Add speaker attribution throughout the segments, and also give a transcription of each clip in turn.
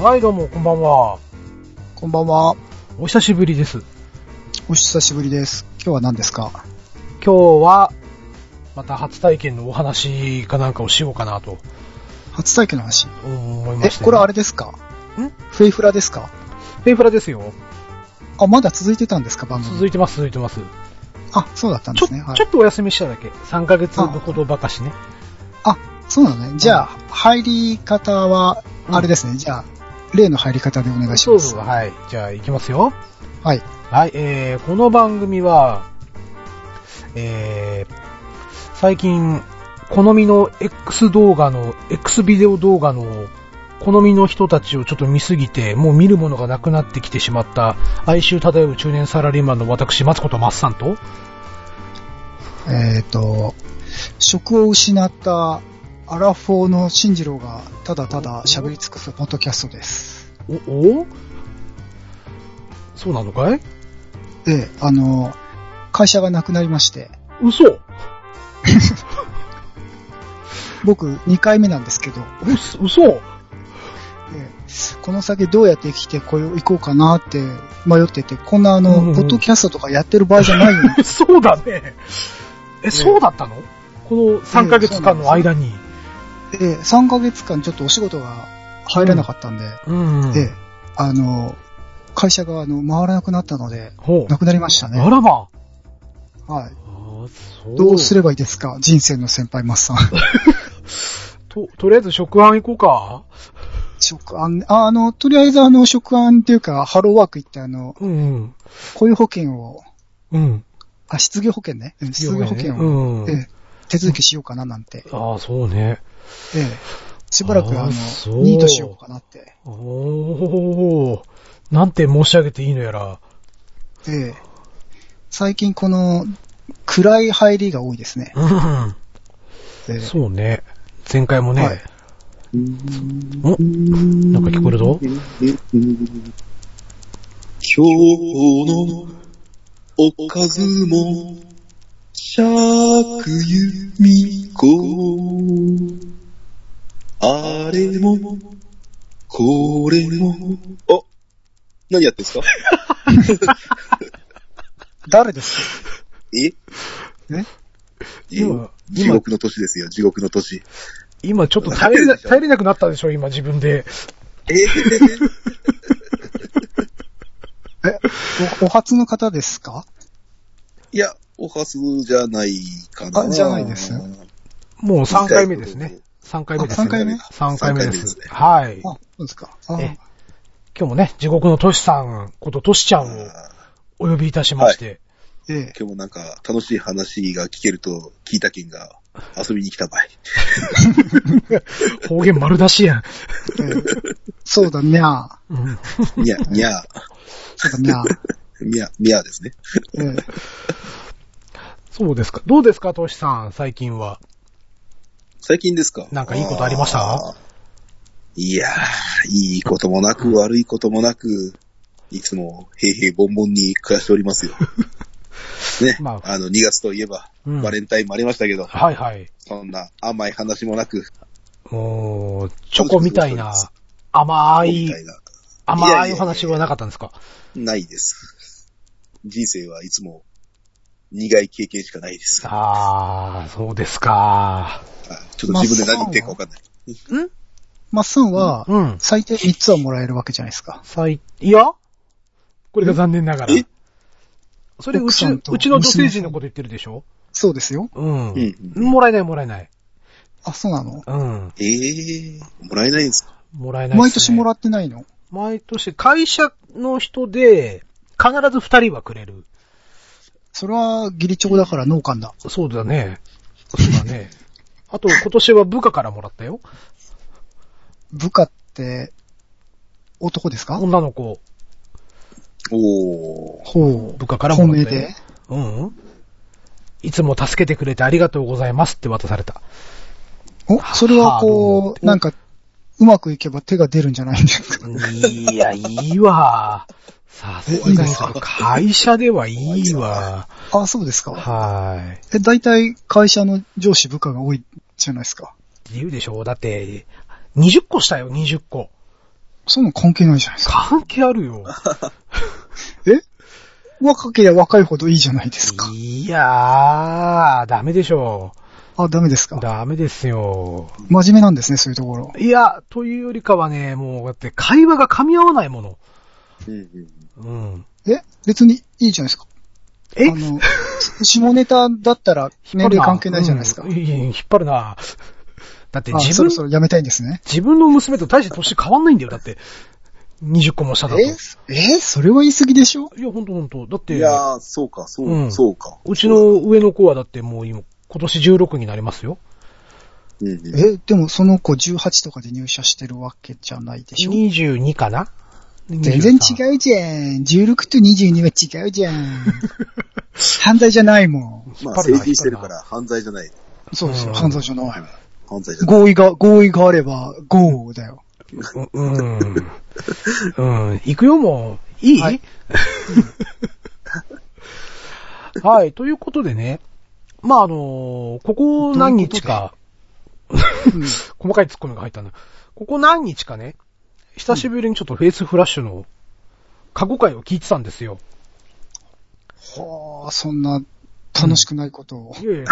Speaker 1: はい、どうも、こんばんは。
Speaker 2: こんばんは。
Speaker 1: お久しぶりです。
Speaker 2: お久しぶりです。今日は何ですか
Speaker 1: 今日は、また初体験のお話かなんかをしようかなと
Speaker 2: 初体験の話。
Speaker 1: 思いま
Speaker 2: え
Speaker 1: し、て。
Speaker 2: これあれですかフェイフラですか
Speaker 1: フェイフラですよ。
Speaker 2: あ、まだ続いてたんですか番組。
Speaker 1: 続いてます、続いてます。
Speaker 2: あ、そうだったん
Speaker 1: ち
Speaker 2: で
Speaker 1: ょ、
Speaker 2: すね。はい
Speaker 1: ちょ。っとお休みしただけ。3ヶ月ほどばかしね。
Speaker 2: あ、そうなのね。じゃあ、入り方は、あれですね。じゃあ、例の入り方でお願いし
Speaker 1: そう
Speaker 2: ま
Speaker 1: そ
Speaker 2: す。
Speaker 1: う、はい。じゃあ、行きますよ。
Speaker 2: はい。
Speaker 1: はい、えー、この番組は、えー、最近、好みの X 動画の、X ビデオ動画の、好みの人たちをちょっと見すぎて、もう見るものがなくなってきてしまった、哀愁漂う中年サラリーマンの私、松子とマッサンと、
Speaker 2: えっ、と、職を失ったアラフォーの新次郎がただただ喋り尽くすポッドキャストです。
Speaker 1: お、おそうなのかい
Speaker 2: で、あの、会社がなくなりまして、
Speaker 1: 嘘
Speaker 2: 僕2回目なんですけど、
Speaker 1: 嘘嘘
Speaker 2: でこの先どうやって生きてこよう行こうかなって迷ってて、こんなあの、
Speaker 1: うんうん、
Speaker 2: ポッドキャストとかやってる場合じゃないよ、ね
Speaker 1: そうだね。え、そうだったのこの3ヶ月間の間に。
Speaker 2: で、3ヶ 月間ちょっとお仕事が入らなかったんで、
Speaker 1: うんうん
Speaker 2: で、あの、会社があの、回らなくなったので、
Speaker 1: ほう
Speaker 2: な。くなりました
Speaker 1: あ
Speaker 2: ね。
Speaker 1: らま。
Speaker 2: はい。
Speaker 1: ああ、そう。
Speaker 2: どうすればいいですか人生の先輩マッサン。
Speaker 1: と、とりあえず食案行こうか。
Speaker 2: 職安、ああの、とりあえずあの、職安っていうか、ハローワーク行ってあの、
Speaker 1: うん
Speaker 2: 雇用保険を、
Speaker 1: うん。うん。
Speaker 2: あ、失業保険ね。うん失業保険を、
Speaker 1: うん。
Speaker 2: ええ手続きしようかななんて。
Speaker 1: ああ、そうね。
Speaker 2: ええ。しばらく、
Speaker 1: あー
Speaker 2: あの、
Speaker 1: そう
Speaker 2: ニートしようかなって。
Speaker 1: おお。なんて申し上げていいのやら。
Speaker 2: ええ。最近この、暗い入りが多いですね。
Speaker 1: う
Speaker 2: ええ
Speaker 1: ん。そうね。前回もね。
Speaker 2: はい
Speaker 1: おなんか聞こえるぞ。
Speaker 3: 今日のおかずも、尺ゆみ子。あれも、これも。あ、何やってんすか
Speaker 2: 誰です
Speaker 3: え
Speaker 2: ね
Speaker 3: 地
Speaker 1: 今
Speaker 3: 獄、地獄の年ですよ、地獄の年。
Speaker 1: 今ちょっと耐えれな、耐えれなくなったでしょ、今自分で。
Speaker 3: え
Speaker 2: かえ、お、お初の方ですか
Speaker 3: いや、おはすじゃないか
Speaker 2: あ
Speaker 3: な。
Speaker 2: じゃないです
Speaker 1: もう3回目ですね。3回目ですね。
Speaker 2: あ三回目
Speaker 1: 三回目で
Speaker 3: 三回目です
Speaker 1: す。
Speaker 3: ね
Speaker 1: はい。
Speaker 2: あ、そうですか。あ
Speaker 1: え今日もね、地獄のトシさんことトシちゃんをお呼びいたしまして。
Speaker 2: ええ。
Speaker 3: 今日もなんか楽しい話が聞けると聞いた件が遊びに来た場合。
Speaker 1: 方言丸出しやん。
Speaker 2: ええそうだにゃー。
Speaker 1: うん
Speaker 3: みや、みや、
Speaker 2: そうだにゃー。
Speaker 3: みや、みやですね。
Speaker 2: ええ。
Speaker 1: そうですか。どうですか、トシさん、最近は。
Speaker 3: 最近ですか
Speaker 1: なんかいいことありました
Speaker 3: ーいやー、いいこともなく、悪いこともなく、いつも平々凡々に暮らしてお りますよ。ね、
Speaker 1: ま
Speaker 3: あ、の、2月といえば、
Speaker 1: うん
Speaker 3: バレンタインもありましたけど、
Speaker 1: はいはい。
Speaker 3: そんな甘い話もなく、
Speaker 1: もう、チョコみたいな、甘
Speaker 3: み
Speaker 1: い
Speaker 3: た、いな、
Speaker 1: 甘いお話はなかったんですか
Speaker 3: ないです。人生はいつも苦い経験しかないです。あ
Speaker 1: あー、そうですか。
Speaker 3: ちょっと自分で何言ってるかわかんない。
Speaker 2: マッサンは、
Speaker 1: うん。
Speaker 2: 最低3つはもらえるわけじゃないですか。
Speaker 1: 最、いやこれが残念ながら
Speaker 3: え。
Speaker 1: それ、う
Speaker 2: 奥
Speaker 1: ち、
Speaker 2: さんと
Speaker 1: うちの女性陣のこと言ってるでしょ
Speaker 2: そうですよ。
Speaker 1: うん。
Speaker 3: うん
Speaker 1: もらえないもらえない。
Speaker 2: あ、そうなの
Speaker 1: うん。
Speaker 3: ええー、もらえないんですか
Speaker 1: もらえないっすね、
Speaker 2: 毎年もらってないの
Speaker 1: 毎年、会社の人で、必ず二人はくれる。
Speaker 2: それは、義理長だから農家だ。
Speaker 1: そうだね。そうだね。 あと、今年は部下からもらったよ。
Speaker 2: 部下って、男ですか
Speaker 1: 女の子、
Speaker 3: おー。
Speaker 2: ほ
Speaker 1: 部下
Speaker 2: う。
Speaker 1: からも
Speaker 2: 本
Speaker 1: ら
Speaker 2: 命
Speaker 1: ったよ
Speaker 2: で。。
Speaker 1: うんうん。いつも助けてくれてありがとうございますって渡された。
Speaker 2: お、それは
Speaker 1: ハード
Speaker 2: こ
Speaker 1: って
Speaker 2: う、なんか、うまくいけば手が出るんじゃないんですか。
Speaker 1: いや、いいわ。さす
Speaker 2: いい
Speaker 1: が
Speaker 2: で
Speaker 1: に
Speaker 2: すか、
Speaker 1: 会社ではいいわ。
Speaker 2: あ、そうですか。
Speaker 1: は
Speaker 2: え、大体会社の上司部下が多いじゃないですか。
Speaker 1: い。言うでしょう。だって、20個したよ、20個。
Speaker 2: そんなの関係ないじゃないですか。
Speaker 1: 関係あるよ。
Speaker 2: 若ければ若いほどいいじゃないですか。
Speaker 1: いやー、ダメでしょ
Speaker 2: あ、ダメです
Speaker 1: う。
Speaker 2: か。
Speaker 1: ダメですよ。
Speaker 2: 真面目なんですね、そういうところ。
Speaker 1: いや、というよりかはね、もう、だって会話が噛み合わないもの。
Speaker 3: うんうん
Speaker 1: うん。
Speaker 2: え別にいいじゃないですか。
Speaker 1: え
Speaker 2: あの、下ネタだったら年齢関係ないじゃないですか。
Speaker 1: うんいい引っ張る な。だって
Speaker 2: あ
Speaker 1: 自
Speaker 2: そ
Speaker 1: 分
Speaker 2: ろそろやめたいんですね。
Speaker 1: 自分の娘と大して年変わんないんだよ、だって。20個も下だと。い
Speaker 2: ええそれは言い過ぎでしょ
Speaker 1: や、ほんとほんと。だっ
Speaker 3: い
Speaker 1: て、
Speaker 3: やー、そうか、そう、
Speaker 1: うん
Speaker 3: そうか。
Speaker 1: うちの上の子はだってもう今、今年16になりますよ。
Speaker 3: うんうん、
Speaker 2: え、でもその子18とかで入社してるわけじゃないでしょ
Speaker 1: 22かな
Speaker 2: 全
Speaker 1: う。
Speaker 2: 然違うじゃん。16と22は違うじゃん。 犯罪じゃないもん。
Speaker 3: まあ、成人してるから犯罪じゃない。
Speaker 2: そうですよ。
Speaker 1: うん
Speaker 2: 犯罪じゃない。
Speaker 3: 犯罪じゃない。
Speaker 2: 合意が、合意があれば、合意だよ。
Speaker 1: うん。うん。うん行くよ、もう。いいは
Speaker 2: は いい、
Speaker 1: ということでね。まあ、あのーここ何日か、
Speaker 2: うん
Speaker 1: 細かいツッコミが入ったんだ。ここ何日かね、久しぶりにちょっとフェイスフラッシュの過去回を聞いてたんですよ。
Speaker 2: はあ、そんな楽しくないことを。
Speaker 1: いやいや、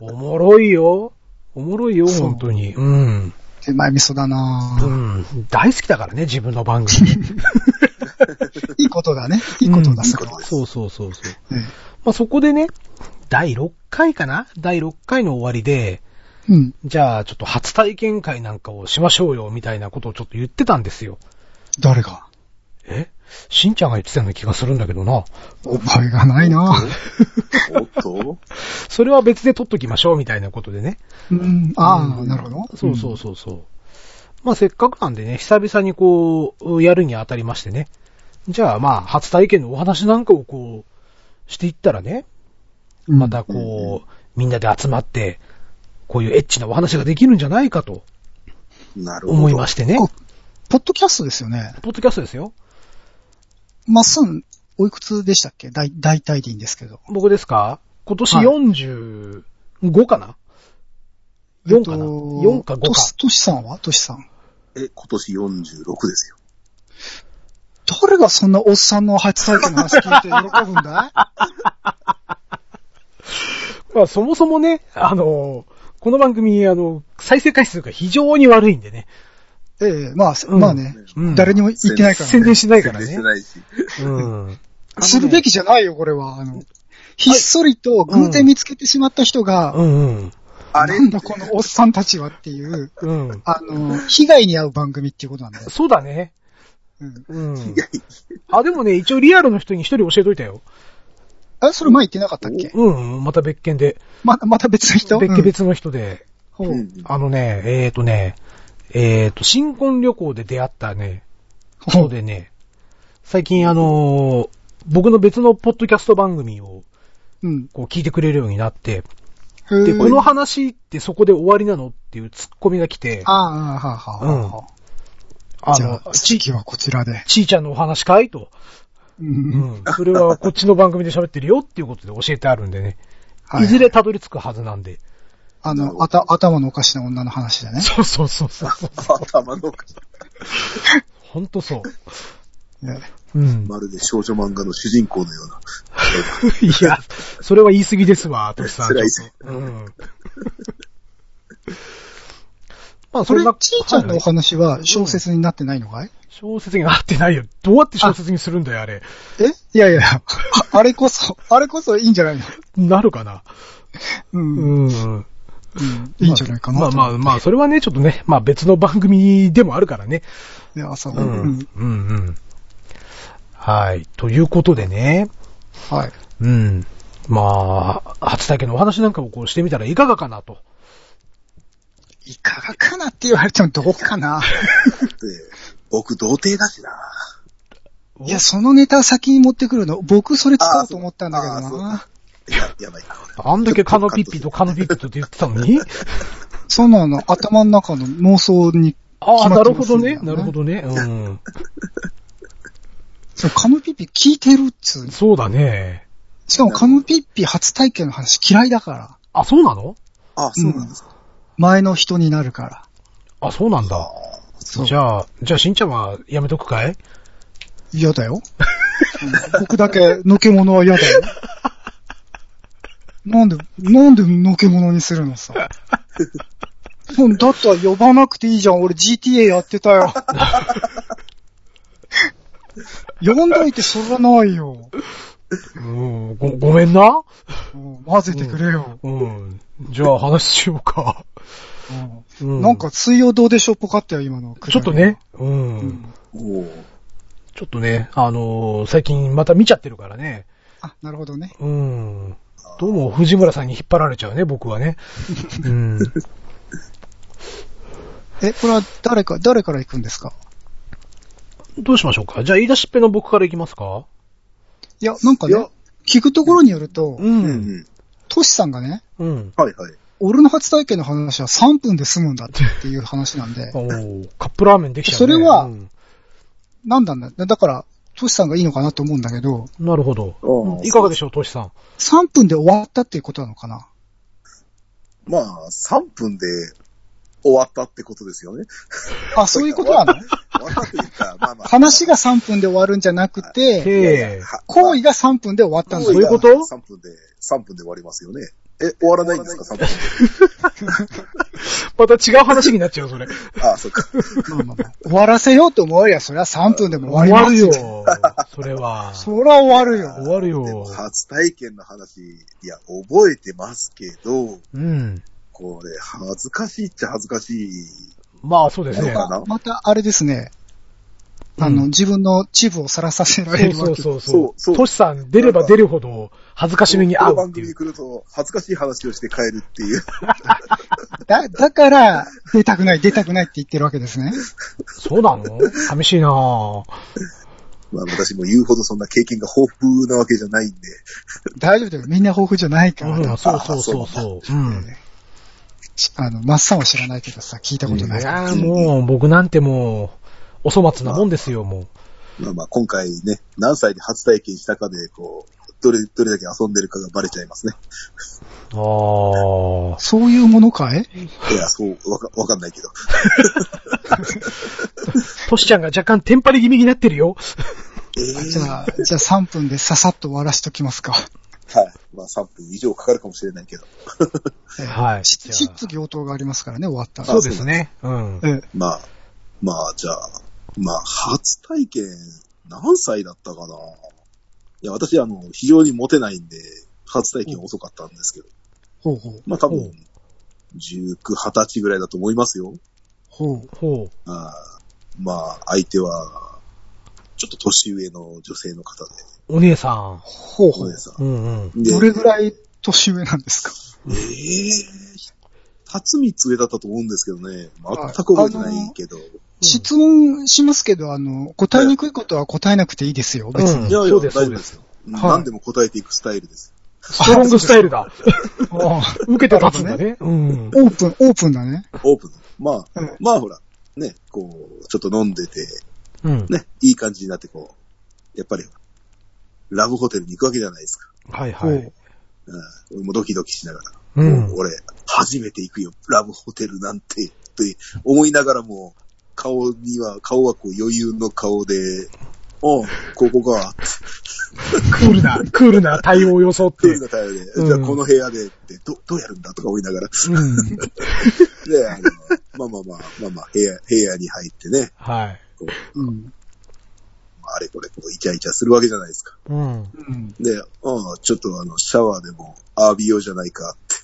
Speaker 1: おもろいよ。おもろいよ、
Speaker 2: そう
Speaker 1: 本当に。うん。
Speaker 2: 手前味噌だな
Speaker 1: う
Speaker 2: ぁ
Speaker 1: ん。大好きだからね、自分の番組。
Speaker 2: いいことだね。いいこと
Speaker 1: う
Speaker 2: だ、
Speaker 1: ん
Speaker 2: それは。
Speaker 1: そうそうそうそう。
Speaker 2: え
Speaker 1: まあ、そこでね、第6回かな第6回の終わりで、
Speaker 2: えうん。
Speaker 1: じゃあちょっと初体験会なんかをしましょうよ、みたいなことをちょっと言ってたんですよ。
Speaker 2: 誰が
Speaker 1: えしんちゃんが言ってたような気がするんだけどな。
Speaker 2: お前がないなぁ
Speaker 3: おっと
Speaker 1: それは別で撮っときましょう、みたいなことでね。
Speaker 2: うん。ああ、なるほど。
Speaker 1: そうそうそうそう。まあせっかくなんでね、久々にこう、やるにあたりましてね。じゃあまあ、初体験のお話なんかをこう、していったらね、
Speaker 2: うん。
Speaker 1: またこう、みんなで集まって、こういうエッチなお話ができるんじゃないかと
Speaker 3: なるほど。
Speaker 1: 思いましてね。
Speaker 2: こポッドキャストですよね。
Speaker 1: ポッドキャストですよ。
Speaker 2: まっすん、おいくつでしたっけ大、大体でいいんですけど。
Speaker 1: 僕ですか今年
Speaker 2: はい
Speaker 1: 45かな、?4 かな、?4 か5
Speaker 2: と
Speaker 1: か。
Speaker 2: し、としさんはとしさん。
Speaker 3: え、今年46ですよ。
Speaker 2: 誰がそんなおっさんの初体験の話聞いて喜ぶんだい
Speaker 1: まあそもそもね、あのこの番組、あの、再生回数が非常に悪いんでね。
Speaker 2: ええ、まあ、
Speaker 1: うん
Speaker 2: まあね、
Speaker 1: うん
Speaker 2: 誰にも言ってないか ら、
Speaker 1: 宣伝しないから
Speaker 3: 宣伝し
Speaker 1: ね
Speaker 3: て。ないし。
Speaker 1: うん。
Speaker 2: するべ
Speaker 1: き。
Speaker 2: きじゃないよ、これは。あの、ひっそりと偶然見つけてしまった人が、
Speaker 1: うんうん。
Speaker 3: あれ
Speaker 2: なんだこのおっさんたちはっていう、
Speaker 1: うん。
Speaker 2: あの、被害に遭う番組っていうことなんだよ。
Speaker 1: そうだね。
Speaker 2: うん。
Speaker 1: うん
Speaker 3: い。やい
Speaker 1: あ、でもね、一応リアルの人に一人教えといたよ。
Speaker 2: あ、それ前言ってなかったっけ
Speaker 1: うんうん、また別件で。
Speaker 2: ま、また別の人
Speaker 1: 別件別の人で。
Speaker 2: うん
Speaker 3: や
Speaker 2: ほ
Speaker 3: う
Speaker 2: うん
Speaker 1: あのね、えーとね、えーと、新婚旅行で出会ったね、
Speaker 2: ほ
Speaker 1: 人
Speaker 2: う
Speaker 1: でね、最近あのー僕の別のポッドキャスト番組を
Speaker 2: うん。
Speaker 1: こう聞いてくれるようになって、
Speaker 2: へ
Speaker 1: で、
Speaker 2: ー
Speaker 1: この話ってそこで終わりなのっていうツッコミが来て、
Speaker 2: ああ、はあはあはあはあ。
Speaker 1: あ
Speaker 2: じゃ
Speaker 1: の
Speaker 2: あ、、次はこちらで。
Speaker 1: ちーちゃんのお話かいと。
Speaker 2: う。
Speaker 1: うんん。それはこっちの番組で喋ってるよっていうことで教えてあるんでね。
Speaker 2: はい
Speaker 1: いずれたどり着くはずなんで。
Speaker 2: あの、あた、頭のおかしな女の話だね。
Speaker 1: そうそうそう そうそう。
Speaker 3: 頭のおかしな
Speaker 1: ほんとそう。
Speaker 2: ね
Speaker 1: うん。
Speaker 3: まるで少女漫画の主人公のような。
Speaker 1: いや、それは言い過ぎですわ、としさん。
Speaker 3: それは言い過ぎ
Speaker 1: ちょっとうん。まあ、
Speaker 2: そ
Speaker 1: そ
Speaker 2: れ
Speaker 1: んな、、
Speaker 2: ちーちゃんの
Speaker 1: は
Speaker 2: お
Speaker 1: い
Speaker 2: 話は小説になってないのかい
Speaker 1: 小説に合ってないよ。どうやって小説にするんだよ、あれ。
Speaker 2: えいやいや、 ああれこそ、あれこそいいんじゃないの
Speaker 1: なるかな。
Speaker 2: うん。
Speaker 1: うん。
Speaker 2: いいんじゃないかな
Speaker 1: まあ
Speaker 2: と
Speaker 1: まあまあ、それはね、ちょっとね、まあ別の番組でもあるからね。
Speaker 2: いや、そう。
Speaker 1: う。
Speaker 2: うん
Speaker 1: うん
Speaker 2: ん。
Speaker 1: うん。はい。ということでね、
Speaker 2: はい。
Speaker 1: うん。まあ、初体験のお話なんかをこうしてみたらいかがかなと。
Speaker 2: いかがかなって言われてもどうか な。
Speaker 3: で、僕童貞だしな。
Speaker 2: いや、そのネタ先に持ってくるの、僕それ使おうと思ったんだ
Speaker 3: あー
Speaker 2: け
Speaker 3: そ
Speaker 2: ど
Speaker 3: う
Speaker 2: な。
Speaker 3: いや、やばいな。これ
Speaker 1: あんだけカノピッピとカノピッピとって言ってたの に
Speaker 2: そんなの頭の中の妄想に、
Speaker 1: ああ、
Speaker 2: 決
Speaker 1: な
Speaker 2: まって
Speaker 1: る
Speaker 2: ま
Speaker 1: ほ
Speaker 2: す
Speaker 1: ど
Speaker 2: ん
Speaker 1: ね。
Speaker 2: だ
Speaker 1: なるほどね。うん。
Speaker 2: そのカノピッピ聞いてるっつう。
Speaker 1: そうだね。
Speaker 2: しかもカノピッピ初体験の話嫌いだから。
Speaker 1: あ、そうなの
Speaker 3: あ、そうなんですか。
Speaker 2: 前の人になるから。
Speaker 1: あ、そうなんだ。
Speaker 3: あ
Speaker 2: そう。
Speaker 1: じゃあ、じゃあしんちゃんはやめとくかい
Speaker 2: 嫌だよ。僕だけのけ者は嫌だよ。なんで、なんでのけ者にするのさ。そうだったら呼ばなくていいじゃん。俺 GTA やってたよ。呼んどいてそらないよ。
Speaker 1: うん、ご、ごめんな
Speaker 2: うん混ぜてくれよ。
Speaker 1: うん。じゃあ話しようか。
Speaker 2: うん
Speaker 1: うん
Speaker 2: なんか、水曜どうでしょうっぽかったよ、今の。
Speaker 1: ちょっとね。、うん、
Speaker 2: うん
Speaker 3: おー
Speaker 1: ちょっとね、あのー最近また見ちゃってるからね。
Speaker 2: あ、なるほどね。
Speaker 1: うん。どうも藤村さんに引っ張られちゃうね、僕はね。うん。
Speaker 2: え、これは誰か、誰から行くんですか
Speaker 1: どうしましょうかじゃあ言い出しっぺの僕からいきますか
Speaker 2: いや、なんか
Speaker 3: い
Speaker 2: ね
Speaker 3: や、
Speaker 2: 聞くところによる
Speaker 1: う
Speaker 2: と、
Speaker 3: う。ん。
Speaker 2: トシさんがね、
Speaker 1: うん。、
Speaker 3: はいはい。
Speaker 2: 俺の初体験の話は3分で済むんだっていう話なん で
Speaker 1: おーカップラーメンできちゃう、ね。
Speaker 2: それは
Speaker 1: うん
Speaker 2: なんだんだ。だから、トシさんがいいのかなと思うんだけど、
Speaker 1: なるほど。
Speaker 3: ああ
Speaker 1: いかがでしょう、トシさん。
Speaker 2: 3分で終わったっていうことなのかな
Speaker 3: まあ、3分で終わったってことですよね。
Speaker 2: あ、そういうことな の
Speaker 3: 終わったというか、まあまあ。
Speaker 2: 話が3分で終わるんじゃなくて、
Speaker 1: へえ。
Speaker 2: 行為が3分で終わったんだ
Speaker 1: どういうこと
Speaker 3: ?3 分で、3分で終わりますよね。え、終わらないんですか ?3 分
Speaker 1: また違う話になっちゃう、それ。
Speaker 3: で。ああ、そっか。
Speaker 2: まあまあまあ 終わらせようと思えりゃ、そりゃ3分でも終
Speaker 1: 終
Speaker 2: わり
Speaker 1: わ
Speaker 2: ま
Speaker 1: る
Speaker 2: すよ。
Speaker 1: よ。それは。
Speaker 2: そりゃ終わるよ。
Speaker 1: 終わる
Speaker 3: でも
Speaker 1: よ。
Speaker 3: 初体験の話、いや、覚えてますけど、
Speaker 1: うん。
Speaker 3: これ、恥ずかしいっちゃ恥ずかしい。
Speaker 1: まあ、そうですね。
Speaker 3: そうだな
Speaker 2: また、あれですね。
Speaker 1: うん
Speaker 2: あの、自分のチブを晒させられる
Speaker 1: そ
Speaker 2: わ
Speaker 1: う
Speaker 2: け。
Speaker 1: そうそう。
Speaker 3: そうそう
Speaker 1: トシさん出れば出るほど恥ずかしめに
Speaker 3: こ
Speaker 1: 合
Speaker 3: の
Speaker 1: うっ
Speaker 3: 番
Speaker 1: て
Speaker 3: 組
Speaker 1: い
Speaker 3: に
Speaker 1: う。
Speaker 3: 来ると、恥ずかしい話をして帰るっていう。
Speaker 2: だ、だから、出たくない、出たくないって言ってるわけですね。
Speaker 1: そうなの寂しいなぁ。
Speaker 3: まあ私も言うほどそんな経験が豊富なわけじゃないんで。
Speaker 2: 大丈夫だよ。みんな豊富じゃないから。
Speaker 1: うん、そうそうそうそう。うん。
Speaker 2: しあの、マッサンは知らないけどさ、聞いたことない
Speaker 1: い
Speaker 2: から。
Speaker 1: やーもう、僕なんてもう、お粗末なもんですよ、もう。
Speaker 3: まあまあ今回ね、何歳で初体験したかで、こう、どれ、どれだけ遊んでるかがバレちゃ いますね。
Speaker 1: ああ。
Speaker 2: そういうものかい
Speaker 3: いや、そう、わか、わかんないけど。
Speaker 1: トシちゃんが若干テンパり気味になってるよ。
Speaker 3: え
Speaker 2: じゃあ、じゃあ3分でささっと終わらしときますか。
Speaker 3: はい。まあ3分以上かかるかもしれないけど。
Speaker 1: はい
Speaker 2: し
Speaker 1: じゃあ
Speaker 2: 質疑応答がありますからね、終わったら。
Speaker 1: そうですね。うん。
Speaker 2: ええ
Speaker 3: まあ、まあじゃあ、まあ初体験、何歳だったかな。いや、私、あの、非常にモテないんで、初体験遅かったんですけど。
Speaker 2: ほうほう。
Speaker 3: まあ多
Speaker 1: ほう
Speaker 3: 分、19、20歳ぐらいだと思いますよ。
Speaker 2: ほう。
Speaker 1: ほ
Speaker 3: あーまあ、相手は、ちょっと年上の女性の方で、
Speaker 1: う。お姉さ
Speaker 2: ほう
Speaker 3: お
Speaker 2: ほ
Speaker 3: 姉
Speaker 2: う。
Speaker 3: さ
Speaker 1: ん。うんうん。
Speaker 3: ん。で
Speaker 2: どれぐらい年上なんですか
Speaker 3: ええー、辰三つ上だったと思うんですけどね。全く覚えてないけど。
Speaker 2: 質問しますけど、あの、答えにくいことは答えなくていいですよ、別
Speaker 1: うん
Speaker 2: に。
Speaker 3: いやいや、
Speaker 1: そう
Speaker 3: 大
Speaker 1: です
Speaker 3: 丈夫ですよ。うん
Speaker 2: はい
Speaker 3: 何でも答えていくスタイルです。
Speaker 1: ストロングスタイルだ。
Speaker 2: ああ
Speaker 1: 受けて立つんだね。うん。
Speaker 2: オープン、オープンだね。
Speaker 3: オープン。まあ、
Speaker 2: うん
Speaker 3: まあほら、ね、こう、ちょっと飲んでて、
Speaker 1: うん。
Speaker 3: ね、いい感じになってこう、やっぱり、ラブホテルに行くわけじゃないですか。
Speaker 1: はい
Speaker 2: ほ
Speaker 1: は
Speaker 2: う
Speaker 1: い。
Speaker 3: うん、俺もドキドキしながら。
Speaker 1: うん
Speaker 3: もう。俺、初めて行くよ、ラブホテルなんて、って思いながらも、顔には、顔はこう余裕の顔で、おうここか、
Speaker 1: クールな、クールな対応を装って
Speaker 3: クール。な対応で、
Speaker 1: うん
Speaker 3: じゃあこの部屋でって、ど、どうやるんだとか思いながら、
Speaker 1: うん。
Speaker 3: で、 あの、まあまあまあ、まあまあ、部屋、部屋に入ってね、
Speaker 1: はい。
Speaker 2: うん。
Speaker 3: まああれこれ、こう、イチャイチャするわけじゃないですか。
Speaker 1: うん。
Speaker 2: うん。
Speaker 3: で、ああ、ちょっとあの、シャワーでも浴びようじゃないかって。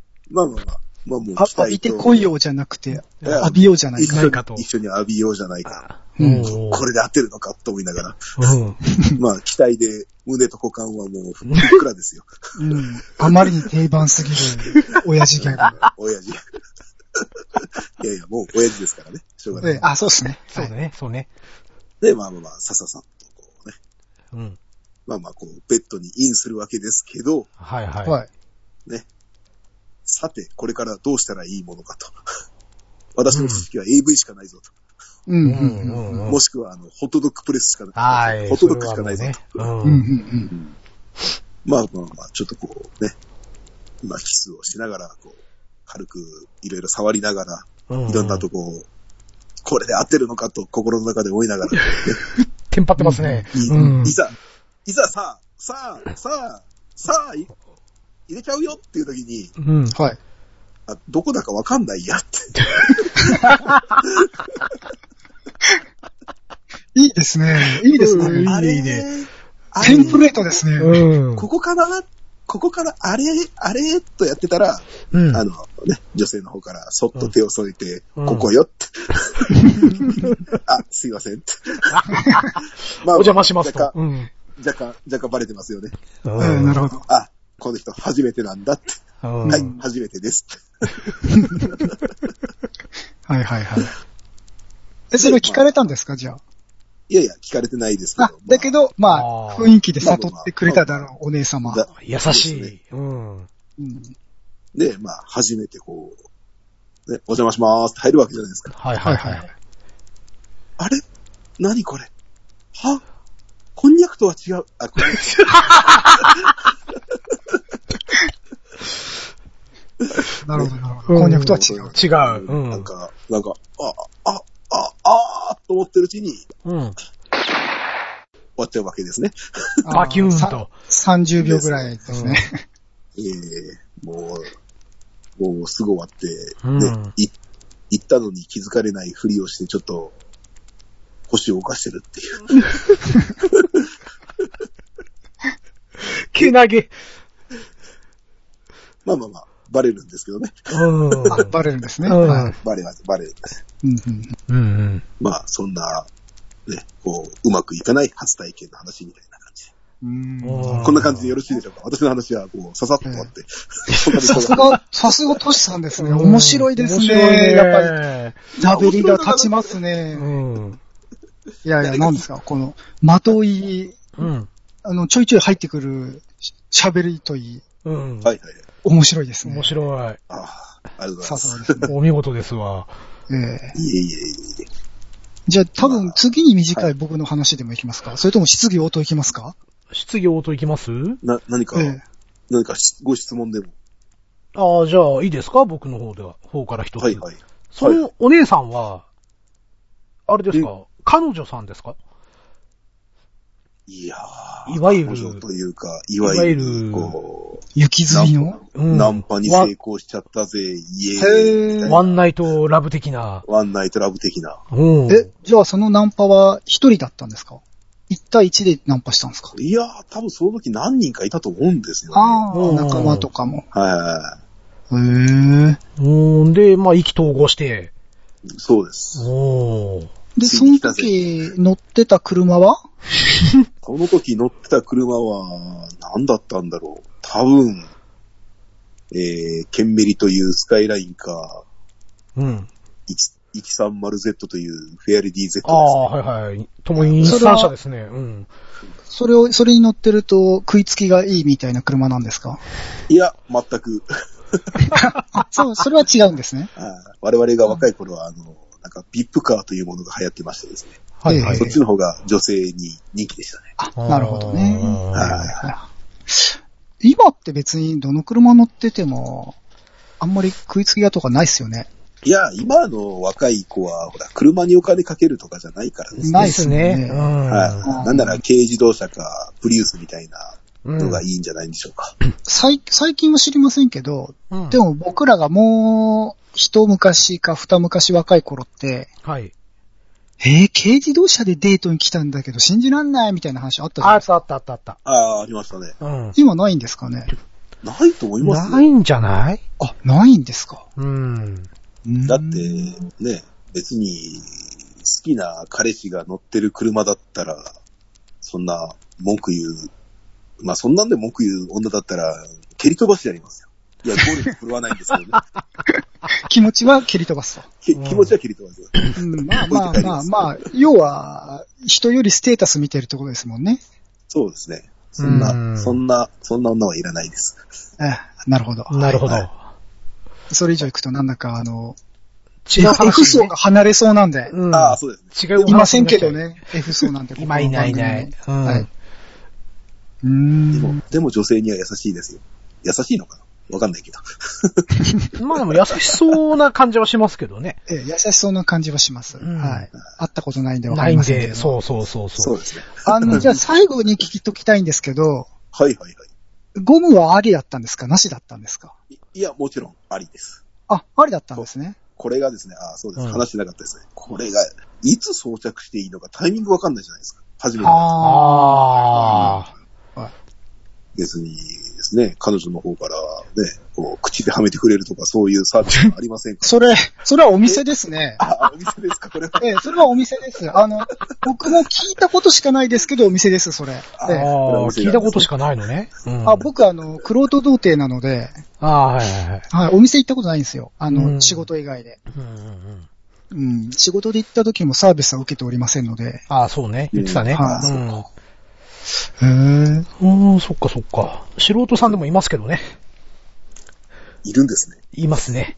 Speaker 3: まあまあまあ、まあもう
Speaker 2: あ
Speaker 3: 期、
Speaker 2: 浴
Speaker 3: 待
Speaker 2: びて
Speaker 3: と、
Speaker 2: こいようじゃなくて、
Speaker 3: いや
Speaker 2: 浴びようじゃない
Speaker 3: 一
Speaker 2: か。
Speaker 3: 緒
Speaker 1: ない
Speaker 3: に
Speaker 1: かと、
Speaker 3: 一緒に浴びようじゃないか。
Speaker 2: うん
Speaker 1: おー
Speaker 3: これで合ってるのかと思いなが ら、
Speaker 1: うん。
Speaker 3: まあ、期待で胸と股間はもうふっくらですよ。
Speaker 2: うん。あまりに定番すぎる、親父ギャグ。
Speaker 3: 親父。い やいや、もう親父ですからね。しょうが
Speaker 2: え
Speaker 3: な
Speaker 2: え
Speaker 3: い。
Speaker 2: あ、そうですね。
Speaker 1: そうだね、そうね。
Speaker 3: で、まあまあまあ、さささっとこうね。
Speaker 1: うん。
Speaker 3: まあまあ、こう、ベッドにインするわけですけど、
Speaker 1: はいはい。
Speaker 2: はい。
Speaker 3: さて、これからどうしたらいいものかと。 私の知識は AV しかないぞと。
Speaker 2: う。
Speaker 1: うんん
Speaker 2: う。
Speaker 1: うん
Speaker 2: うん。
Speaker 1: んうん
Speaker 3: も。しくは、あの、ホットドッグプレスしかない。
Speaker 1: はい。
Speaker 3: ホットドッグしかないぞ
Speaker 1: ね。
Speaker 3: と。
Speaker 1: うん
Speaker 2: うん。う。ん。
Speaker 3: まあまあまあ、ちょっとこうね、まあ、キスをしながら、こう、軽くいろいろ触りながら、
Speaker 1: う
Speaker 3: いろんなとこをこれで合ってるのかと心の中で思い ながら、
Speaker 1: テンパってますね。
Speaker 3: い
Speaker 1: うん
Speaker 3: い。ざ、いざさ、さあ、さあ、さあ、い入れちゃうよっていう時に、
Speaker 1: うん。
Speaker 2: はい。
Speaker 3: あ、どこだかわかんないやって。
Speaker 2: いいですね。いいですね。
Speaker 1: うん
Speaker 3: あれ
Speaker 1: いいね。
Speaker 3: あ
Speaker 2: テ
Speaker 3: れ
Speaker 2: ンプレートですね。
Speaker 1: うん。
Speaker 3: ここから、ここから、あれ、あれ、とやってたら、
Speaker 1: うん
Speaker 3: あのね、女性の方からそっと手を添えて、
Speaker 1: うん
Speaker 3: ここよって。 あ、すいませ んって。
Speaker 1: お
Speaker 3: ま
Speaker 1: 邪魔しますと
Speaker 3: 若。干、
Speaker 1: うん。
Speaker 3: 若干、若干バレてますよね。
Speaker 2: えーなるほど。
Speaker 3: あ、この人初めてなんだって。
Speaker 1: うん
Speaker 3: はい、初めてですって。
Speaker 2: はいはいはい。 え、それ聞かれたんですかじゃ
Speaker 3: いやいや、聞かれてないですけ
Speaker 2: あ。あ
Speaker 3: ど。、
Speaker 2: だけど、ま
Speaker 1: あ
Speaker 2: あ、
Speaker 1: ー
Speaker 2: 雰囲気で悟ってくれただろう、お姉様。
Speaker 3: だ
Speaker 1: 優しい。うん。
Speaker 2: うん
Speaker 3: ど。で、まあ、初めてこう、ね、お邪魔しますって入るわけじゃないですか。
Speaker 1: はいはいは。
Speaker 2: はいはい
Speaker 3: あれ何これはこんにゃくとは違う。あ、こんにゃく。
Speaker 2: なるほど、なるほ
Speaker 1: うん
Speaker 2: ど。こんにゃくとは違う。
Speaker 1: 違う。うん。
Speaker 3: なんか、なんか、あ、あ、あ、あ、あーと思ってるうちに
Speaker 1: う
Speaker 3: 終
Speaker 1: ん。
Speaker 3: わっちゃうわけですね。
Speaker 1: バキューンと。
Speaker 2: さ。30秒ぐらいですね。
Speaker 3: ええもう、もうすぐ終わって、
Speaker 1: うん
Speaker 3: ね、い行ったのに気づかれないふりをして、ちょっと、腰を動かしてるっていう。
Speaker 1: けなげ。
Speaker 3: まあまあまあ、バレるんですけどね。
Speaker 1: うん。
Speaker 2: あ、 バレるんですね。
Speaker 1: うん
Speaker 2: はい
Speaker 3: バレます、バレるんです。
Speaker 2: うんうん
Speaker 1: うん
Speaker 3: まあ、そんな、ね、こう、うまくいかない初体験の話みたいな感じで。
Speaker 2: うん
Speaker 1: うん。
Speaker 3: こんな感じでよろしいでしょうか私の話は、こう、ささっと終わって。
Speaker 2: さすが、さすがトシさんですね。
Speaker 1: うん
Speaker 2: 面白いです
Speaker 1: 面
Speaker 2: ね。
Speaker 1: 白いね
Speaker 2: やっぱり、ダベリが立ちますね。
Speaker 1: うん。
Speaker 2: いやいや、なんですか、この、まとい、
Speaker 1: うん。
Speaker 2: あの、ちょいちょい入ってくるし喋りといい、
Speaker 1: うん。
Speaker 3: はいはい。
Speaker 2: 面白いですね。
Speaker 1: 面白い。
Speaker 3: ああ、ありがとうござい
Speaker 2: さ
Speaker 3: ますす。
Speaker 2: がですね。
Speaker 1: お見事です わ。
Speaker 2: ええ
Speaker 3: いえいえいえいえ。
Speaker 2: じゃあ、多分次に短い僕の話でもいきますかそれとも質疑応答いきますか
Speaker 1: 質疑応答いきます
Speaker 3: な、何か、
Speaker 2: ええ
Speaker 3: 何かしご質問でも。
Speaker 1: ああ、じゃあ、いいですか僕の方では、方から一つ。
Speaker 3: はいはい。
Speaker 1: そのお姉さんは、あれですか彼女さんですか
Speaker 3: いやー
Speaker 1: いわゆる
Speaker 3: 彼女というか、いわゆ
Speaker 1: いわゆる
Speaker 3: る、こ
Speaker 2: 雪積みの
Speaker 3: う、ナンパに
Speaker 1: わ
Speaker 3: 成功しちゃったぜ、イエーイみ
Speaker 2: へ
Speaker 3: たい
Speaker 1: ワ
Speaker 3: な。
Speaker 1: ンナイトラブ的な。
Speaker 3: ワンナイトラブ的な。
Speaker 1: うん。
Speaker 2: え、じゃあそのナンパは一人だったんですか ?1 対1でナンパしたんですか
Speaker 3: いやー、多分その時何人かいたと思うんですよね。
Speaker 2: あ
Speaker 1: う
Speaker 2: あ、
Speaker 1: ん
Speaker 2: 仲間とかも。
Speaker 3: は
Speaker 2: へえ。
Speaker 1: うん。で、まあ、意気投合して。
Speaker 3: い。そうです。
Speaker 1: おー。
Speaker 2: で、その時乗ってた車は
Speaker 3: その時乗ってた車は、何だったんだろう。多分、えー、ケンメリというスカイラインか、
Speaker 1: うん。
Speaker 3: 130Z というフェアレディ Z です
Speaker 1: ああ、はいはい。共に日産車ですね。うん。
Speaker 2: それを、それに乗ってると食いつきがいいみたいな車なんですか
Speaker 3: いや、全く。
Speaker 2: あ、そう、それは違うんですね。
Speaker 3: あー我々が若い頃は、あの、なんか、ビップカーというものが流行ってましてですね。
Speaker 1: はいはい
Speaker 2: ええ
Speaker 3: そっちの方が女性に人気でしたね。
Speaker 2: あ、なるほどね。
Speaker 1: あー
Speaker 2: はいはいはい今って別にどの車乗ってても、あんまり食いつきがとかないっすよね。
Speaker 3: いや、今の若い子は、ほら、車にお金かけるとかじゃないからですね。
Speaker 2: ないっすね
Speaker 1: ですう。
Speaker 2: うん
Speaker 3: はい。なんなら軽自動車か、プリウスみたいなんのがいいんじゃないんでしょうか。
Speaker 2: 最最近は知りませんけど、
Speaker 1: うん
Speaker 2: でも僕らがもう、一昔か二昔若い頃って、
Speaker 1: はい。
Speaker 2: えー、軽自動車でデートに来たんだけど信じらんないみたいな話あったじゃ
Speaker 1: あっ
Speaker 2: ないですか。
Speaker 1: たあったあったあった。
Speaker 3: ああ、ありましたね。
Speaker 1: うん。
Speaker 2: 今ないんですかね
Speaker 3: ないと思います
Speaker 1: な
Speaker 3: よ。
Speaker 1: いんじゃない
Speaker 2: あ、ないんですか。
Speaker 1: うん。
Speaker 3: だって、ね、別に、好きな彼氏が乗ってる車だったら、そんな文句言う、まあそんなんで文句言う女だったら、蹴り飛ばしてやりますよ。いや、暴力振るわないんです けどね。
Speaker 2: 気持ちは蹴り飛ばすと。
Speaker 3: き気持ちは蹴り飛ばすよ。
Speaker 2: うんまあまあまあまあ、要は、人よりステータス見てるってことですもんね。
Speaker 3: そうですね。そん
Speaker 1: う
Speaker 3: な、
Speaker 1: ん
Speaker 3: そんな、そんな女はいらないです。
Speaker 2: ええなるほど。
Speaker 1: なるほど
Speaker 3: はいは。
Speaker 2: それ以上行くとなんだか、あの、
Speaker 1: 違う
Speaker 2: F
Speaker 1: 話
Speaker 2: 層
Speaker 1: ね
Speaker 2: が離れそうなんで、
Speaker 1: うん。
Speaker 3: ああ、そうですね。
Speaker 1: 違う話
Speaker 2: いませんけど。ね、F 層なんて。
Speaker 1: 今いないいない。う
Speaker 2: この番組
Speaker 1: ん。
Speaker 2: はい。うー
Speaker 3: でも
Speaker 2: ん。、
Speaker 3: でも女性には優しいですよ。優しいのかなわかんないけど。
Speaker 1: まあでも優しそうな感じはしますけどね。
Speaker 2: ええ優しそうな感じはします。
Speaker 1: うん
Speaker 2: はい。会ったことないんでわか
Speaker 1: ない
Speaker 2: り
Speaker 1: ん
Speaker 2: ませんけ
Speaker 1: で、
Speaker 2: ど。
Speaker 1: そうそうそう
Speaker 3: そ
Speaker 1: そうう。
Speaker 3: ですね。
Speaker 2: あ の、じゃあ最後に聞きときたいんですけど、
Speaker 3: はいはいは
Speaker 2: ゴムはありだったんですかなしだったんですか
Speaker 3: い。いいや、もちろんありです。
Speaker 2: あ、ありだったんですね。
Speaker 3: これがですね、あそうです。
Speaker 1: うん
Speaker 3: 話してなかったですね。これが、いつ装着していいのかタイミングわかんないじゃないですか。初めて
Speaker 2: あ
Speaker 1: ああ。
Speaker 3: 別にですね、彼女の方からね、こう、口ではめてくれるとかそういうサービスはありませんか
Speaker 2: それ、それはお店ですね。
Speaker 3: あ、お店ですかこれは。
Speaker 2: ええ、それはお店です。あの、僕も聞いたことしかないですけど、お店です、それ。
Speaker 3: あ
Speaker 1: あ
Speaker 2: ええ
Speaker 1: あ、聞いたことしかないのね。うん、
Speaker 2: あ、僕、あの、クロート童貞なので、
Speaker 1: ああ、はいはいはい。
Speaker 2: はい、お店行ったことないんですよ。あの、
Speaker 1: うん
Speaker 2: 仕事以外で。
Speaker 1: うんうんうん、
Speaker 2: うん、仕事で行った時もサービスは受けておりませんので。
Speaker 1: ああ、そうね。言ってたね。
Speaker 2: は
Speaker 1: うん
Speaker 2: へえ。
Speaker 1: うん、そっかそっか。素人さんでもいますけどね。
Speaker 3: いるんですね。
Speaker 1: いますね。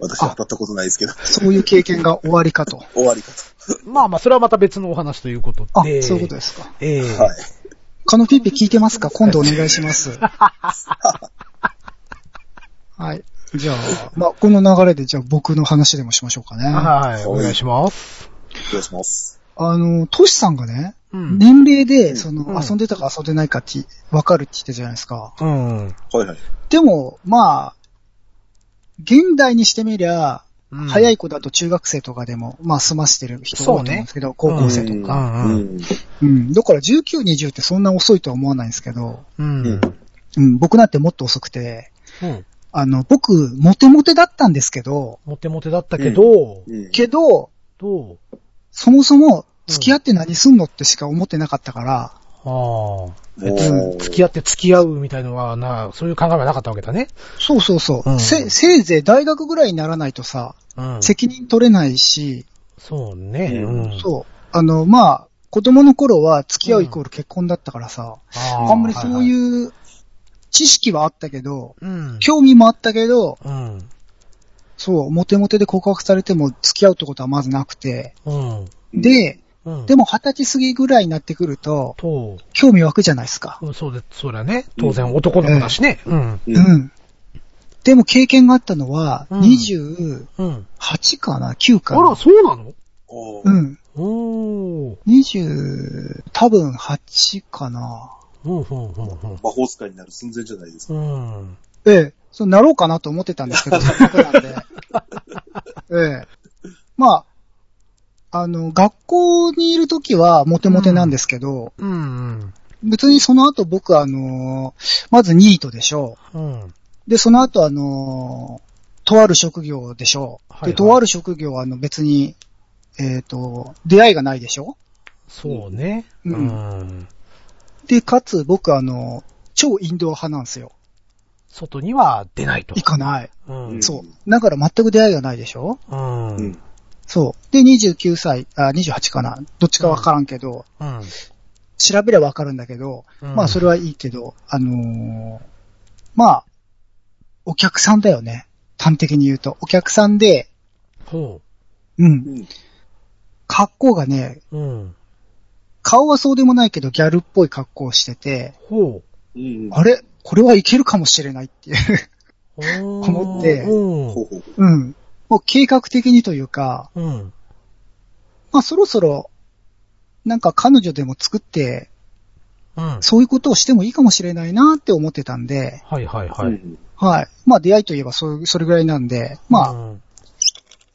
Speaker 3: 私
Speaker 2: あ
Speaker 3: 当たったことないですけど、
Speaker 2: そういう経験が終わりかと。
Speaker 3: 終わりかと。
Speaker 1: まあまあ、それはまた別のお話ということ
Speaker 2: あ、
Speaker 1: で。
Speaker 2: そういうこと
Speaker 1: で
Speaker 2: ですか。
Speaker 1: ええ
Speaker 3: はい。
Speaker 2: カノピーピ聞いてますか今度お願いします。 はい。じゃあ、まあ、この流れで、じゃあ僕の話でもしましょうかね。
Speaker 1: はい、お願いします。
Speaker 3: お願いします。
Speaker 2: あの、トシさんがね、
Speaker 1: うん。
Speaker 2: 年齢で、そうの、
Speaker 1: ん
Speaker 2: 遊んでたか遊んでないかって、わかるって言ったじゃないですか。
Speaker 1: うん。
Speaker 3: はいはい。
Speaker 2: でも、まあ、現代にしてみりゃ、
Speaker 1: うん
Speaker 2: 早い子だと中学生とかでも、まあ、済ましてる人多いと思うんですけど、高校生とか。
Speaker 1: うん
Speaker 3: ん。
Speaker 2: うん。だから19、20ってそんな遅いとは思わないんですけど、
Speaker 1: うん。うん。
Speaker 2: うん、僕なんてもっと遅くて、あの、僕、モテモテだったんですけど、
Speaker 1: モテモテだったけど、
Speaker 3: うん
Speaker 2: けど、
Speaker 1: どう
Speaker 2: そもそも、付き合って何すんのってしか思ってなかったから、
Speaker 1: ああ。
Speaker 3: お
Speaker 1: うん
Speaker 3: ー
Speaker 1: 付き合って付き合うみたいのはな、そういう考えはなかったわけだね。
Speaker 2: そうそうそう、
Speaker 1: うん
Speaker 2: せ、せいぜい大学ぐらいにならないとさ、
Speaker 1: うん。
Speaker 2: 責任取れないし、
Speaker 1: そうね。
Speaker 3: うん
Speaker 1: うん。
Speaker 2: そう、あの、まあ、子供の頃は付き合うイコール結婚だったからさ、
Speaker 1: あー
Speaker 2: あんまりそ
Speaker 1: は
Speaker 2: う
Speaker 1: いはい
Speaker 2: いう知識はあったけど、
Speaker 1: うん。
Speaker 2: 興味もあったけど、
Speaker 1: うん。
Speaker 2: そう、モテモテで告白されても付き合うってことはまずなくて、
Speaker 1: うん。
Speaker 2: で、
Speaker 1: うん。
Speaker 2: でも二十歳過ぎぐらいになってくると、
Speaker 1: と、
Speaker 2: 興味湧くじゃないですか。
Speaker 1: うんそうで、そうだね。当然男の子だしね。うん。
Speaker 3: う。
Speaker 2: うんん。でも経験があったのは、
Speaker 1: うん
Speaker 2: 28
Speaker 1: うん。
Speaker 2: かな ?9
Speaker 1: あ
Speaker 2: かな
Speaker 1: ら、そうなの
Speaker 3: おー
Speaker 2: うん。
Speaker 1: おー。
Speaker 2: 20、多分8かな
Speaker 1: うん、うん、うん、
Speaker 3: 魔法使いになる寸前じゃないですか。
Speaker 1: うん。うん。
Speaker 2: ええ、そうなろうかなと思ってたんです けど、せっかくなんで。ええ。まあ、あの、学校にいるときはモテモテなんですけど、
Speaker 1: うん、
Speaker 2: 別にその後僕あのーまずニートでしょ
Speaker 1: うん。うん。
Speaker 2: う。で、その後あのーとある職業でしょう。
Speaker 1: はいはい
Speaker 2: で、とある職業はあの別に、えっ、と、出会いがないでしょ
Speaker 1: そうね。
Speaker 2: う
Speaker 1: うんん。
Speaker 2: で、かつ僕あの超インドア派なんですよ。
Speaker 1: 外には出ないと
Speaker 2: 行。かない。
Speaker 1: うん。
Speaker 2: そう。だから全く出会いがないでしょ
Speaker 1: うん。う。
Speaker 3: うんん。
Speaker 2: そう。で、29歳、あ、28かな。どっちかわからんけど、調べればわかるんだけど、まあそれ
Speaker 1: は、
Speaker 2: はいいけど、あのーまあ、お客さんだよね。端的に言うと。お客さんで、
Speaker 1: ほ
Speaker 2: うん。
Speaker 3: うん。
Speaker 2: 格好がね、
Speaker 1: う。うん。
Speaker 2: 顔はそうでもないけどギャルっぽい格好をしてて、
Speaker 1: ほう。
Speaker 3: うん。
Speaker 2: あれこれはいけるかもしれないっていう。
Speaker 1: 思
Speaker 2: 思って
Speaker 1: うん。
Speaker 3: ほうほうほ。
Speaker 2: うん。もう計画的にというか、
Speaker 1: うん。
Speaker 2: まあそろそろ、なんか彼女でも作って、
Speaker 1: うん。
Speaker 2: そういうことをしてもいいかもしれないなって思ってたんで、
Speaker 1: はいはいうは
Speaker 3: う
Speaker 1: い。
Speaker 3: ん
Speaker 2: はい。まあ出会いといえばそういうそれぐらいなんで、まあ
Speaker 1: あ。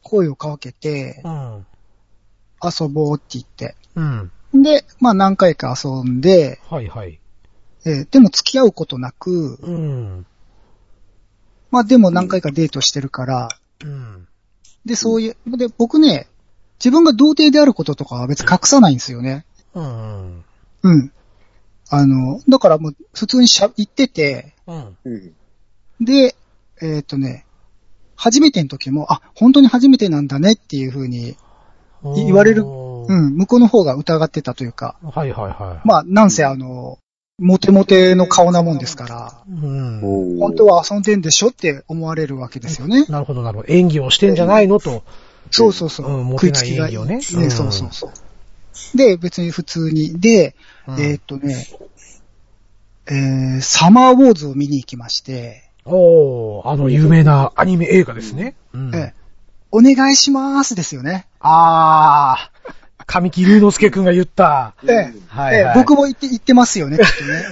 Speaker 2: 声をかけて
Speaker 1: う、ん。
Speaker 2: 遊ぼうって言って。
Speaker 1: うん。
Speaker 2: で、まあ何回か遊んで、
Speaker 1: はいはい。
Speaker 2: えーでも付き合うことなく、
Speaker 1: うん。
Speaker 2: まあでも何回かデートしてるから、
Speaker 1: うん。
Speaker 2: で、そういう、で、僕ね、自分が童貞であることとかは別に隠さないんですよね。
Speaker 1: うん。
Speaker 2: うん。あの、だからもう普通にしゃ、言ってて、
Speaker 1: うん。
Speaker 3: うん。
Speaker 2: で、えっ、とね、初めての時も、あ、本当に初めてなんだねっていう風に、言われる
Speaker 1: う
Speaker 2: う
Speaker 1: ん。
Speaker 2: ん、向こうの方が疑ってたというか、
Speaker 1: はいはいはい。
Speaker 2: まあ、なんせあの、モテモテの顔なもんですから、
Speaker 1: うん。
Speaker 2: 本当は遊んでんでしょって思われるわけですよね。
Speaker 1: なるほどなるほど。演技をしてんじゃないのと。
Speaker 2: そうそうそう。
Speaker 1: うんモ
Speaker 2: 食
Speaker 1: テ
Speaker 2: い
Speaker 1: な
Speaker 2: つ
Speaker 1: い
Speaker 2: きが
Speaker 1: 演
Speaker 2: い
Speaker 1: 技を
Speaker 2: い。
Speaker 1: ね
Speaker 2: ね、
Speaker 1: うん
Speaker 2: そうそうそう。で、別に普通に。で、えーっとね、えーサマーウォーズを見に行きまして、
Speaker 1: おー、あの有名なアニメ映画ですね。うん。
Speaker 2: ええ。お願いしますですよね。
Speaker 1: あー、神木隆之介くんが言った。
Speaker 2: ええ
Speaker 3: うん
Speaker 1: は
Speaker 2: え
Speaker 1: い、
Speaker 2: え僕も言って、言ってますよね、きっとね。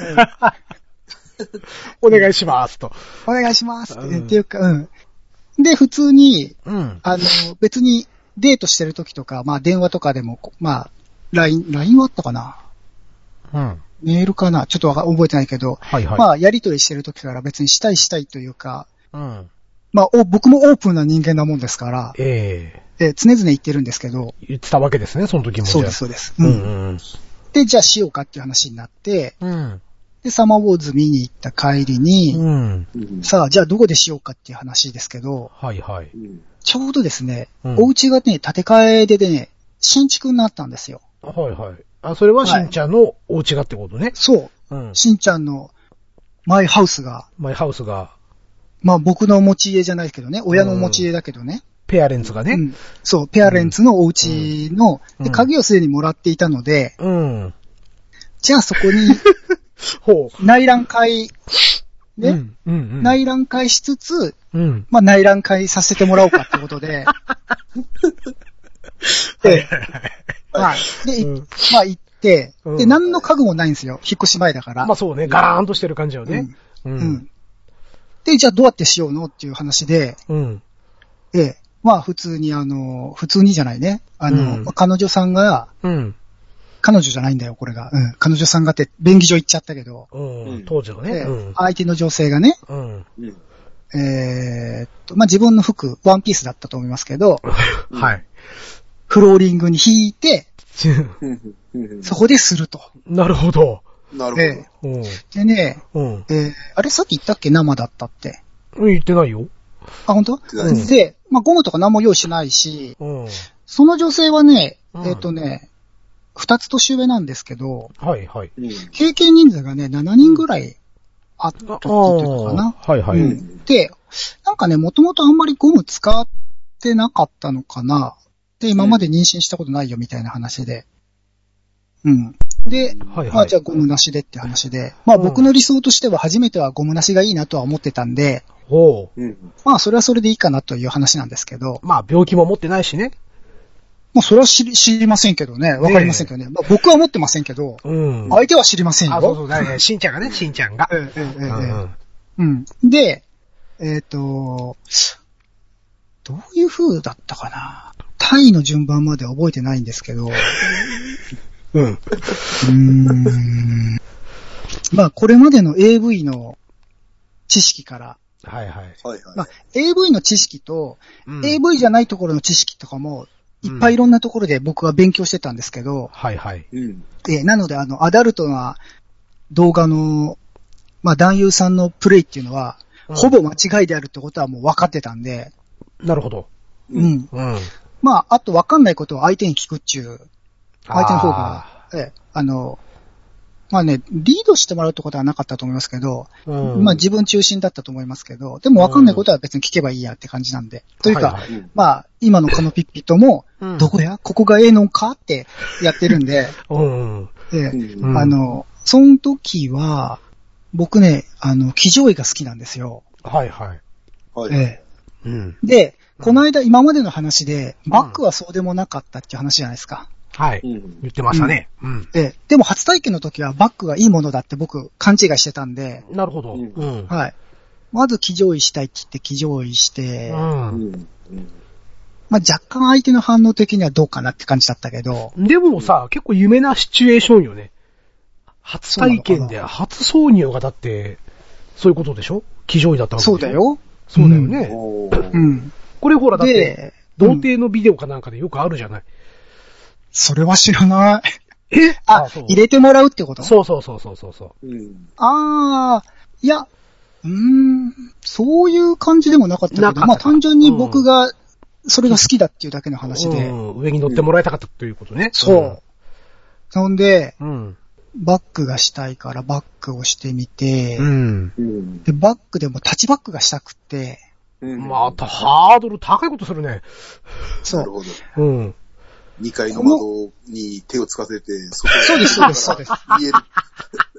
Speaker 2: う ん
Speaker 1: お願いしますと。
Speaker 2: お願いしますって。
Speaker 1: うん
Speaker 2: っていうか、うん。で、普通に、
Speaker 1: うん。
Speaker 2: あの、別にデートしてる時とか、まあ電話とかでもこ、まあ、LINE、LINE はあったかな
Speaker 1: うん。
Speaker 2: メールかなちょっとわか覚えてないけど、
Speaker 1: はいはい。
Speaker 2: まあやりとりしてる時から別にしたいしたいというか、
Speaker 1: うん。
Speaker 2: まあお僕もオープンな人間なもんですから、
Speaker 1: え
Speaker 2: え常々言ってるんですけど、
Speaker 1: え言ってたわけですね、その時も。
Speaker 2: そうで
Speaker 1: じゃ
Speaker 2: す、そうです。
Speaker 1: あ。
Speaker 2: う。
Speaker 1: うんんうん。
Speaker 2: で、じゃあしようかっていう話になって、
Speaker 1: うん。
Speaker 2: で、サマーウォーズ見に行った帰りに、
Speaker 1: うん。
Speaker 3: うん
Speaker 2: さあ、じゃあどこでしようかっていう話ですけど、
Speaker 1: はいはい。
Speaker 3: うん
Speaker 2: ちょうどですね、
Speaker 1: うん
Speaker 2: お家がね、建て替えでね、新築になったんですよ。
Speaker 1: はいはい。あ、それはしんちゃんのお家がってことね。
Speaker 2: そう。
Speaker 1: うん。
Speaker 2: しんちゃんのマイハウスが、
Speaker 1: マイハウスが、
Speaker 2: まあ僕の持ち家じゃないですけどね、親の持ち家だけどね。
Speaker 1: ペアレンツが
Speaker 2: う
Speaker 1: ね。
Speaker 2: んそう、ペアレンツのお家の、
Speaker 1: うん
Speaker 2: で鍵をすでにもらっていたので、
Speaker 1: うん。
Speaker 2: じゃあそ こに
Speaker 1: ほ
Speaker 2: 内覧会、
Speaker 1: う。
Speaker 2: ね、
Speaker 1: うん。うんうん。
Speaker 2: 内覧会しつつ、
Speaker 1: うん。
Speaker 2: まあ内覧会させてもらおうかってこ とで、で、はい。で、い
Speaker 1: うん
Speaker 2: まあ行って、
Speaker 1: うん
Speaker 2: で、何の家具もないんですよ。引っ越し前だから。
Speaker 1: まあそうね、ガラーンとしてる感じよね。う。
Speaker 2: うんん。で、じゃあどうやってしようのっていう話で、
Speaker 1: うん。
Speaker 2: ええ、まあ普通にあの、普通にじゃないね。あの、
Speaker 1: うん
Speaker 2: 彼女さんが、
Speaker 1: うん。
Speaker 2: 彼女じゃないんだよ、これが。うん。彼女さんがって、便宜上行っちゃったけど、
Speaker 1: う。
Speaker 3: うんん
Speaker 1: 当時のね。
Speaker 2: ええ
Speaker 1: うん。
Speaker 2: 相手の女性がね、
Speaker 1: うん。
Speaker 3: うん
Speaker 2: えーっと、まあ自分の服、ワンピースだったと思いますけど、
Speaker 1: はい。
Speaker 2: フローリングに引いて、
Speaker 3: うんうん
Speaker 2: そこですると。
Speaker 1: なるほど。
Speaker 3: なるほど。
Speaker 1: う
Speaker 2: え
Speaker 1: ん。
Speaker 2: え、でね、
Speaker 1: うん。
Speaker 2: えーあれさっき言ったっけ生だったって。
Speaker 1: 言ってないよ。
Speaker 2: あ、本当？
Speaker 3: うん
Speaker 2: で、まあゴムとか何も用意しないし、
Speaker 1: うん。
Speaker 2: その女性はね、
Speaker 1: うん
Speaker 2: えっ、とね、二つ年上なんですけど、
Speaker 1: はいはい。
Speaker 3: うん
Speaker 2: 経験人数がね、7人ぐらいあった時っていうのかな。
Speaker 1: はいは
Speaker 2: う
Speaker 1: い。
Speaker 2: ん、で、なんかね、もともとあんまりゴム使ってなかったのかな。で、今まで妊娠したことないよみたいな話で。うん。で、
Speaker 1: はい
Speaker 2: ま
Speaker 1: は
Speaker 2: あ
Speaker 1: い
Speaker 2: じ。ゃあゴムなしでって話で。まあ
Speaker 1: うん
Speaker 2: 僕の理想としては初めてはゴムなしがいいなとは思ってたんで、
Speaker 1: ほ
Speaker 3: うん
Speaker 2: まあそれはそれでいいかなという話なんですけど
Speaker 1: う。、まあ病気も持ってないしね。
Speaker 2: まあそれは知り知りませんけどね。わかりませんけどね。まあ僕は持ってませんけど、
Speaker 1: うん。
Speaker 2: 相手は知りませんよ。
Speaker 1: あ、そうそう、だね。 しんちゃんがね、しんちゃんが。
Speaker 2: ええええええ
Speaker 1: うん
Speaker 2: うん。で、えっ、と、どういう風だったかな。タイの順番までは覚えてないんですけど、う
Speaker 1: うん。
Speaker 2: ーん。まあ、これまでの AV の知識から、
Speaker 1: はいはい。
Speaker 3: はい
Speaker 2: まあ
Speaker 3: は
Speaker 2: AV の知識と、
Speaker 1: うん
Speaker 2: AV じゃないところの知識とかも、いっぱいいろんなところで僕は勉強してたんですけど、
Speaker 1: はいはい。
Speaker 3: い。うん
Speaker 2: えーなので、あの、アダルトな動画の、まあ、男優さんのプレイっていうのは、
Speaker 1: うん
Speaker 2: ほぼ間違いであるってことはもう分かってたんで、
Speaker 1: なるほど。
Speaker 2: う。ん。
Speaker 1: うん。
Speaker 2: まあ、あと分かんないことを相手に聞くっちゅう、相手の方
Speaker 1: あ
Speaker 2: から、ええ、あの、まあね、リードしてもらうってことはなかったと思いますけど、
Speaker 1: ー。うん
Speaker 2: まあ自分中心だったと思いますけど、でも分かんないことは別に聞けばいいやって感じなんで。というか、
Speaker 1: は
Speaker 3: うん
Speaker 2: まあ、今のこのピッピとも、
Speaker 1: うん
Speaker 2: どこやここがええのんかってやってるんで、
Speaker 1: うん。
Speaker 2: ええ
Speaker 3: うん
Speaker 1: うん
Speaker 2: あの、その時は、僕ね、あの、騎乗位が好きなんですよ。
Speaker 1: はいはい。
Speaker 3: はい。
Speaker 2: ええ
Speaker 1: うん。
Speaker 2: で、この間、今までの話で、バックはそうでもなかったっていう話じゃないですか。
Speaker 1: は
Speaker 3: う
Speaker 1: い。
Speaker 3: ん
Speaker 1: 言ってましたね。うん。
Speaker 2: ええ、でも初体験の時はバッグがいいものだって僕勘違いしてたんで、
Speaker 1: なるほど。う
Speaker 3: うん
Speaker 1: ん。
Speaker 2: はい。まず騎乗位したいって言って騎乗位し
Speaker 1: う。
Speaker 2: て、
Speaker 3: うんん
Speaker 2: まあ若干相手の反応的にはどうかなって感じだったけど、
Speaker 1: でもさ、結構夢なシチュエーションよね。初体験
Speaker 2: そう
Speaker 1: で、
Speaker 2: な
Speaker 1: 初挿入がだって、そういうことでしょ騎乗位だったわけ
Speaker 2: そうだ。よ。
Speaker 1: そうだよ
Speaker 3: うん
Speaker 1: ね。
Speaker 3: お
Speaker 2: う
Speaker 3: ー
Speaker 2: ん。
Speaker 1: これほら、だって、
Speaker 2: で、
Speaker 1: 童貞のビデオかなんかでよくあるじゃない。
Speaker 2: それは知らない。
Speaker 1: え
Speaker 2: あ、
Speaker 1: そう
Speaker 2: 入れてもらうってこと
Speaker 1: そうそうそうそうそうそう。
Speaker 3: うん
Speaker 2: ああ、いや、うーん、そういう感じでもなかったけ
Speaker 1: なかっ
Speaker 2: ど、
Speaker 1: た
Speaker 2: まあ単純に僕が、それが好きだっていうだけの話で、
Speaker 1: うん上に乗ってもらいたかったということね。
Speaker 2: そう。そんで、
Speaker 1: うん。
Speaker 2: バックがしたいからバックをしてみて、
Speaker 1: うん。
Speaker 3: うん
Speaker 2: で、バックでもタッチバックがしたくって、
Speaker 3: うん
Speaker 1: またハードル高いことするね。
Speaker 2: そ
Speaker 3: なる
Speaker 2: う。
Speaker 3: ほど。
Speaker 1: うん。
Speaker 3: 二階の窓に手をつかせて、そこ
Speaker 2: そうです、そうです、そうです。
Speaker 3: 見える。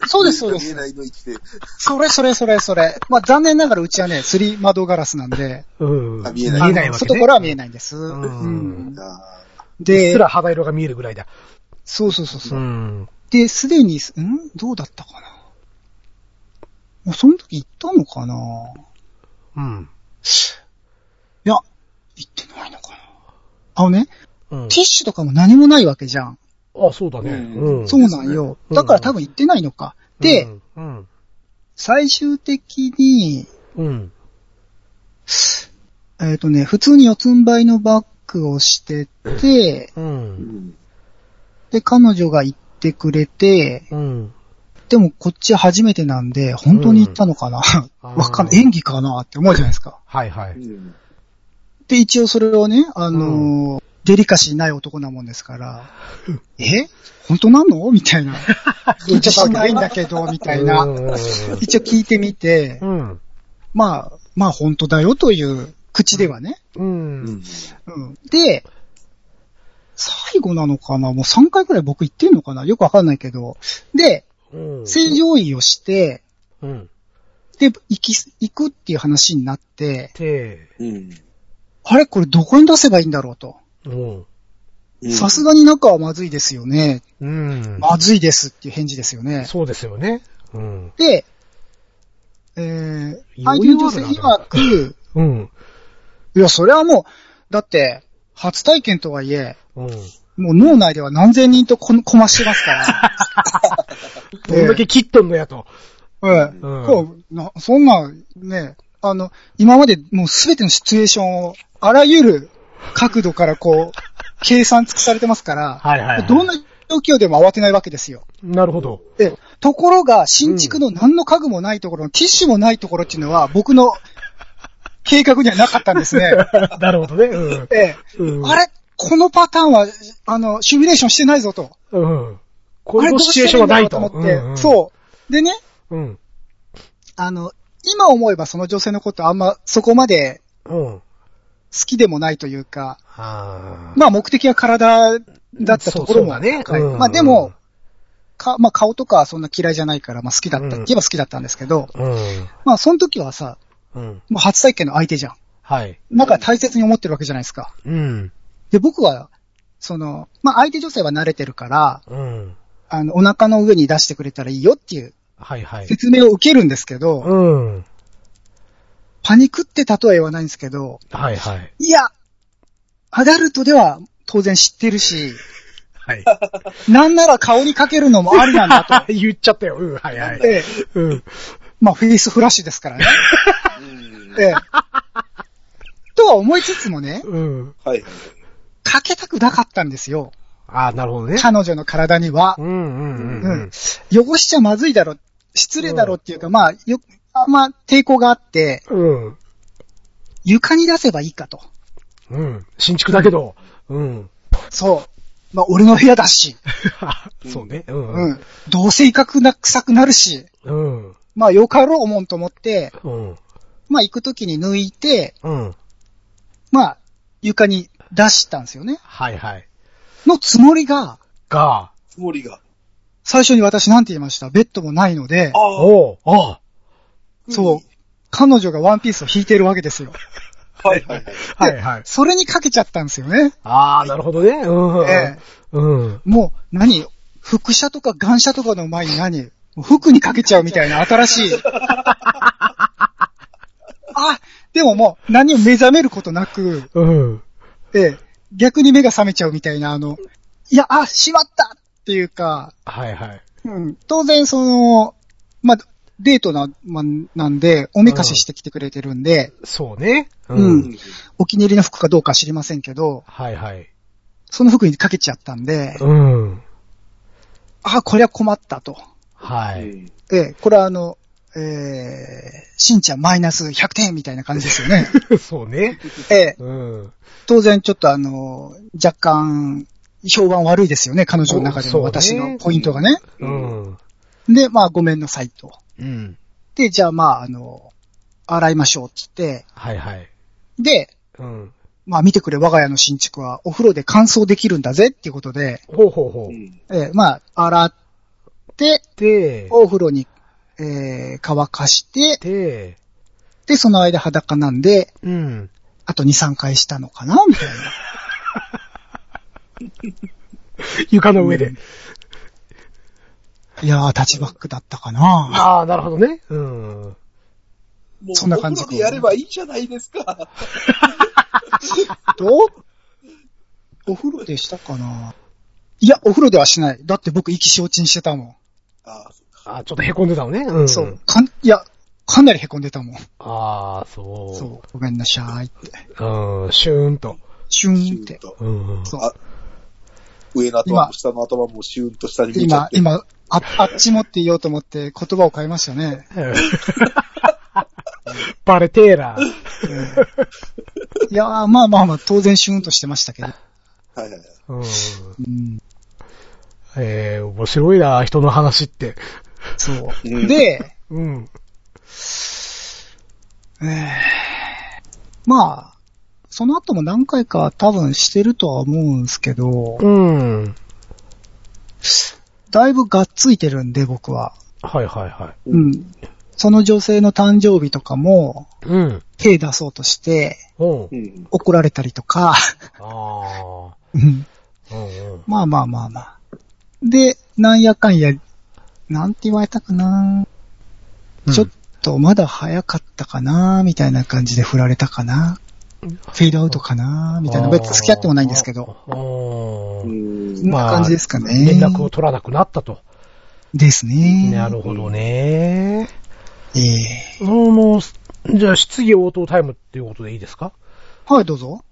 Speaker 2: そうです、そうで
Speaker 3: 見え
Speaker 2: す。
Speaker 3: ないの生きて、
Speaker 2: それ、それ、それ、それ。まあ、残念ながらうちはね、すり窓ガラスなんで、
Speaker 1: うん。
Speaker 3: あ見えない
Speaker 2: あ
Speaker 1: 見
Speaker 2: の
Speaker 1: えないわけね。
Speaker 2: 外からは見えないんです。
Speaker 1: ん
Speaker 2: うん
Speaker 3: あ
Speaker 1: うっ
Speaker 2: で、
Speaker 1: すら肌色が見えるぐらいだ。
Speaker 2: そうそうそうそうう。
Speaker 1: ん。
Speaker 2: で、すでに、んどうだったかな。もうその時行ったのかな
Speaker 1: うん。
Speaker 2: いや、行ってないのかな。あのね、
Speaker 1: うん
Speaker 2: ティッシュとかも何もないわけじゃん。
Speaker 1: あ、そうだね。
Speaker 3: うん
Speaker 1: うん。
Speaker 2: そうなんよ。
Speaker 1: うん
Speaker 2: だから多分行ってないのか。で、
Speaker 1: うん、
Speaker 2: 最終的に、
Speaker 1: うん。うん。
Speaker 2: えっ、とね、普通に四つん這いのバッグをしてて、
Speaker 1: う。
Speaker 3: ーうんん
Speaker 2: で、彼女が行ってくれて、
Speaker 1: うん。
Speaker 2: でもこっち初めてなんで、本当に行ったのかな、
Speaker 1: うん
Speaker 2: わかんない。演技かなって思うじゃないですか。
Speaker 1: はいは
Speaker 3: う
Speaker 1: い。
Speaker 3: ん
Speaker 2: で、一応それをね、あのーデリカシーない男なもんですから、え本当なのみ たいな。緊張しないんだけど、みたいな。
Speaker 1: う
Speaker 2: 一応聞いてみて、
Speaker 1: ん。
Speaker 2: まあ、まあ本当だよという口ではね。
Speaker 1: うん。
Speaker 3: うん
Speaker 2: うん。で、最後なのかなもう3回くらい僕行ってんのかなよくわかんないけど。で、
Speaker 1: うん。
Speaker 2: 正常位をして、
Speaker 1: うん。
Speaker 2: で、行き、行くっていう話になって、
Speaker 1: て、
Speaker 3: うん
Speaker 2: あれこれどこに出せばいいんだろうと。
Speaker 1: うん。
Speaker 3: うん
Speaker 2: さすがに中はまずいですよね。
Speaker 1: うん。
Speaker 2: まずいですっていう返事ですよね。
Speaker 1: そうですよね。うん。
Speaker 2: で、えー、相
Speaker 1: 余裕
Speaker 2: 手の女
Speaker 1: ある
Speaker 2: 性
Speaker 1: な
Speaker 2: 曰く、
Speaker 1: うん。
Speaker 2: いや、それはもう、だって、初体験とはいえ、
Speaker 1: うん。
Speaker 2: もう脳内では何千人とこのこましてま すから。
Speaker 1: どんだけ切っとんのやと。
Speaker 2: うん。
Speaker 1: うん。
Speaker 2: こうなそんな、ね、あの、今までもうすべてのシチュエーションを、あらゆる角度からこう、計算尽くされてますから、
Speaker 1: はいはい。
Speaker 2: どんな状況でも慌てないわけですよ。
Speaker 1: なるほど。
Speaker 2: で、ところが、新築の何の家具もないところ、ティッシュもないところっていうのは、僕の計画にはなかったんで すね。
Speaker 1: なるほどね。うん。
Speaker 2: え
Speaker 1: う
Speaker 2: え、
Speaker 1: ん
Speaker 2: あれこのパターンは、あの、シミュレーションしてないぞと。
Speaker 1: うん。こ
Speaker 2: あ
Speaker 1: うい
Speaker 2: れ
Speaker 1: うシチュエーションはないと。
Speaker 2: どうしてるんだろう思って、
Speaker 1: う。
Speaker 2: そう。でね、
Speaker 1: うん。
Speaker 2: あの、今思えばその女性のことあんまそこまで
Speaker 1: うん。
Speaker 2: 好きでもないというか、
Speaker 1: あ
Speaker 2: まあ目的は体だったところも
Speaker 1: そうそうだね
Speaker 2: はい
Speaker 1: うん
Speaker 2: まあでも、か、まあ顔とかはそんな嫌いじゃないから、まあ好きだった、
Speaker 1: うん
Speaker 2: 言えば好きだったんですけど、
Speaker 1: あ。うん。
Speaker 2: まあその時はさ、
Speaker 1: うん。
Speaker 2: もう初体験の相手じゃん。
Speaker 1: はい。
Speaker 2: なんか大切に思ってるわけじゃないですか。
Speaker 1: うん。
Speaker 2: で、僕は、その、まあ相手女性は慣れてるから、
Speaker 1: うん。
Speaker 2: あの、お腹の上に出してくれたらいいよっていう
Speaker 1: はいはい。
Speaker 2: 説明を受けるんですけど、
Speaker 1: うん。
Speaker 2: パニクって例えは言わないんですけど、
Speaker 1: はいはい。
Speaker 2: いや、アダルトでは当然知ってるし、
Speaker 1: はい。
Speaker 2: なんなら顔にかけるのもありなんだ と。
Speaker 1: 言っちゃったよ。うん、はいはい。
Speaker 2: ええ、
Speaker 1: うん。
Speaker 2: まあフェイスフラッシュですからね。
Speaker 3: うん
Speaker 2: ええ、 とは思いつつもね、
Speaker 1: うん。
Speaker 3: はいはい。
Speaker 2: かけたくなかったんですよ。
Speaker 1: ああ、なるほどね。
Speaker 2: 彼女の体には
Speaker 1: う。んうんうん。うん。
Speaker 2: 汚しちゃまずいだろ、失礼だろっていうか、まあ、よ、あまあ、抵抗があって、
Speaker 1: うん。
Speaker 2: 床に出せばいいかと。
Speaker 1: うん。新築だけど。うん。
Speaker 2: そう。まあ、俺の部屋だし、
Speaker 1: そうね。うん。
Speaker 2: うん。どうせ威嚇な、臭くなるし、
Speaker 1: うん。
Speaker 2: まあ、よかろう思うと思って、
Speaker 1: うん。
Speaker 2: まあ、行くときに抜いて、
Speaker 1: うん。
Speaker 2: まあ、床に出したんですよね。
Speaker 1: はいはい。
Speaker 2: のつもりが、
Speaker 1: が、
Speaker 3: つもりが。
Speaker 2: 最初に私なんて言いましたベッドもないので、
Speaker 3: ああ。
Speaker 1: おう、あ
Speaker 2: そう。彼女がワンピースを引いてるわけですよ。
Speaker 3: はいはいはい。
Speaker 1: あ。はい はい。
Speaker 2: それにかけちゃったんですよね。
Speaker 1: ああ、なるほどね。うん。
Speaker 2: ええ
Speaker 1: うん。
Speaker 2: もう、何副車とか願車とかの前に何もう服にかけちゃうみたいな新しい。 あ、でももう何も目覚めることなく、
Speaker 1: うん。
Speaker 2: ええ、逆に目が覚めちゃうみたいな、あの、いや、あ、しまったっていうか、
Speaker 1: はいはい。
Speaker 2: うん、当然その、まあ、デートな、まあ、なんで、おめかししてきてくれてるんで、
Speaker 1: そうね。
Speaker 2: うんお気に入りの服かどうか知りませんけど、
Speaker 1: はいはい。
Speaker 2: その服にかけちゃったんで、
Speaker 1: うん。
Speaker 2: あ、こりゃ困ったと。
Speaker 1: は
Speaker 3: う
Speaker 1: い。
Speaker 3: ん
Speaker 2: ええ、これはあの、ええしんちゃんマイナス100点みたいな感じです よね。
Speaker 1: そうね。
Speaker 2: ええ、
Speaker 1: うん。
Speaker 2: 当然ちょっとあの、若干、評判悪いですよね、彼女の中で
Speaker 1: そう
Speaker 2: の
Speaker 1: ね
Speaker 2: 私のポイントがね。
Speaker 1: うん。
Speaker 2: で、まあ、ごめんなさいと。
Speaker 1: うん。
Speaker 2: で、じゃあまあ、あの、洗いましょうっつって、
Speaker 1: はいはい。
Speaker 2: で、
Speaker 1: うん。
Speaker 2: まあ見てくれ、我が家の新築はお風呂で乾燥できるんだぜっていうことで、
Speaker 1: ほうほうほ
Speaker 3: う
Speaker 1: う。
Speaker 3: ん
Speaker 2: えーまあ、洗って、
Speaker 1: て、
Speaker 2: お風呂に、えー、乾かして、
Speaker 1: で、
Speaker 2: で、その間裸なんで、
Speaker 1: うん。
Speaker 2: あと2、3回したのかなみたいな。
Speaker 1: 床の上で。
Speaker 2: いやー、タッチバックだったかな
Speaker 1: ああ、なるほどね。うん。
Speaker 3: もう、
Speaker 2: そんな感じ
Speaker 3: お風呂でやればいいじゃないですか。
Speaker 2: と、お風呂でしたかないや、お風呂ではしない。だって僕、意気消沈してたも。
Speaker 3: ああ、そっか。
Speaker 1: あーちょっと凹んでたのね。うんん。
Speaker 2: そう。。かん、いや、かなり凹んでたもん。
Speaker 1: ああ、そう。
Speaker 2: そう。ごめんなさいって。
Speaker 1: う。ん、シューンと。
Speaker 2: シュ
Speaker 3: シ
Speaker 2: ーンっ
Speaker 3: ューン
Speaker 2: て。
Speaker 3: と。
Speaker 1: うん。
Speaker 2: そう。
Speaker 3: 上の頭も下の頭もシューンと下に見えちゃ
Speaker 2: 今
Speaker 3: っ、
Speaker 2: 今、
Speaker 3: て。
Speaker 2: あ、あっちもって言おうと思って言葉を変えましたね。
Speaker 1: バレテーラ。
Speaker 2: いやー、まあまあまあ、当然シューンとしてましたけど。
Speaker 3: はいはいはい。
Speaker 1: うん。
Speaker 2: うん。
Speaker 1: えー、面白いな、人の話って。
Speaker 2: そう。
Speaker 3: うん
Speaker 2: で、
Speaker 1: うん。
Speaker 2: えーまあ、その後も何回か多分してるとは思うんですけど、
Speaker 1: うん。
Speaker 2: だいぶがっついてるんで、僕は。
Speaker 1: はいはいは
Speaker 3: う
Speaker 2: うん。その女性の誕生日とかも、
Speaker 1: い。うん。
Speaker 2: 手出そうとして、
Speaker 1: おう
Speaker 3: う。ん。
Speaker 2: 怒られたりとか、
Speaker 1: あ
Speaker 2: うん
Speaker 1: あ。うんうん。
Speaker 2: まあまあまあまあ。で、なんやかんや、なんて言われたかな、ちょっとまだ早かったかなみたいな感じで振られたかなフェードアウトかなみたいな。別に付き合ってもないんですけど。
Speaker 1: ど
Speaker 3: うん
Speaker 2: そんな感じですかね。
Speaker 1: 連絡を取らなくなったと。
Speaker 2: ですね。
Speaker 1: なるほどね。
Speaker 2: ええ
Speaker 1: その、じゃあ質疑応答タイムっていうことでいいですか
Speaker 2: はい、どうぞ。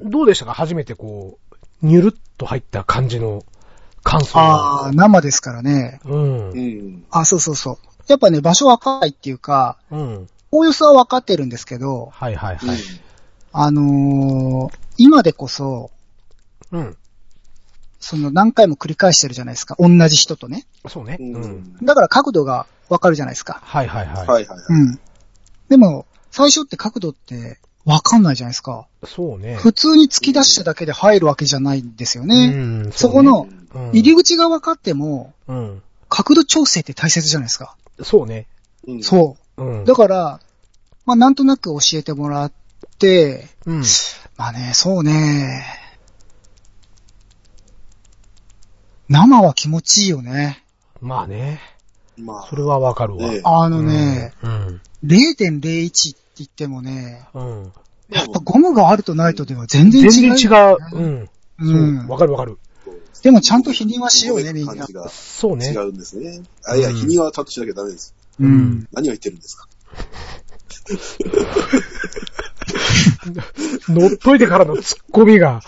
Speaker 1: どうでしたか初めてこう、ニュルっと入った感じの感想
Speaker 2: ああ、生ですからね。
Speaker 1: うん
Speaker 3: う。ん。
Speaker 2: あ、そうそうそう。やっぱね、場所わかんないっていうか、
Speaker 1: うん。
Speaker 2: おおよそはわかってるんですけど、
Speaker 1: はいはいはい。
Speaker 2: あのー今でこそ、
Speaker 1: うん。
Speaker 2: その何回も繰り返してるじゃないですか。同じ人とね。
Speaker 1: そうね。
Speaker 3: うん。
Speaker 1: う。
Speaker 3: うんん。
Speaker 2: だから角度がわかるじゃないですか。
Speaker 1: はいはいはい。
Speaker 3: はいはいはい。
Speaker 2: うん。でも、最初って角度ってわかんないじゃないですか。
Speaker 1: そうね。
Speaker 2: 普通に突き出しただけで入るわけじゃないんですよね。
Speaker 1: うん
Speaker 2: そこの
Speaker 1: そうね
Speaker 2: 入り口が分かっても、
Speaker 1: うんうん。
Speaker 2: 角度調整って大切じゃないですか。
Speaker 1: そうね。
Speaker 3: うん。
Speaker 2: そ
Speaker 1: うん
Speaker 2: う。だから、まあなんとなく教えてもらって、
Speaker 1: うん。
Speaker 2: まあね、そうね。生は気持ちいいよね。
Speaker 1: まあね。
Speaker 3: まあ
Speaker 1: そ、れはわかるわ。
Speaker 3: ね
Speaker 2: あのね、
Speaker 1: うん。
Speaker 2: 0.01って言ってもね、
Speaker 1: うん。うん
Speaker 2: やっぱゴムがあるとないとでは全然違
Speaker 1: 全
Speaker 2: う。
Speaker 1: 然違う。うん。
Speaker 2: う
Speaker 1: そ
Speaker 2: ん
Speaker 1: う。わ。かるわかる。
Speaker 2: でもちゃんと否認はしようね、みん
Speaker 3: 感
Speaker 2: な
Speaker 3: じ。が
Speaker 1: そうね
Speaker 3: 違。うんですね。あ、いや、
Speaker 1: うん
Speaker 3: 日にはちゃんとしなきゃダメです。
Speaker 2: うん。
Speaker 3: 何を言ってるんですか
Speaker 1: 乗っといてからのツッコミが、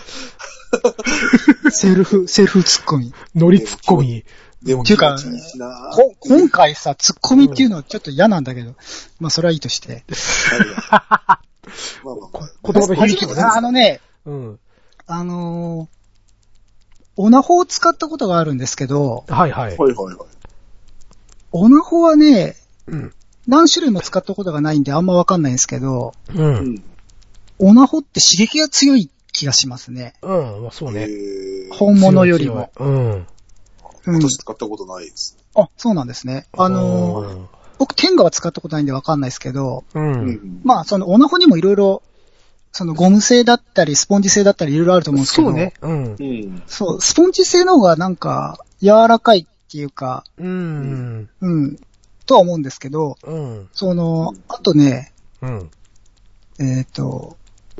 Speaker 2: セルフ、セルフツッコミ。
Speaker 1: 乗りツッコミ。
Speaker 3: でも、
Speaker 2: っていうか
Speaker 3: 気持ちいいしなはい
Speaker 2: こ、今回さ、ツッコミっていうのはちょっと嫌なんだけど、まあそれはいいとして。
Speaker 3: はいまあまあまあ。
Speaker 1: 言葉の響き
Speaker 2: 初め
Speaker 1: も
Speaker 2: て
Speaker 1: ね。
Speaker 2: なあのね、
Speaker 1: うん。
Speaker 2: あのーオナホを使ったことがあるんですけど、
Speaker 1: はいはい。
Speaker 3: はいはいはい。
Speaker 2: オナホはね、
Speaker 1: うん。
Speaker 2: 何種類も使ったことがないんであんまわかんないんですけど、
Speaker 1: う。
Speaker 3: うんん。
Speaker 2: オナホって刺激が強い気がしますね。
Speaker 1: うん。まあそう
Speaker 3: え
Speaker 1: ね。
Speaker 3: ー、
Speaker 2: 本物よりも。
Speaker 1: 強い。強いうん。
Speaker 2: うん
Speaker 3: 私使ったことないです。
Speaker 2: あ、そうなんですね。あのー僕、天下は使ったことないんでわかんないですけど、
Speaker 1: う。
Speaker 3: うんん。
Speaker 2: まあ、その、オナホにもいろいろ、その、ゴム製だったり、スポンジ製だったり、いろいろあると思うんですけど、
Speaker 1: そうね。うん
Speaker 3: う。ん。
Speaker 2: そう、スポンジ製の方がなんか、柔らかいっていうか、
Speaker 1: うん。
Speaker 2: うん、とは思うんですけど、
Speaker 1: うん。
Speaker 2: その
Speaker 3: うん、
Speaker 2: あとね、
Speaker 1: うん。
Speaker 2: えっ、と、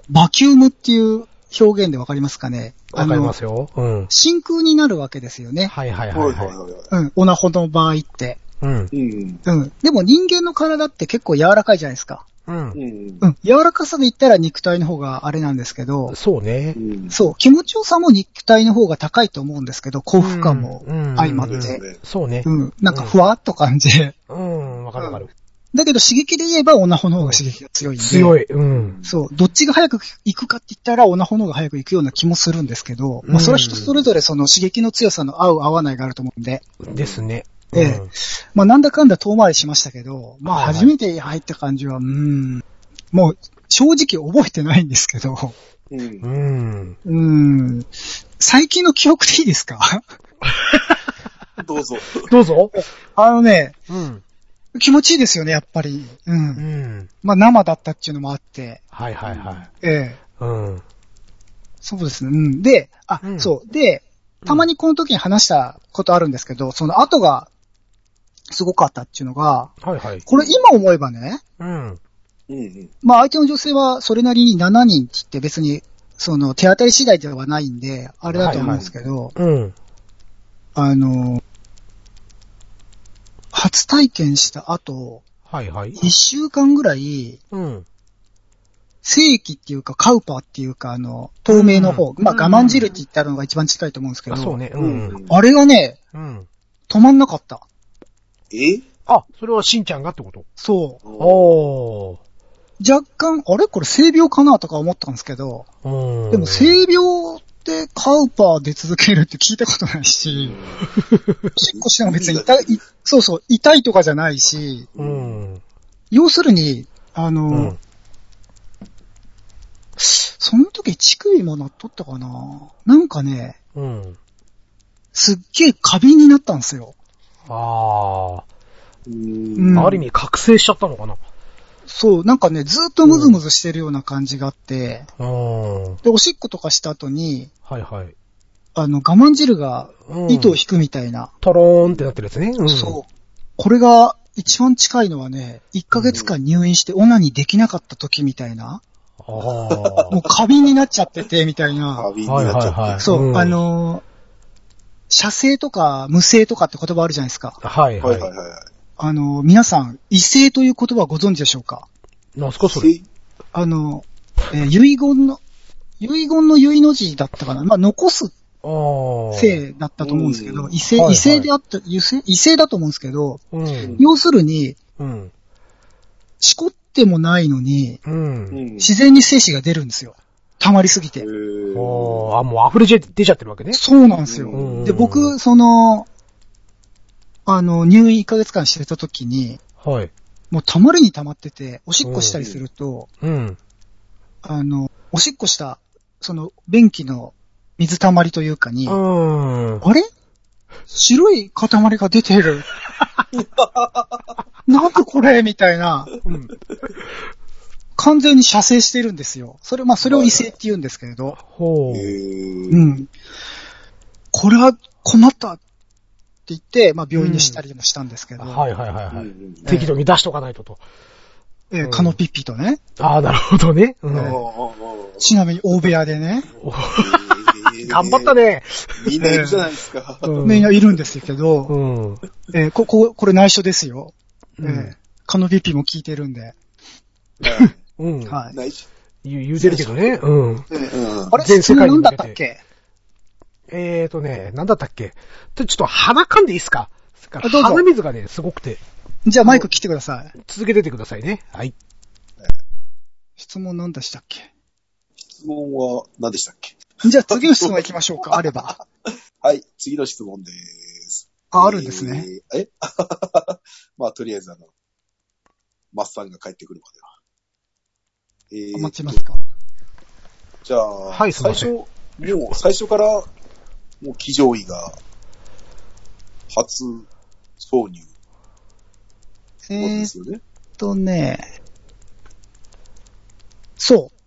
Speaker 2: バキュームっていう表現でわかりますかね。
Speaker 1: わかりますすよ。うん。
Speaker 2: 真空になるわけですよね。
Speaker 1: はいはい
Speaker 3: は
Speaker 1: はいい
Speaker 3: はい
Speaker 1: は
Speaker 3: はい。
Speaker 2: うん、オナホの場合って。
Speaker 1: い。うん。
Speaker 3: うん。うん
Speaker 2: うん。でも人間の体って結構柔らかいじゃないですか。
Speaker 1: うん。
Speaker 3: うん。
Speaker 2: うん。柔らかさで言ったら肉体の方があれなんですけど、
Speaker 1: そうね
Speaker 3: う。ん。
Speaker 2: そう、気持ちよさも肉体の方が高いと思うんですけど、幸福感も相まっ
Speaker 1: うん
Speaker 3: です
Speaker 2: て。
Speaker 3: ね。
Speaker 1: そうね
Speaker 2: う。ん。なんかふわっと感じで。
Speaker 1: うん。わかるわかる。
Speaker 2: だけど刺激で言えばオナホの方が刺激が強いんで。
Speaker 1: 強
Speaker 2: い。
Speaker 1: い。うん。
Speaker 2: そう。どっちが早く行くかって言ったらオナホの方が早く行くような気もするんですけど、まあそれは人それぞれその刺激の強さの合う合わないがあると思うんで、
Speaker 1: ですね。
Speaker 2: ええまあなんだかんだ遠回りしましたけど、まあ
Speaker 1: はいはい
Speaker 2: 初めて入った感じは、うーん、もう正直覚えてないんですけど、
Speaker 1: う
Speaker 3: う。
Speaker 1: んん。
Speaker 2: うーん、最近の記憶でいいですか
Speaker 3: どうぞ。
Speaker 1: どうぞ。
Speaker 2: あのね、
Speaker 1: うん。
Speaker 2: 気持ちいいですよね、やっぱり。う。
Speaker 1: うんん。
Speaker 2: まあ生だったっていうのもあって。
Speaker 1: はいはいはい。
Speaker 2: ええ。
Speaker 1: うん。
Speaker 2: そうですね。うん。で、あ、
Speaker 1: うん
Speaker 2: そう。で、たまにこの時に話したことあるんですけど、その後が、すごかったっていうのが、
Speaker 1: はいはい。
Speaker 2: これ今思えばね、
Speaker 1: うん。
Speaker 3: うんうん。
Speaker 2: まあ相手の女性はそれなりに7人って言って別に、その手当たり次第ではないんで、あれだと思うんですけど、
Speaker 1: うん。
Speaker 2: あの、初体験した後、
Speaker 1: はいはい。
Speaker 2: 1週間ぐらい、
Speaker 1: うん。
Speaker 2: 正規っていうかカウパーっていうかあの、透明の方、
Speaker 1: うん
Speaker 2: まあ我慢汁って言ったのが一番近いと思うんですけど、
Speaker 1: あ、そうね。う。
Speaker 3: うんん。
Speaker 2: あれがね、
Speaker 1: うん。
Speaker 2: 止まんなかった。
Speaker 3: え
Speaker 1: あ、それはしんちゃんがってこと
Speaker 2: そ
Speaker 3: お
Speaker 1: おー。
Speaker 2: う。若干、あれこれ性病かなとか思ったんですけど、
Speaker 1: うん。
Speaker 2: でも性病ってカウパーで続けるって聞いたことないし、引っ越しても別に痛い、そうそう、痛いとかじゃないし、
Speaker 1: うん。
Speaker 2: 要するに、あの、
Speaker 1: うん。
Speaker 2: その時乳首もなっとったかななんかね、
Speaker 1: うん。
Speaker 2: すっげえ過敏になったんですよ。
Speaker 1: あ
Speaker 3: うん。
Speaker 1: ー。
Speaker 2: うん
Speaker 1: ある意味覚醒しちゃったのかな
Speaker 2: そう、なんかね、ずっとムズムズしてるような感じがあって、
Speaker 1: うん。
Speaker 2: で、おしっことかした後に、
Speaker 1: はいはい。
Speaker 2: あの、我慢汁が
Speaker 1: うん
Speaker 2: 糸を引くみたいな。
Speaker 1: トローンってなってるやつね。うん。
Speaker 2: そう。これが一番近いのはね、1ヶ月間入院してオナにできなかった時みたいな、
Speaker 1: あ
Speaker 2: もう過敏になっちゃってて、みたい
Speaker 3: カー
Speaker 2: な。
Speaker 3: ビィになっち
Speaker 1: はい
Speaker 3: ゃった。
Speaker 1: はいはい
Speaker 2: そう、
Speaker 1: うん
Speaker 2: あのー、射精とか無精とかって言葉あるじゃないですか。
Speaker 1: あ。はい
Speaker 3: は
Speaker 1: はい
Speaker 3: はい
Speaker 1: い。
Speaker 3: は
Speaker 2: あのー、皆さん、異性という言葉ご存知でしょうか
Speaker 1: なんす
Speaker 3: い。
Speaker 1: かそれ。
Speaker 2: あの、えー遺言の、遺言の遺の字だったかな。まあ、残す
Speaker 1: あー。
Speaker 2: 性だったと思うんですけど、
Speaker 3: うん
Speaker 2: 異性、
Speaker 1: はいはい
Speaker 2: 異性であった、異性異性だと思うんですけど、
Speaker 1: うん。
Speaker 2: 要するに、
Speaker 1: うん。
Speaker 2: しこってもないのに、
Speaker 1: うん。
Speaker 2: 自然に精子が出るんですよ。溜まりすぎて。
Speaker 1: あー、
Speaker 3: お
Speaker 1: もう溢れちゃ出ちゃってるわけね。
Speaker 2: そうなんです
Speaker 3: う
Speaker 2: よ。
Speaker 1: ん
Speaker 2: で、僕、その、あの、入院1ヶ月間してた時に、
Speaker 1: はい。
Speaker 2: もう溜まりに溜まってて、おしっこしたりすると、
Speaker 1: うん。
Speaker 2: あの、おしっこした、その、便器の水溜まりというかに、
Speaker 1: うん。
Speaker 2: あれ白い塊が出 てる。なんだこれみたいな。
Speaker 1: うん
Speaker 2: 完全に射精してるんですよ。それ、まあ、それを異性って言うんですけれど。
Speaker 1: ほう。
Speaker 2: う
Speaker 3: うん。
Speaker 2: ん。これは困ったって言って、まあ、病院にしたりもしたんですけど。
Speaker 1: はいはいはいはい。
Speaker 3: あ
Speaker 1: 適度に出しとかないとと。
Speaker 2: えーカノピッピとね。
Speaker 1: ああ、なるほどね。うん。
Speaker 3: あ
Speaker 1: 頑
Speaker 2: ちなみに大部屋でね。
Speaker 1: 張った。ね。
Speaker 3: みんないるじゃないですか。
Speaker 1: うん
Speaker 2: みんないるんですけど、
Speaker 1: うん。
Speaker 2: えーこ、こ、これ内緒ですよ。え
Speaker 1: う
Speaker 2: ー
Speaker 1: ん。
Speaker 2: カノピッピも聞いてるんで。
Speaker 1: うん。
Speaker 2: はい。
Speaker 3: ないし。
Speaker 1: 言う言うてるけどね。うん。
Speaker 3: うん
Speaker 2: あれ
Speaker 1: 全世界に向
Speaker 2: 何だ
Speaker 1: けて
Speaker 2: ったっけ
Speaker 1: えーとね、なんだったっけ。ちょっと鼻噛んでいいっすか
Speaker 2: どうぞ
Speaker 1: 鼻水がね、すごくて。
Speaker 2: じゃあマイク切ってください。
Speaker 1: 続けててくださいね。はい。
Speaker 2: 質問何でしたっけ
Speaker 3: 質問は何でしたっけ
Speaker 2: じゃあ次の質問行きましょうか、あれば。
Speaker 3: はい、次の質問です。
Speaker 2: あ、あるんですね。。
Speaker 3: え ーえまあ、とりあえず、あの、マッサンが帰ってくるまでは。えー
Speaker 2: お待ちますか。
Speaker 3: じゃあ、
Speaker 1: はいすい
Speaker 3: 最
Speaker 1: ませ
Speaker 3: 初、
Speaker 1: ん
Speaker 3: もう、最初から、もう、騎乗位が、初挿入
Speaker 2: え
Speaker 3: なんで
Speaker 2: ーっ
Speaker 3: すよね。
Speaker 2: とね、そう。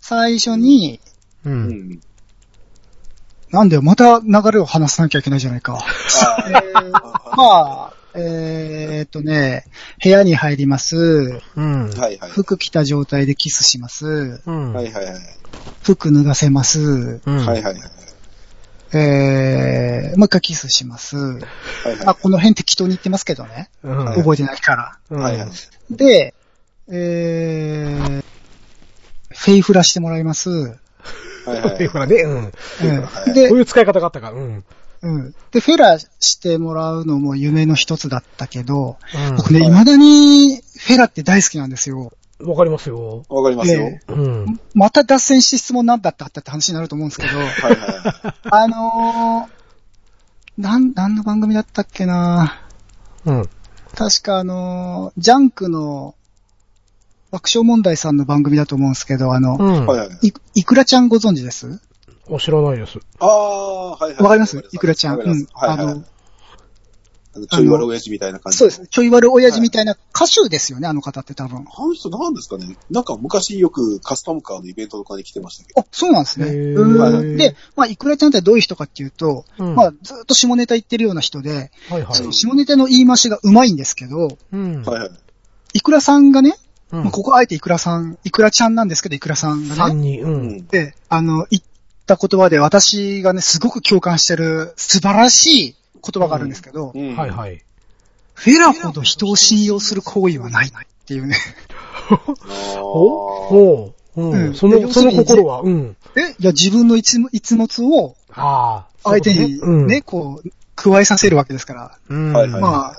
Speaker 2: 最初に、
Speaker 1: う。
Speaker 3: うんん。
Speaker 2: なんだよ、また流れを話さなきゃいけないじゃないか。
Speaker 3: あー
Speaker 2: まあ、えーっとね、部屋に入ります。
Speaker 1: うん。
Speaker 3: はいはい。
Speaker 2: 服着た状態でキスします。
Speaker 1: うん。
Speaker 3: はいはいはい。
Speaker 2: 服脱がせます。
Speaker 1: うん。
Speaker 3: はいはいはい。
Speaker 2: えー、もう一回キスします。
Speaker 3: はい
Speaker 2: まあ、
Speaker 3: は
Speaker 2: この辺適当に言ってますけどね。
Speaker 1: うん。
Speaker 2: 覚えてないから。
Speaker 1: う
Speaker 3: い。
Speaker 1: ん
Speaker 3: はいはい。
Speaker 2: で、えー、フェイフラしてもらいます。
Speaker 3: はいはい
Speaker 1: ほらね、うん。
Speaker 2: え
Speaker 3: は
Speaker 2: ー
Speaker 3: い
Speaker 2: で
Speaker 1: こう、いう使い方があったか。うん。
Speaker 2: うん。で、フェラしてもらうのも夢の一つだったけど、僕ね、
Speaker 3: はい
Speaker 2: 未だにフェラって大好きなんですよ。
Speaker 1: うん。わかりますよ。
Speaker 3: わかりますよ。
Speaker 2: え
Speaker 1: うん。
Speaker 2: また脱線して質問なんだったって話になると思うんですけど、
Speaker 3: はいは
Speaker 2: あのー、なん、何の番組だったっけな
Speaker 1: うん。
Speaker 2: 確かあのージャンクの爆笑問題さんの番組だと思うんですけど、あの、
Speaker 1: うん
Speaker 3: い。はいはい。
Speaker 2: いいくらちゃんご存知です
Speaker 1: お、知らないです。
Speaker 3: ああ、はいはい。
Speaker 2: わかりますいくらちゃん。
Speaker 3: わ
Speaker 2: う
Speaker 3: かります
Speaker 2: ん。
Speaker 3: はい
Speaker 2: あ
Speaker 3: はいはい。
Speaker 2: の、
Speaker 3: あのちょい悪親父みたいな感じ。
Speaker 2: そうです。。ちょい悪親父みたいな歌手ですよね、あの方って多分。
Speaker 3: あの人なんですかねなんか昔よくカスタムカーのイベントとかに来てましたけど。
Speaker 2: あ、そうなんですね。
Speaker 1: へー
Speaker 2: うんで、まあ、いくらちゃんってどういう人かっていうと、
Speaker 1: うん
Speaker 2: まあ、ずっと下ネタ言ってるような人で、
Speaker 1: はいはい
Speaker 2: そ。の下ネタの言い回しがうまいんですけど、
Speaker 1: うん。
Speaker 3: はいはい。
Speaker 2: いくらさんがね、
Speaker 1: うん
Speaker 2: まあ、ここあえていくらさん、いくらちゃんなんですけど、いくらさんが
Speaker 1: 3
Speaker 2: ね、
Speaker 1: 人、う。
Speaker 3: うんん。
Speaker 2: で、あの、言った言葉で私がね、すごく共感してる素晴らしい言葉があるんですけど、
Speaker 3: うん。
Speaker 1: はいはい。
Speaker 2: フェラほど人を信用する行為はないっていうね。
Speaker 3: あーお
Speaker 1: おおう。
Speaker 2: うんん
Speaker 1: そ
Speaker 2: 要
Speaker 1: の、
Speaker 2: す
Speaker 1: そ
Speaker 2: る
Speaker 1: の
Speaker 2: に
Speaker 1: 心は、うん。
Speaker 2: えいや、自分の一物一物を
Speaker 1: ああ。
Speaker 2: 相手に
Speaker 1: そういう
Speaker 2: ね、こう、加えさせるわけですから、
Speaker 1: ことねうん。
Speaker 3: はいはい
Speaker 2: まあ、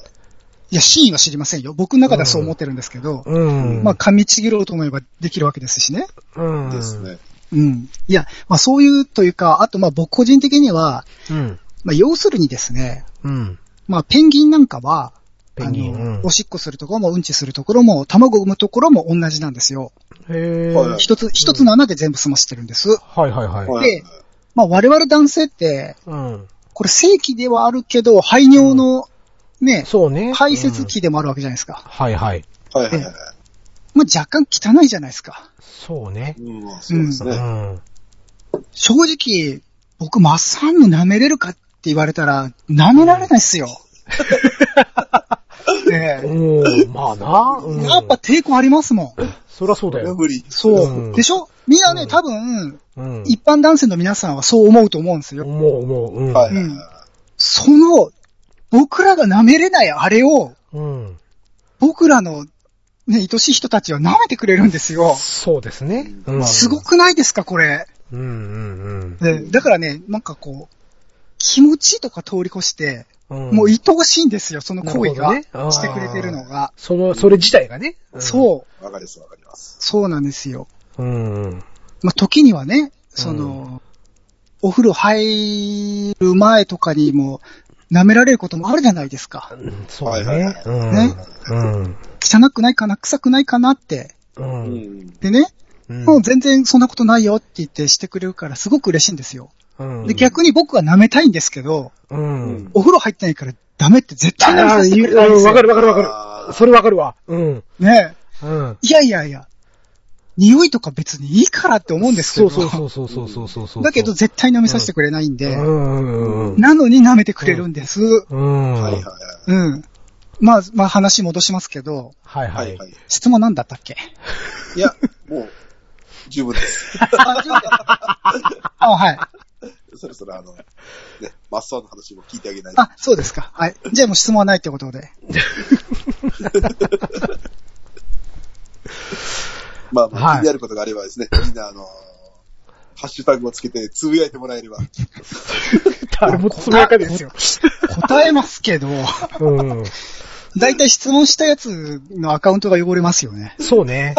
Speaker 2: いや、真意は知りませんよ。僕の中ではそう思ってるんですけど、
Speaker 1: うん。
Speaker 2: まあ、噛みちぎろうと思えばできるわけですしね。
Speaker 1: うん。
Speaker 3: です。ね。
Speaker 2: うん。いや、まあ、そういうというか、あと、まあ、僕個人的には、
Speaker 1: うん。
Speaker 2: まあ、要するにですね、
Speaker 1: うん。
Speaker 2: まあ、ペンギンなんかは、
Speaker 1: ペンギン。
Speaker 2: あ
Speaker 1: う
Speaker 2: の
Speaker 1: ん
Speaker 2: お。しっこするところも、うんちするところも、卵産むところも同じなんですよ。
Speaker 1: へえ。
Speaker 3: はい
Speaker 2: 一つ、一つの穴で全部済ませてるんです。
Speaker 1: はいはいはい。
Speaker 3: はいはい
Speaker 2: まあ、我々男性って、
Speaker 1: うん。
Speaker 2: これ正規ではあるけど、排尿の、ね、
Speaker 1: そうね。
Speaker 2: 排泄器でもあるわけじゃないですか
Speaker 1: うん。。はいはい。
Speaker 3: はいはいはい。
Speaker 2: まあ、若干汚いじゃないですか。
Speaker 1: そうね。
Speaker 3: うん、まあそうです
Speaker 1: う
Speaker 3: ね。
Speaker 1: ん。
Speaker 2: 正直、僕、マッサンの舐めれるかって言われたら、舐められないっ すよ。ねえ
Speaker 1: うん。まあな。うん。
Speaker 2: やっぱ、抵抗ありますもん。
Speaker 1: そりゃそうだ
Speaker 3: いや
Speaker 1: よ。
Speaker 3: 無理。
Speaker 2: そう。
Speaker 1: うん
Speaker 2: でしょみんなね、
Speaker 1: うん
Speaker 2: 多分、
Speaker 1: うん。
Speaker 2: 一般男性の皆さんはそう思うと思うんですよ。
Speaker 1: 思う思う。うん。
Speaker 3: はい
Speaker 2: うん
Speaker 3: はいはい。
Speaker 2: その、僕らが舐めれないあれを、
Speaker 1: うん。
Speaker 2: 僕らの、ね、愛しい人たちは舐めてくれるんですよ。
Speaker 1: そうですね。うん
Speaker 2: すご。くないですか、これ。
Speaker 1: うんうん
Speaker 2: ねだからね、なんかこう、気持ちとか通り越して、
Speaker 1: うん。
Speaker 2: もう
Speaker 1: い
Speaker 2: 愛おしいんですよ、その行為が。
Speaker 1: が
Speaker 2: してくれてるの。が。
Speaker 1: その、それ自体がね。
Speaker 2: そう、
Speaker 3: わかりますわかります。
Speaker 2: そうなんですよ。
Speaker 1: うん。うん。
Speaker 2: まあ、時にはね、その、お風呂入る前とかにも、舐められることもあるじゃないですか。
Speaker 1: うんそう
Speaker 3: はいはいは
Speaker 1: ね
Speaker 3: い。
Speaker 1: うん
Speaker 2: ね
Speaker 1: うん。
Speaker 2: 汚くないかな、臭くないかなって。
Speaker 1: う。
Speaker 3: うんん。
Speaker 2: でね、
Speaker 1: うん
Speaker 2: もう全然そんなことないよって言ってしてくれるからすごく嬉しいんですよ。
Speaker 1: うん
Speaker 2: で、逆に僕は舐めたいんですけど、
Speaker 1: う。。
Speaker 3: うん
Speaker 2: お風呂入ってないからダメって絶対舐め
Speaker 1: あ
Speaker 2: さ
Speaker 1: あ、
Speaker 2: せてく
Speaker 1: 言
Speaker 2: れないんで
Speaker 1: ううん
Speaker 2: すよ。
Speaker 1: わかるわかるわか
Speaker 3: あ
Speaker 1: る。
Speaker 3: ー
Speaker 1: それわかるわ。うん。
Speaker 2: ね
Speaker 1: うん。
Speaker 2: いやいやいや。匂いとか別にいいからって思うんですけ
Speaker 1: そ
Speaker 2: ど。
Speaker 1: うそうそうそうそうそうそうそう。
Speaker 2: だけど絶対舐めさせてくれないんで。
Speaker 1: うんうんうん
Speaker 2: なのに舐めてくれるんです。
Speaker 1: うん。
Speaker 3: はいはい
Speaker 2: うん。まあ、まあ話戻しますけど、
Speaker 1: はい
Speaker 3: は。
Speaker 1: はい
Speaker 3: はいい。はい。
Speaker 2: 質問なんだったっけ
Speaker 3: いや、もう、十 分です。
Speaker 2: あ、そうだ あはい。
Speaker 3: そろそろあの、ね、マッサーの話も聞いてあげないと。
Speaker 2: あ、そうですか。はい。じゃあもう質問はないってことで。
Speaker 3: まあ、ま
Speaker 1: は
Speaker 3: あ
Speaker 1: い
Speaker 3: 気になることがあればですね、みんなあの、ハッシュタグをつけてつぶやいてもらえれば。
Speaker 1: 誰もつぶやかないですよ。
Speaker 2: 答えますけど、
Speaker 1: うん。
Speaker 2: だいたい質問したやつのアカウントが汚れますよね。
Speaker 1: そうね。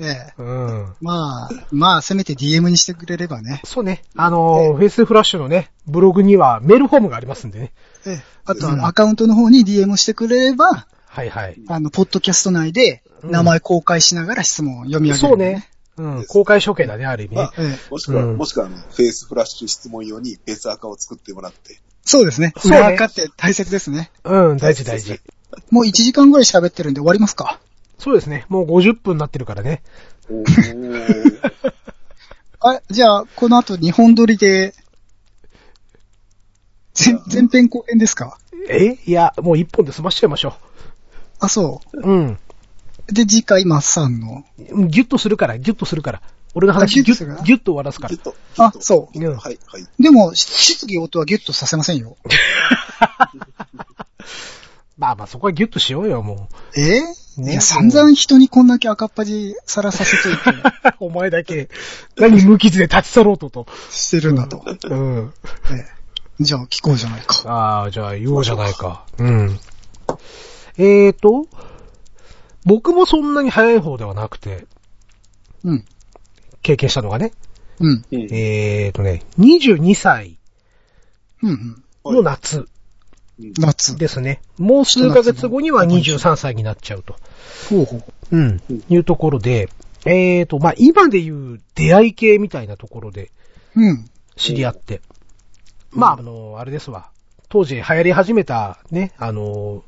Speaker 2: ええ。
Speaker 1: うん。
Speaker 2: まあ、まあ、せめて DM にしてくれればね。
Speaker 1: そうね。あのー、フェイスフラッシュのね、ブログにはメールフォームがありますんでね。
Speaker 2: ええ。あと、あのアカウントの方に DM してくれれば、
Speaker 1: はいはい。
Speaker 2: あの、ポッドキャスト内で名前公開しながら質問を読み上げる、
Speaker 1: そうね。。うん。公開処刑だね、ある意味
Speaker 3: ま
Speaker 1: ね
Speaker 3: あ。
Speaker 2: ええ、
Speaker 3: もしくは、
Speaker 1: うん
Speaker 3: もしくはあの、フェイスフラッシュ質問用に別アカを作ってもらって。
Speaker 2: そうですね。
Speaker 1: そうね
Speaker 2: 裏垢って大切ですね。
Speaker 1: うん、大事大事。
Speaker 2: もう1時間ぐらい喋ってるんで終わりますか
Speaker 1: そうですね。もう50分になってるからね。
Speaker 3: おー。
Speaker 2: あ、じゃあ、この後日本撮りで、全、全編後編ですか
Speaker 1: えいや、もう1本で済ましちゃいましょ。
Speaker 2: あ、そう
Speaker 1: うん。
Speaker 2: う。で、次回、マッサンの。
Speaker 1: ギュッとするから、ギュッとするから。俺の話
Speaker 2: あ
Speaker 1: ギュ
Speaker 2: ギュッとするか
Speaker 1: ッ、
Speaker 2: ら
Speaker 1: ギュッと終わらすから
Speaker 3: きっ。と。
Speaker 2: あ、そう
Speaker 3: うんん。はい、はい。
Speaker 2: う。でも、し質疑応答はギュッとさせませんよ。
Speaker 1: まあまあ、そこはギュッとしようよ、も
Speaker 2: ええ
Speaker 1: ね
Speaker 2: いや、散々人にこんだけ赤っ端さらさせとい て
Speaker 1: う。 お前だけ、何無傷で立ち去ろうとと。
Speaker 2: してるんだと。
Speaker 1: うん。
Speaker 2: ええじゃあ、聞こうじゃないか。
Speaker 1: ああ、じゃあ言おうじゃないか。うん。えーと、僕もそんなに早い方ではなくて、
Speaker 2: うん。
Speaker 1: 経験したのがね、
Speaker 2: うん。
Speaker 3: うん
Speaker 1: えーとね、22歳
Speaker 2: うん、うん。
Speaker 1: の夏
Speaker 2: 夏。
Speaker 1: ですね。もう数ヶ月後には23歳になっちゃうと。
Speaker 2: ほうほう。
Speaker 1: うん。いうところで、えーと、まあ、今で言う出会い系みたいなところで、
Speaker 2: うん。
Speaker 1: 知り合って。まあ、あの、あれですわ。当時流行り始めた、ね、あの、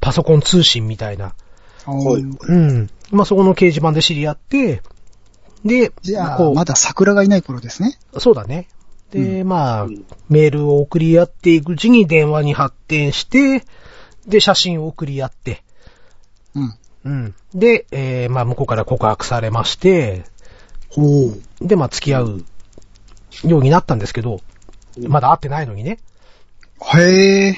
Speaker 1: パソコン通信みたいな。
Speaker 3: はい
Speaker 2: おー
Speaker 1: うん。まあ、そこの掲示板で知り合って、で、
Speaker 2: じゃ
Speaker 1: こ
Speaker 2: あ、
Speaker 1: う
Speaker 2: まだ桜がいない頃ですね。
Speaker 1: そうだね。で、まあ、メールを送り合っていくうちに電話に発展して、で、写真を送り合って、
Speaker 2: うん。
Speaker 1: うん。で、えーまあ、向こうから告白されまして、
Speaker 3: ほう。
Speaker 1: で、まあ、付き合うようになったんですけど、まだ会ってないのにね。
Speaker 2: へえ。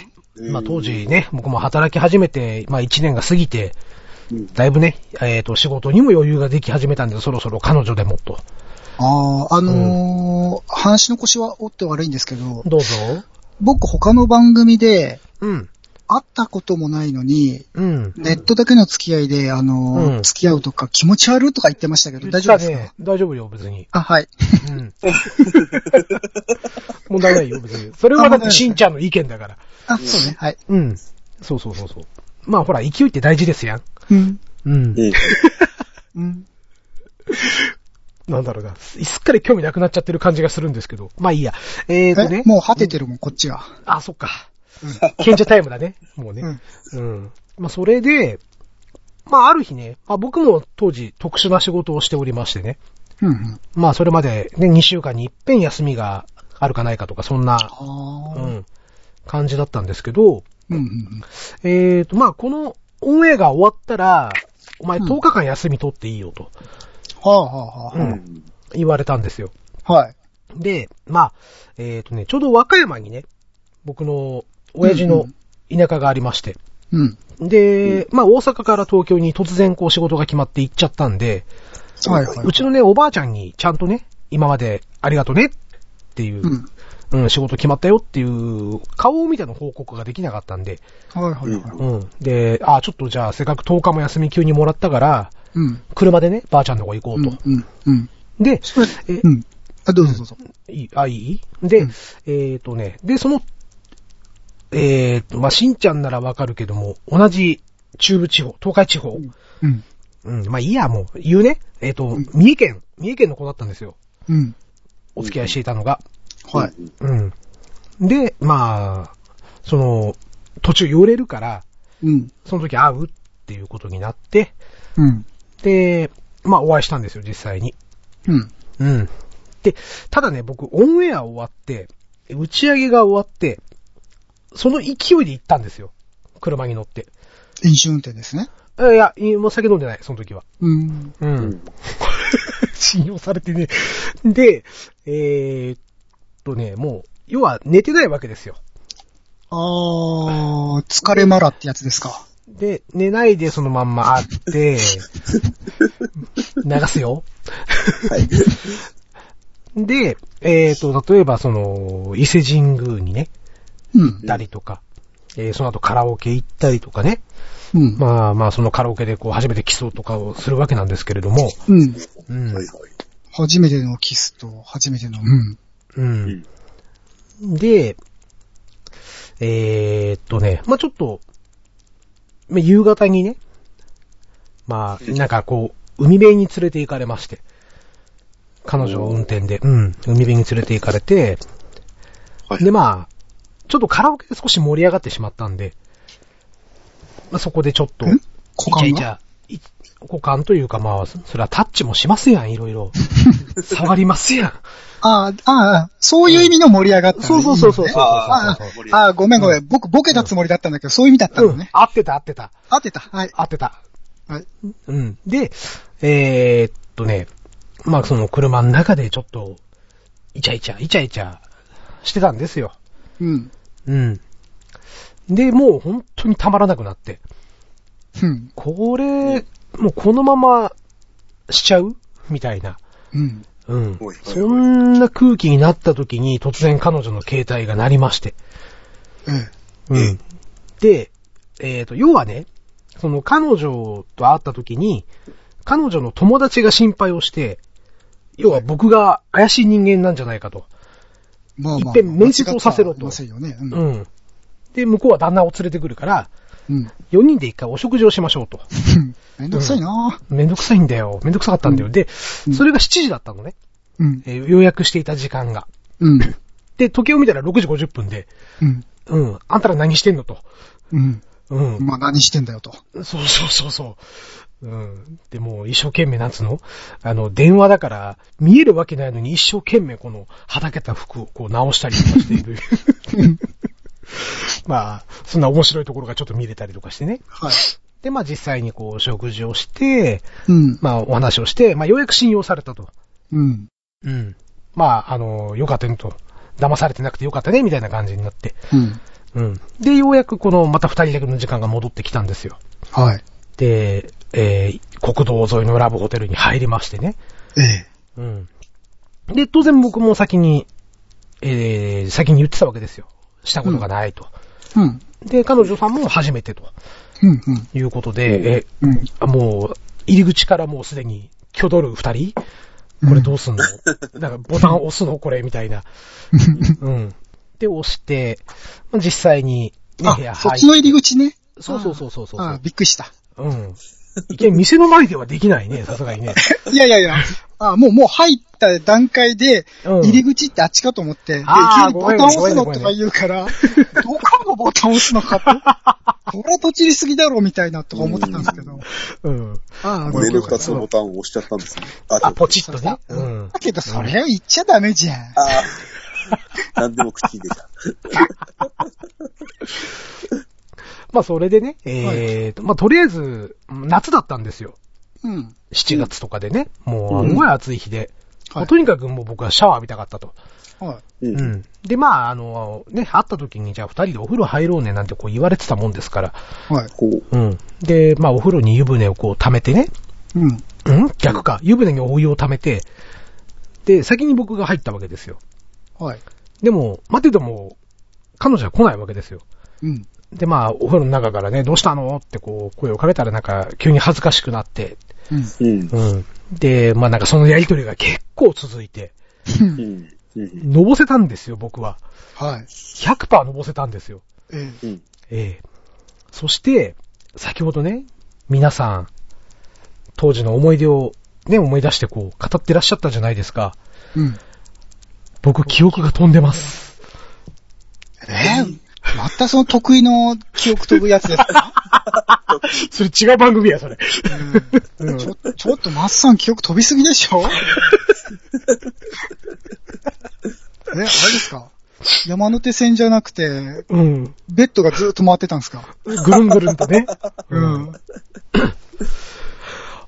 Speaker 1: まあ、当時ね、僕も働き始めて、まあ、1年が過ぎて、だいぶね、えっ、と、仕事にも余裕ができ始めたんで、そろそろ彼女でもっと。
Speaker 2: ああ、あのー話の腰は折って悪いんですけど、
Speaker 1: どうぞ。
Speaker 2: 僕他の番組で
Speaker 1: うん。
Speaker 2: 会ったこともないのに、
Speaker 1: うん。
Speaker 2: ネットだけの付き合いで、あのー
Speaker 1: うん
Speaker 2: 付き合うとか気持ち悪いとか言ってましたけど、大丈夫です
Speaker 1: 言
Speaker 2: か、
Speaker 1: ったね大丈夫よ、別に。
Speaker 2: あ、はい。
Speaker 1: うん。問題ないよ、別に。それはだって、しんちゃんの意見だから。
Speaker 2: あ、そうね、はい。
Speaker 1: うん。そうそうそうそう。まあほら、勢いって大事ですやん。
Speaker 2: うん。
Speaker 1: うん
Speaker 3: うん。
Speaker 2: うん。
Speaker 1: なんだろうな。すすっかり興味なくなっちゃってる感じがするんですけど。まあいいや。えーと
Speaker 2: え
Speaker 1: ね、。
Speaker 2: もう果ててるもん、こっちは。
Speaker 1: あ、そっか。賢者タイムだね。もうね
Speaker 2: う。ん。
Speaker 1: うん。まあそれで、まあある日ね、まあ僕も当時特殊な仕事をしておりましてね。
Speaker 2: うんうん。
Speaker 1: まあそれまでね、2週間に一遍休みがあるかないかとか、そんな、
Speaker 2: あ
Speaker 1: う
Speaker 2: あ。
Speaker 1: ん、感じだったんですけど、
Speaker 2: うんうん
Speaker 1: えーと、まあ、このオンエアが終わったら、お前
Speaker 2: うん
Speaker 1: 10日間休み取っていいよと
Speaker 2: はあはあは
Speaker 1: うん言われたんですよ。
Speaker 2: あ。はい。
Speaker 1: で、まあ、えーとね、ちょうど和歌山にね、僕の親父
Speaker 2: う
Speaker 1: の
Speaker 2: ん
Speaker 1: 田舎がありまして、
Speaker 2: うん。
Speaker 1: で、まあ、大阪から東京に突然こう仕事が決まって行っちゃったんで、。
Speaker 2: はいはいう
Speaker 1: ちのね、おばあちゃんにちゃんとね、今までありがとねっていう、
Speaker 2: うん。
Speaker 1: うん、仕事決まったよっていう顔を見ての報告ができなかったんで、
Speaker 2: はいはいはい。
Speaker 1: うん。で、あ、ちょっとじゃあせっかく10日も休み急にもらったから、
Speaker 2: うん。
Speaker 1: 車でね、ばあちゃんの方行こ
Speaker 2: う
Speaker 1: うんと。
Speaker 2: うん。うん。
Speaker 1: で、え
Speaker 2: う、ん。あ、どうぞどうぞ。
Speaker 1: いい、あ、いいで、
Speaker 2: うん
Speaker 1: えっ、とね、で、その、えっ、と、まあ、しんちゃんならわかるけども、同じ中部地方、東海地方。
Speaker 2: うん。
Speaker 1: うん、まあ、いいや、もう、言うね。えっ、と、
Speaker 2: うん
Speaker 1: 三重県、三重県の子だったんですよ。
Speaker 2: うん。
Speaker 1: お付き合いしていたのが。
Speaker 2: はい。
Speaker 1: うん。で、まあ、その、途中寄れるから、
Speaker 2: うん。
Speaker 1: その時会うっていうことになって、
Speaker 2: うん。
Speaker 1: で、まあ、お会いしたんですよ、実際に。
Speaker 2: うん。
Speaker 1: うん。で、ただね、僕、オンエア終わって、打ち上げが終わって、その勢いで行ったんですよ。車に乗って。
Speaker 2: 飲酒運転ですね。
Speaker 1: あいや、いもう酒飲んでない、その時は。
Speaker 2: うん。
Speaker 1: う。
Speaker 3: うん
Speaker 1: 信用されてね。で、えーっとね、もう、要は寝てないわけですよ。
Speaker 2: あー、疲れマラってやつですか。
Speaker 1: で、寝ないでそのまんま会って、流すよ。 で、えーっと、例えばその、伊勢神宮にね、
Speaker 2: うん
Speaker 1: 行っ。たりとか、えーその後カラオケ行ったりとかね。
Speaker 2: うん。
Speaker 1: まあまあ、そのカラオケでこう、初めてキスとかをするわけなんですけれども、
Speaker 2: うん。
Speaker 1: うん。
Speaker 3: はいはい。
Speaker 2: 初めてのキスと、初めての、うん。
Speaker 1: うん。で、えーっとね、まあちょっと、まあ夕方にね、まあなんかこう、海辺に連れて行かれまして、彼女を運転で、うん、海辺に連れて行かれて、
Speaker 3: はい
Speaker 1: でまあ、ちょっとカラオケで少し盛り上がってしまったんで、まあ、そこでちょっと、
Speaker 2: ん股間
Speaker 1: イチャイチャ
Speaker 2: が
Speaker 1: い股間というかまあ、そそれはタッチもしますやん、いろいろ。触りますやん。
Speaker 2: あー、あー、そういう意味の盛り上がったのね。
Speaker 1: そうそうそうそうそうそう
Speaker 2: あ
Speaker 1: そうそう
Speaker 2: ー、あー、ごめんごめん。僕、ボケたつもりだったんだけど、そういう意味だった
Speaker 1: う
Speaker 2: の
Speaker 1: ん
Speaker 2: ね。。
Speaker 1: 合ってた合ってた。
Speaker 2: 合ってた。はい。
Speaker 1: 合ってた。
Speaker 2: はい。
Speaker 1: うん。で、えーっとね、まあその車の中でちょっと、イチャイチャ、イチャイチャしてたんですよ。
Speaker 2: うん。
Speaker 1: うん。で、もう本当にたまらなくなって。
Speaker 2: うん。
Speaker 1: これ、もうこのまましちゃうみたいな。
Speaker 2: うん。
Speaker 1: うん
Speaker 3: おいおいおい。
Speaker 1: そんな空気になった時に突然彼女の携帯が鳴りまして。
Speaker 2: ええ。
Speaker 1: うん。で、えっ、と、要はね、その彼女と会った時に、彼女の友達が心配をして、要は僕が怪しい人間なんじゃないかと。
Speaker 2: まあまあ。
Speaker 1: いっぺん面接をさせろと
Speaker 2: 間違ってはありませんよね。
Speaker 1: う。
Speaker 2: うん
Speaker 1: で、向こうは旦那を連れてくるから、
Speaker 2: ん。うん。
Speaker 1: 4人で一回お食事をしましょうと。
Speaker 2: めんどくさいな
Speaker 1: めんどくさいんだよ。めんどくさかったんだよ。
Speaker 2: うん
Speaker 1: で、
Speaker 2: うん
Speaker 1: それが7時だったのね。
Speaker 2: うん。
Speaker 1: えー予約していた時間が。
Speaker 2: うん。
Speaker 1: で、時計を見たら6時50分で、
Speaker 2: うん。
Speaker 1: うん、あんたら何してんのと。
Speaker 2: うん。
Speaker 1: うん。
Speaker 2: まあ何してんだよと。
Speaker 1: そうそうそうそう。うん。で、もう一生懸命なんつうのあの、電話だから、見えるわけないのに一生懸命この、はだけた服をこう直したりとかしている。 まあ、そんな面白いところがちょっと見れたりとかしてね。
Speaker 2: はい。
Speaker 1: で、まあ実際にこう、食事をして、
Speaker 2: うん。
Speaker 1: まあお話をして、まあようやく信用されたと。
Speaker 2: うん。
Speaker 1: うん。まあ、あの、よかったねと。騙されてなくてよかったね、みたいな感じになって。
Speaker 2: うん。
Speaker 1: うん。で、ようやくこの、また二人だけの時間が戻ってきたんですよ。
Speaker 2: はい。
Speaker 1: で、えー国道沿いのラブホテルに入りましてね。
Speaker 2: ええ。
Speaker 1: うん。で、当然僕も先に、えー先に言ってたわけですよ。したことがないと。
Speaker 2: うん。
Speaker 1: で、彼女さんも初めてと
Speaker 2: うん。うん。
Speaker 1: いうことで、え
Speaker 2: うん。
Speaker 1: あもう、入り口からもうすでに、キョドる二人これどうすんの、なんかボタン押すのこれみたいな。うん。で、押して、まあ実際に、ね、部屋
Speaker 2: あ、そっ
Speaker 1: 入
Speaker 2: ち
Speaker 1: っ
Speaker 2: の入り口ね。
Speaker 1: て。そうそうそうそうそう。
Speaker 2: あびっくりした。
Speaker 1: うん。一見、店の前ではできないね、さすがに ね。
Speaker 2: いやいやいや。あ、もう、もう入った段階で、
Speaker 1: うん
Speaker 2: 入り口ってあっちかと思って、で、
Speaker 1: あー
Speaker 2: 急にボタン押すの
Speaker 1: ごめんね
Speaker 2: とか言うから、どこのボタン押す のかって、これはとちりすぎだろ、みたいなとか思ってたんですけど。
Speaker 1: うん。
Speaker 2: ああ、
Speaker 1: ごめ
Speaker 3: 上
Speaker 1: ん
Speaker 3: の
Speaker 1: なさ
Speaker 3: 二
Speaker 1: い
Speaker 3: つのボタンを押しちゃったんですね。あ、
Speaker 1: あ、
Speaker 3: ちょ
Speaker 1: ポチッとね。うん
Speaker 2: だ。けど、それは言っちゃダメじゃん。
Speaker 3: あーなんでも口に出た。
Speaker 1: まあ、それでね、えーと、まあ、とりあえず、夏だったんですよ。
Speaker 2: うん。
Speaker 1: 7月とかでね。もう、すごい暑い日で。
Speaker 2: は
Speaker 1: まあ
Speaker 2: い
Speaker 1: と。にかくもう僕はシャワー浴びたかったと。
Speaker 2: は
Speaker 3: う。
Speaker 1: うんん。で、まあ、あの、ね、会った時に、じゃあ二人でお風呂入ろうねなんてこう言われてたもんですから。
Speaker 2: い。はい。
Speaker 3: こう。
Speaker 1: うん。で、まあ、お風呂に湯船をこう溜めてね。
Speaker 2: うん。
Speaker 1: うん逆か。湯船にお湯を溜めて、で、先に僕が入ったわけですよ。
Speaker 2: はい。
Speaker 1: でも、待ってても、彼女は来ないわけですよ。
Speaker 2: うん。
Speaker 1: で、まあ、お風呂の中からね、どうしたのってこう、声をかけたらなんか、急に恥ずかしくなって、
Speaker 2: うん。
Speaker 3: うん。
Speaker 1: うん。で、まあなんかそのやりとりが結構続いて、
Speaker 3: うん。うん。
Speaker 1: のぼせたんですよ、僕は。
Speaker 2: はい。
Speaker 1: 100%のぼせたんですよ。
Speaker 2: ええ。
Speaker 3: うん。
Speaker 1: ええそして、先ほどね、皆さん、当時の思い出をね、思い出してこう、語ってらっしゃったじゃないですか。
Speaker 2: うん。
Speaker 1: 僕、記憶が飛んでます。
Speaker 2: え え。またその得意の記憶飛ぶやつですか、
Speaker 1: それ違う番組や、それ。
Speaker 2: うん、ちょ、ちょっとマッサン記憶飛びすぎでしょ え、あれですか山手線じゃなくて、
Speaker 1: うん。
Speaker 2: ベッドがずっと回ってたんですか
Speaker 1: ぐるんぐるんと ね。
Speaker 2: うん。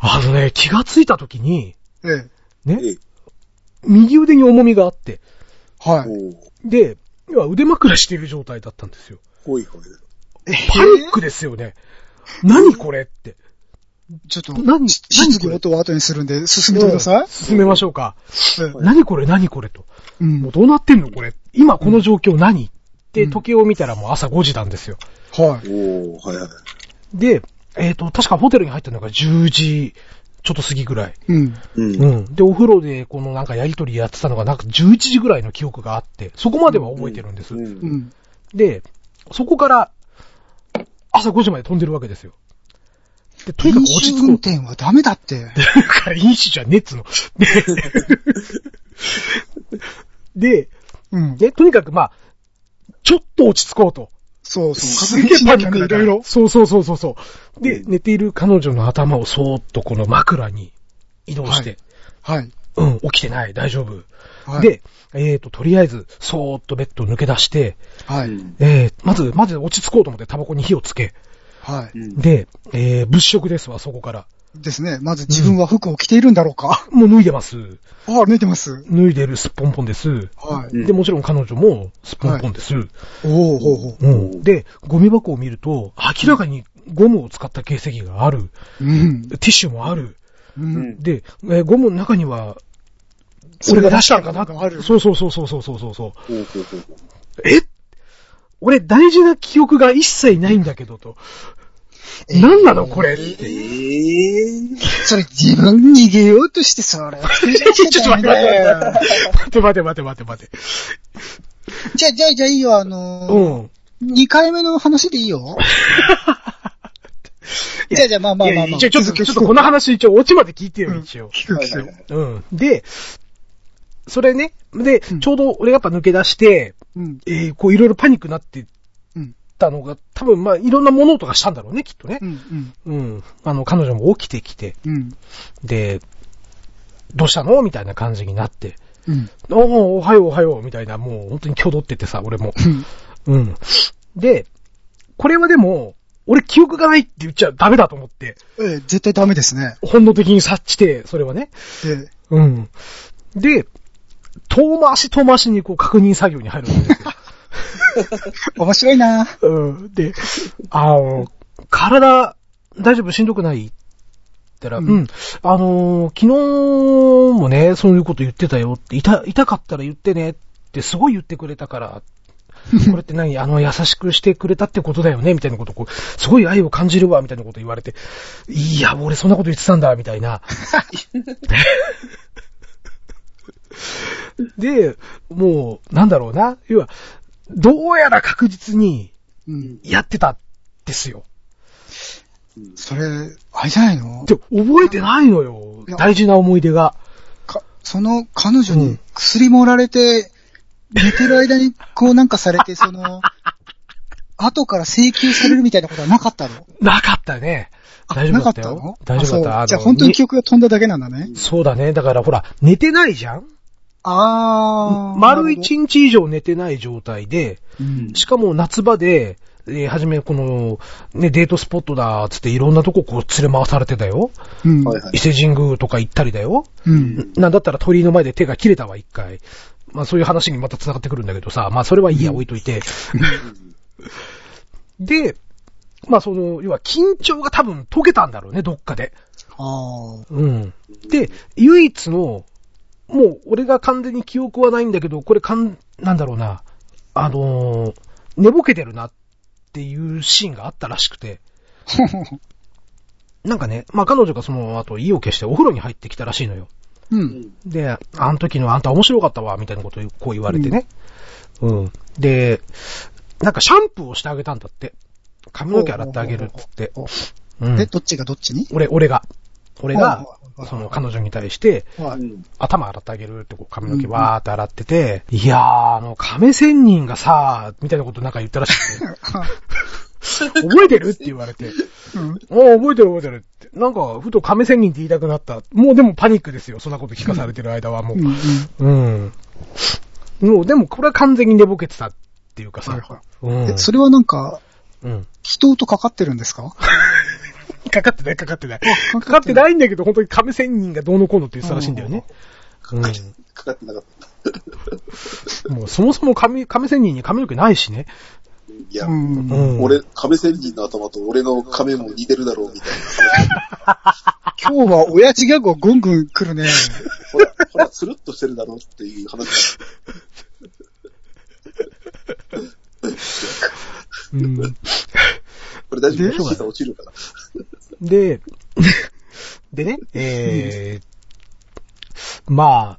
Speaker 1: あのね、気がついた時に、
Speaker 2: ええ。
Speaker 1: ね、
Speaker 3: え、
Speaker 1: 右腕に重みがあって、
Speaker 2: はい。
Speaker 3: こう。
Speaker 1: で、要は腕枕している状態だったんですよ。
Speaker 3: ほいほい。
Speaker 1: パニックですよね。何これって。
Speaker 2: ちょっと、
Speaker 1: 何
Speaker 2: 質疑応答は後にするんで、進めてください。
Speaker 1: 進めましょうか。
Speaker 2: え
Speaker 1: 何これ何これと。
Speaker 2: えうん。
Speaker 1: もう
Speaker 2: は
Speaker 1: どうなってんのこれ。今この状況何、って時計を見たらもう朝5時なんですよ。
Speaker 2: い。
Speaker 3: おー、はいはい。
Speaker 1: で、えっ、と、確かホテルに入ったのが10時ちょっと過ぎぐらい。
Speaker 2: うん。
Speaker 3: うん。
Speaker 1: うん。で、お風呂でこのなんかやりとりやってたのがなんか11時ぐらいの記憶があって、そこまでは覚えてるんです。
Speaker 3: う。
Speaker 2: うんん。
Speaker 1: で、そこから朝5時まで飛んでるわけですよ。で、とにかく
Speaker 2: 飲
Speaker 1: 落ち
Speaker 2: 酒
Speaker 1: 着こ
Speaker 2: 運
Speaker 1: う
Speaker 2: 転はダメだって。
Speaker 1: だから 飲酒じゃねえっつうの。で、 で、
Speaker 2: うん。
Speaker 1: ね、とにかくまあ、ちょっと落ち着こうと。
Speaker 2: そうそ
Speaker 1: す
Speaker 2: う。
Speaker 1: げえパニックだ
Speaker 2: いろいろ。
Speaker 1: そうそうそうそうそう。で、
Speaker 3: うん
Speaker 1: 寝ている彼女の頭をそーっとこの枕に移動して、
Speaker 2: はい。
Speaker 1: うん、起きてない、大丈夫。
Speaker 2: はい。、
Speaker 1: で、えーと、とりあえず、そーっとベッドを抜け出して、
Speaker 2: は
Speaker 3: う
Speaker 2: い。
Speaker 3: ん。
Speaker 1: えー、まず、まず落ち着こうと思ってタバコに火をつけ、
Speaker 2: は
Speaker 3: うん。
Speaker 1: で、えー、物色ですわ、そこから。
Speaker 2: い。ですね。まず自分は服を着ているんだろうか。
Speaker 1: もう脱いでます。
Speaker 2: ああ、見えてます。
Speaker 1: 脱いでるすっぽんぽんです。
Speaker 2: はい。
Speaker 3: うん
Speaker 1: で、もちろん彼女もすっぽんぽんです。
Speaker 2: おおほうほう。
Speaker 1: うん。で、ゴミ箱を見ると、明らかにゴムを使った形跡がある。
Speaker 2: うん
Speaker 1: テ。ィッシュもある。
Speaker 2: うん。
Speaker 1: で、えーゴムの中には、俺が出したのかな
Speaker 2: それが出したのかある
Speaker 1: そうそうそうそうそうそうそう。
Speaker 3: ほうほうほうほう。
Speaker 1: え俺大事な記憶が一切ないんだけどと。
Speaker 2: えー
Speaker 1: 何なのこれ、
Speaker 3: えー。
Speaker 2: それ自分逃げようとして、それ。ち
Speaker 1: ちょっと待って待って待って待って待って待って。
Speaker 2: じゃあ、じゃあ、じゃあいいよ、あ
Speaker 1: う
Speaker 2: の
Speaker 1: ん。
Speaker 2: ー、2回目の話でいいよ。じゃあ、じゃあ、まあまあまあ
Speaker 1: い
Speaker 2: ま
Speaker 1: や
Speaker 2: あ。
Speaker 1: 一応ちょっと、
Speaker 2: 続き
Speaker 1: ちょ
Speaker 2: を
Speaker 1: っとこの話一応オチまで聞いてよ、一応。
Speaker 2: 聞く
Speaker 3: はい
Speaker 2: 聞く
Speaker 3: はい
Speaker 2: よ
Speaker 3: はい。
Speaker 1: うん。で、それね、で、
Speaker 2: うん
Speaker 1: ちょうど俺がやっぱ抜け出して、
Speaker 2: うん。
Speaker 1: えーこういろいろパニックになって
Speaker 2: うん
Speaker 1: たのが、多分まあいろんなものとかしたんだろうね、きっとね
Speaker 2: う。ん。
Speaker 1: うん。あの、彼女も起きてきて、
Speaker 2: うん。
Speaker 1: で、どうしたのみたいな感じになって、
Speaker 2: うん。
Speaker 1: おーおはようおはよう、みたいな、もう本当に挙動っててさ、俺 も。
Speaker 2: うん。
Speaker 1: うん。で、これはでも、俺記憶がないって言っちゃダメだと思って、
Speaker 2: えー絶対ダメですね。
Speaker 1: 本能的に察知して、それはね。
Speaker 2: え
Speaker 1: うん。で、遠回し遠回しにこう確認作業に入るんですよ。
Speaker 2: ー面白いなぁ
Speaker 1: うん。で、あの、体、大丈夫しんどくないって言ったら、う、
Speaker 2: うんん
Speaker 1: あのー昨日もね、そういうこと言ってたよって、痛、痛かったら言ってねってすごい言ってくれたから、これって何あの、優しくしてくれたってことだよねみたいなことこう、すごい愛を感じるわみたいなこと言われて、いや、俺そんなこと言ってたんだ、みたいな。で、もう、なんだろうな。要は、どうやら確実に、
Speaker 2: うん。
Speaker 1: やってたんですよ。
Speaker 2: それ、あれじゃないの
Speaker 1: で、覚えてないのよ
Speaker 2: い。や
Speaker 1: 大事な思い出が。
Speaker 2: か、その彼女
Speaker 1: うん
Speaker 2: に薬盛られて、寝てる間にこうなんかされて、その、後から請求されるみたいなことはなかったの
Speaker 1: なかったね。大丈夫だった
Speaker 2: なか
Speaker 1: よ
Speaker 2: っ。たの
Speaker 1: 大丈夫だった。
Speaker 2: あそう
Speaker 1: あ
Speaker 2: じゃあ
Speaker 1: の
Speaker 2: 本当に
Speaker 1: に
Speaker 2: 記憶が飛んだだけなんだね。
Speaker 1: そうだね。だからほら、寝てないじゃん
Speaker 2: あー。
Speaker 1: 丸一日以上寝てない状態で、
Speaker 2: うん。
Speaker 1: しかも夏場で、えーはじめこの、ね、デートスポットだ、つっていろんなとここう連れ回されてたよ。
Speaker 2: うん。
Speaker 3: はいはい
Speaker 1: 伊。勢神宮とか行ったりだよ。
Speaker 2: うん。
Speaker 1: なんだったら鳥居の前で手が切れたわ、一回。まあそういう話にまた繋がってくるんだけどさ、まあそれはいいや、置いといて。で、まあその、要は緊張が多分解けたんだろうね、どっかで。
Speaker 2: あ
Speaker 1: うん。で、唯一の、もう俺が完全に記憶はないんだけど、これかん、なんだろうな、あのー寝ぼけてるなっていうシーンがあったらしくて。
Speaker 2: ー。
Speaker 1: なんかね、まあ彼女がその後意を消してお風呂に入ってきたらしいのよ。
Speaker 2: うん。
Speaker 1: で、あの時のあんた面白かったわ、みたいなことをこう言われてね。うん。で、なんかシャンプーをしてあげたんだって。髪の毛洗ってあげるっつって。
Speaker 2: お
Speaker 1: う
Speaker 2: で、
Speaker 1: ん。
Speaker 2: どっちがどっちに
Speaker 1: 俺、俺が。俺が
Speaker 2: おう、
Speaker 1: その彼女に対して、
Speaker 2: はい。
Speaker 1: 頭洗ってあげるってこう髪の毛わーって洗ってて、いやー、あの、亀仙人がさー、みたいなことなんか言ったらしく て、覚えてるって言われて、
Speaker 2: うん
Speaker 1: ああ、覚えてる覚えてるって。なんか、ふと亀仙人って言いたくなった。もうでもパニックですよ。そんなこと聞かされてる間はもう。
Speaker 2: うん。
Speaker 1: うん。もう、でもこれは完全に寝ぼけてたっていうかさ。
Speaker 2: はいは
Speaker 1: うん
Speaker 2: え。それはなんか、
Speaker 1: うん。
Speaker 2: 人とかかってるんですか
Speaker 1: かかってない、かかってない。か
Speaker 2: か
Speaker 1: かってないんだけど、本当に亀仙人がどうのこうのって言ってたらしいんだよね。う
Speaker 3: かかってなかった。
Speaker 1: ん。もうそもそも亀、亀仙人に髪の毛ないしね。
Speaker 3: いや、
Speaker 2: うん。
Speaker 1: うん。
Speaker 3: 俺、亀仙人の頭と俺の亀も似てるだろうみたいな。
Speaker 2: 今日は親父ギャグをぐんぐん来るね。
Speaker 3: ほら、ほら、つるっとしてるだろうっていう話だ
Speaker 1: うん。
Speaker 3: これ大丈
Speaker 1: で
Speaker 3: 夫か審査落ちるから。
Speaker 1: で、でね、えー、まあ、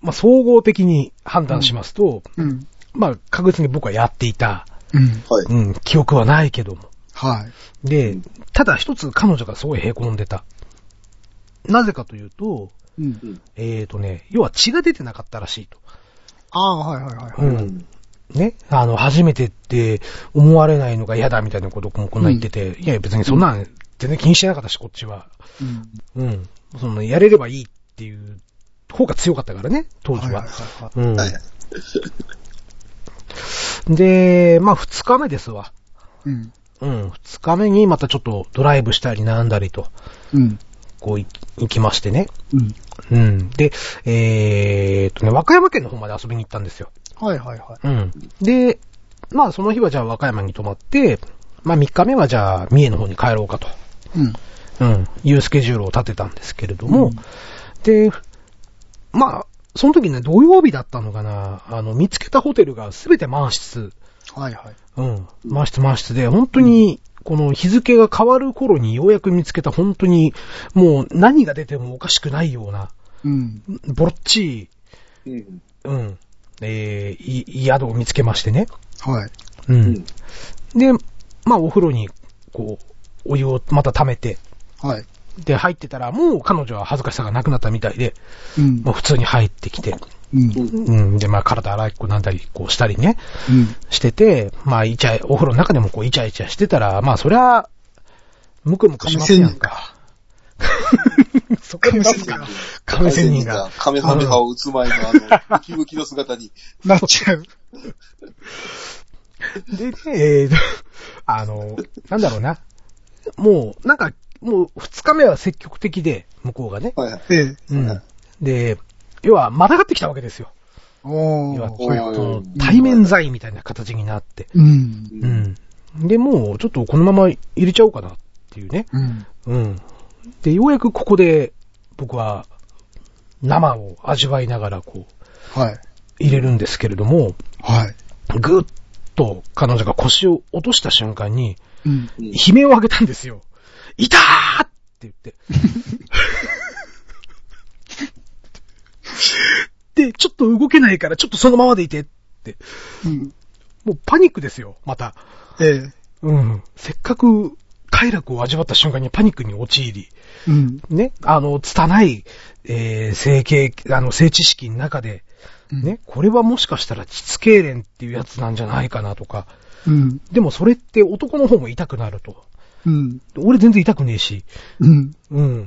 Speaker 1: まあ、総合的に判断しますと、
Speaker 2: うん。
Speaker 1: まあ、確実に僕はやっていた。
Speaker 2: うん。
Speaker 3: はい。
Speaker 1: うん、記憶はないけども。
Speaker 2: はい。
Speaker 1: で、ただ一つ彼女がすごい凹んでた。なぜかというと、
Speaker 2: うん。
Speaker 1: えーとね、要は血が出てなかったらしいと。
Speaker 2: ああ、はいはいはい。
Speaker 1: うん。ね、あの、初めてって思われないのが嫌だみたいなこともこんなん言ってて、いやいや別にそんなん全然気にしてなかったし、こっちは。
Speaker 2: うん。
Speaker 1: うん。その、やれればいいっていう方が強かったからね、当時
Speaker 2: はいは
Speaker 1: は。
Speaker 2: いはいは
Speaker 1: うん。
Speaker 3: はいは
Speaker 1: で、まあ二日目ですわ。
Speaker 2: い。うん。
Speaker 1: うん。二日目にまたちょっとドライブしたりなんだりと、
Speaker 2: うん。
Speaker 1: こうい行きましてね。
Speaker 2: うん。
Speaker 1: うん。で、えーっとね、和歌山県の方まで遊びに行ったんですよ。
Speaker 2: はいはいは
Speaker 1: うん。で、まあその日はじゃあ和歌山に泊まって、まあ3日目はじゃあ三重の方に帰ろうかと、
Speaker 2: い。うん。
Speaker 1: うん、いうスケジュールを立てたんですけれども、
Speaker 2: うん
Speaker 1: で、まあ、その時ね、土曜日だったのかな、あの、見つけたホテルがすべて満室、
Speaker 2: はいはい。
Speaker 1: うん、満室満室で、本当に、この日付が変わる頃にようやく見つけた本当に、もう何が出てもおかしくないような、
Speaker 2: うん。
Speaker 1: ぼろっちい
Speaker 3: い。うん。
Speaker 1: うん。えーい、いい宿を見つけましてね。
Speaker 2: はい。
Speaker 1: う。
Speaker 3: うんん。
Speaker 1: で、まあ、お風呂に、こう、お湯をまた溜めて、
Speaker 2: はい。
Speaker 1: で入ってたら、もう彼女は恥ずかしさがなくなったみたいで、
Speaker 2: うん
Speaker 1: もう普通に入ってきて、
Speaker 2: うん。
Speaker 3: う
Speaker 2: うんん。
Speaker 1: うん、で、まあ体洗いっこなんだり、こうしたりね、してて、まあイチャイ、お風呂の中でもこうイチャイチャしてたら、まあそりゃ、ムクムクしますやんか。 そこにますか。亀仙人が。。
Speaker 3: 亀ハメ派を打つ前のあの、ムキムキの姿に。
Speaker 2: なっちゃう。
Speaker 1: で、えーと、 あの、なんだろうな。もう、なんか、もう二日目は積極的で、向こうがね。
Speaker 3: はいはい。
Speaker 2: ええ。
Speaker 1: うん。で、要は、またがってきたわけですよ。
Speaker 2: お
Speaker 1: 要は、
Speaker 2: ー。
Speaker 1: こう
Speaker 2: はい
Speaker 1: いう
Speaker 2: はい。
Speaker 1: こう対面罪みたいな形になって。
Speaker 2: うん。
Speaker 1: うん。で、もう、ちょっとこのまま入れちゃおうかなっていうね。
Speaker 2: うん。
Speaker 1: うん。で、ようやくここで、僕は、生を味わいながら、こう、
Speaker 2: はい。
Speaker 1: 入れるんですけれども、
Speaker 2: はい。
Speaker 1: ぐっと彼女が腰を落とした瞬間に、
Speaker 2: うん。
Speaker 3: うん
Speaker 1: 悲鳴を上げたんですよ。いたーって言って。で、ちょっと動けないから、ちょっとそのままでいて。
Speaker 2: うん。
Speaker 1: もうパニックですよ、また。
Speaker 2: ええ。
Speaker 1: うん。せっかく、快楽を味わった瞬間にパニックに陥り、
Speaker 2: うん。
Speaker 1: ね、あの、拙い、えー、性経、あの、性知識の中で、ね、これはもしかしたら、膣痙攣っていうやつなんじゃないかなとか、
Speaker 2: うん。
Speaker 1: でもそれって男の方も痛くなると。
Speaker 2: うん。
Speaker 1: 俺全然痛くねえし、
Speaker 2: うん。
Speaker 1: うん。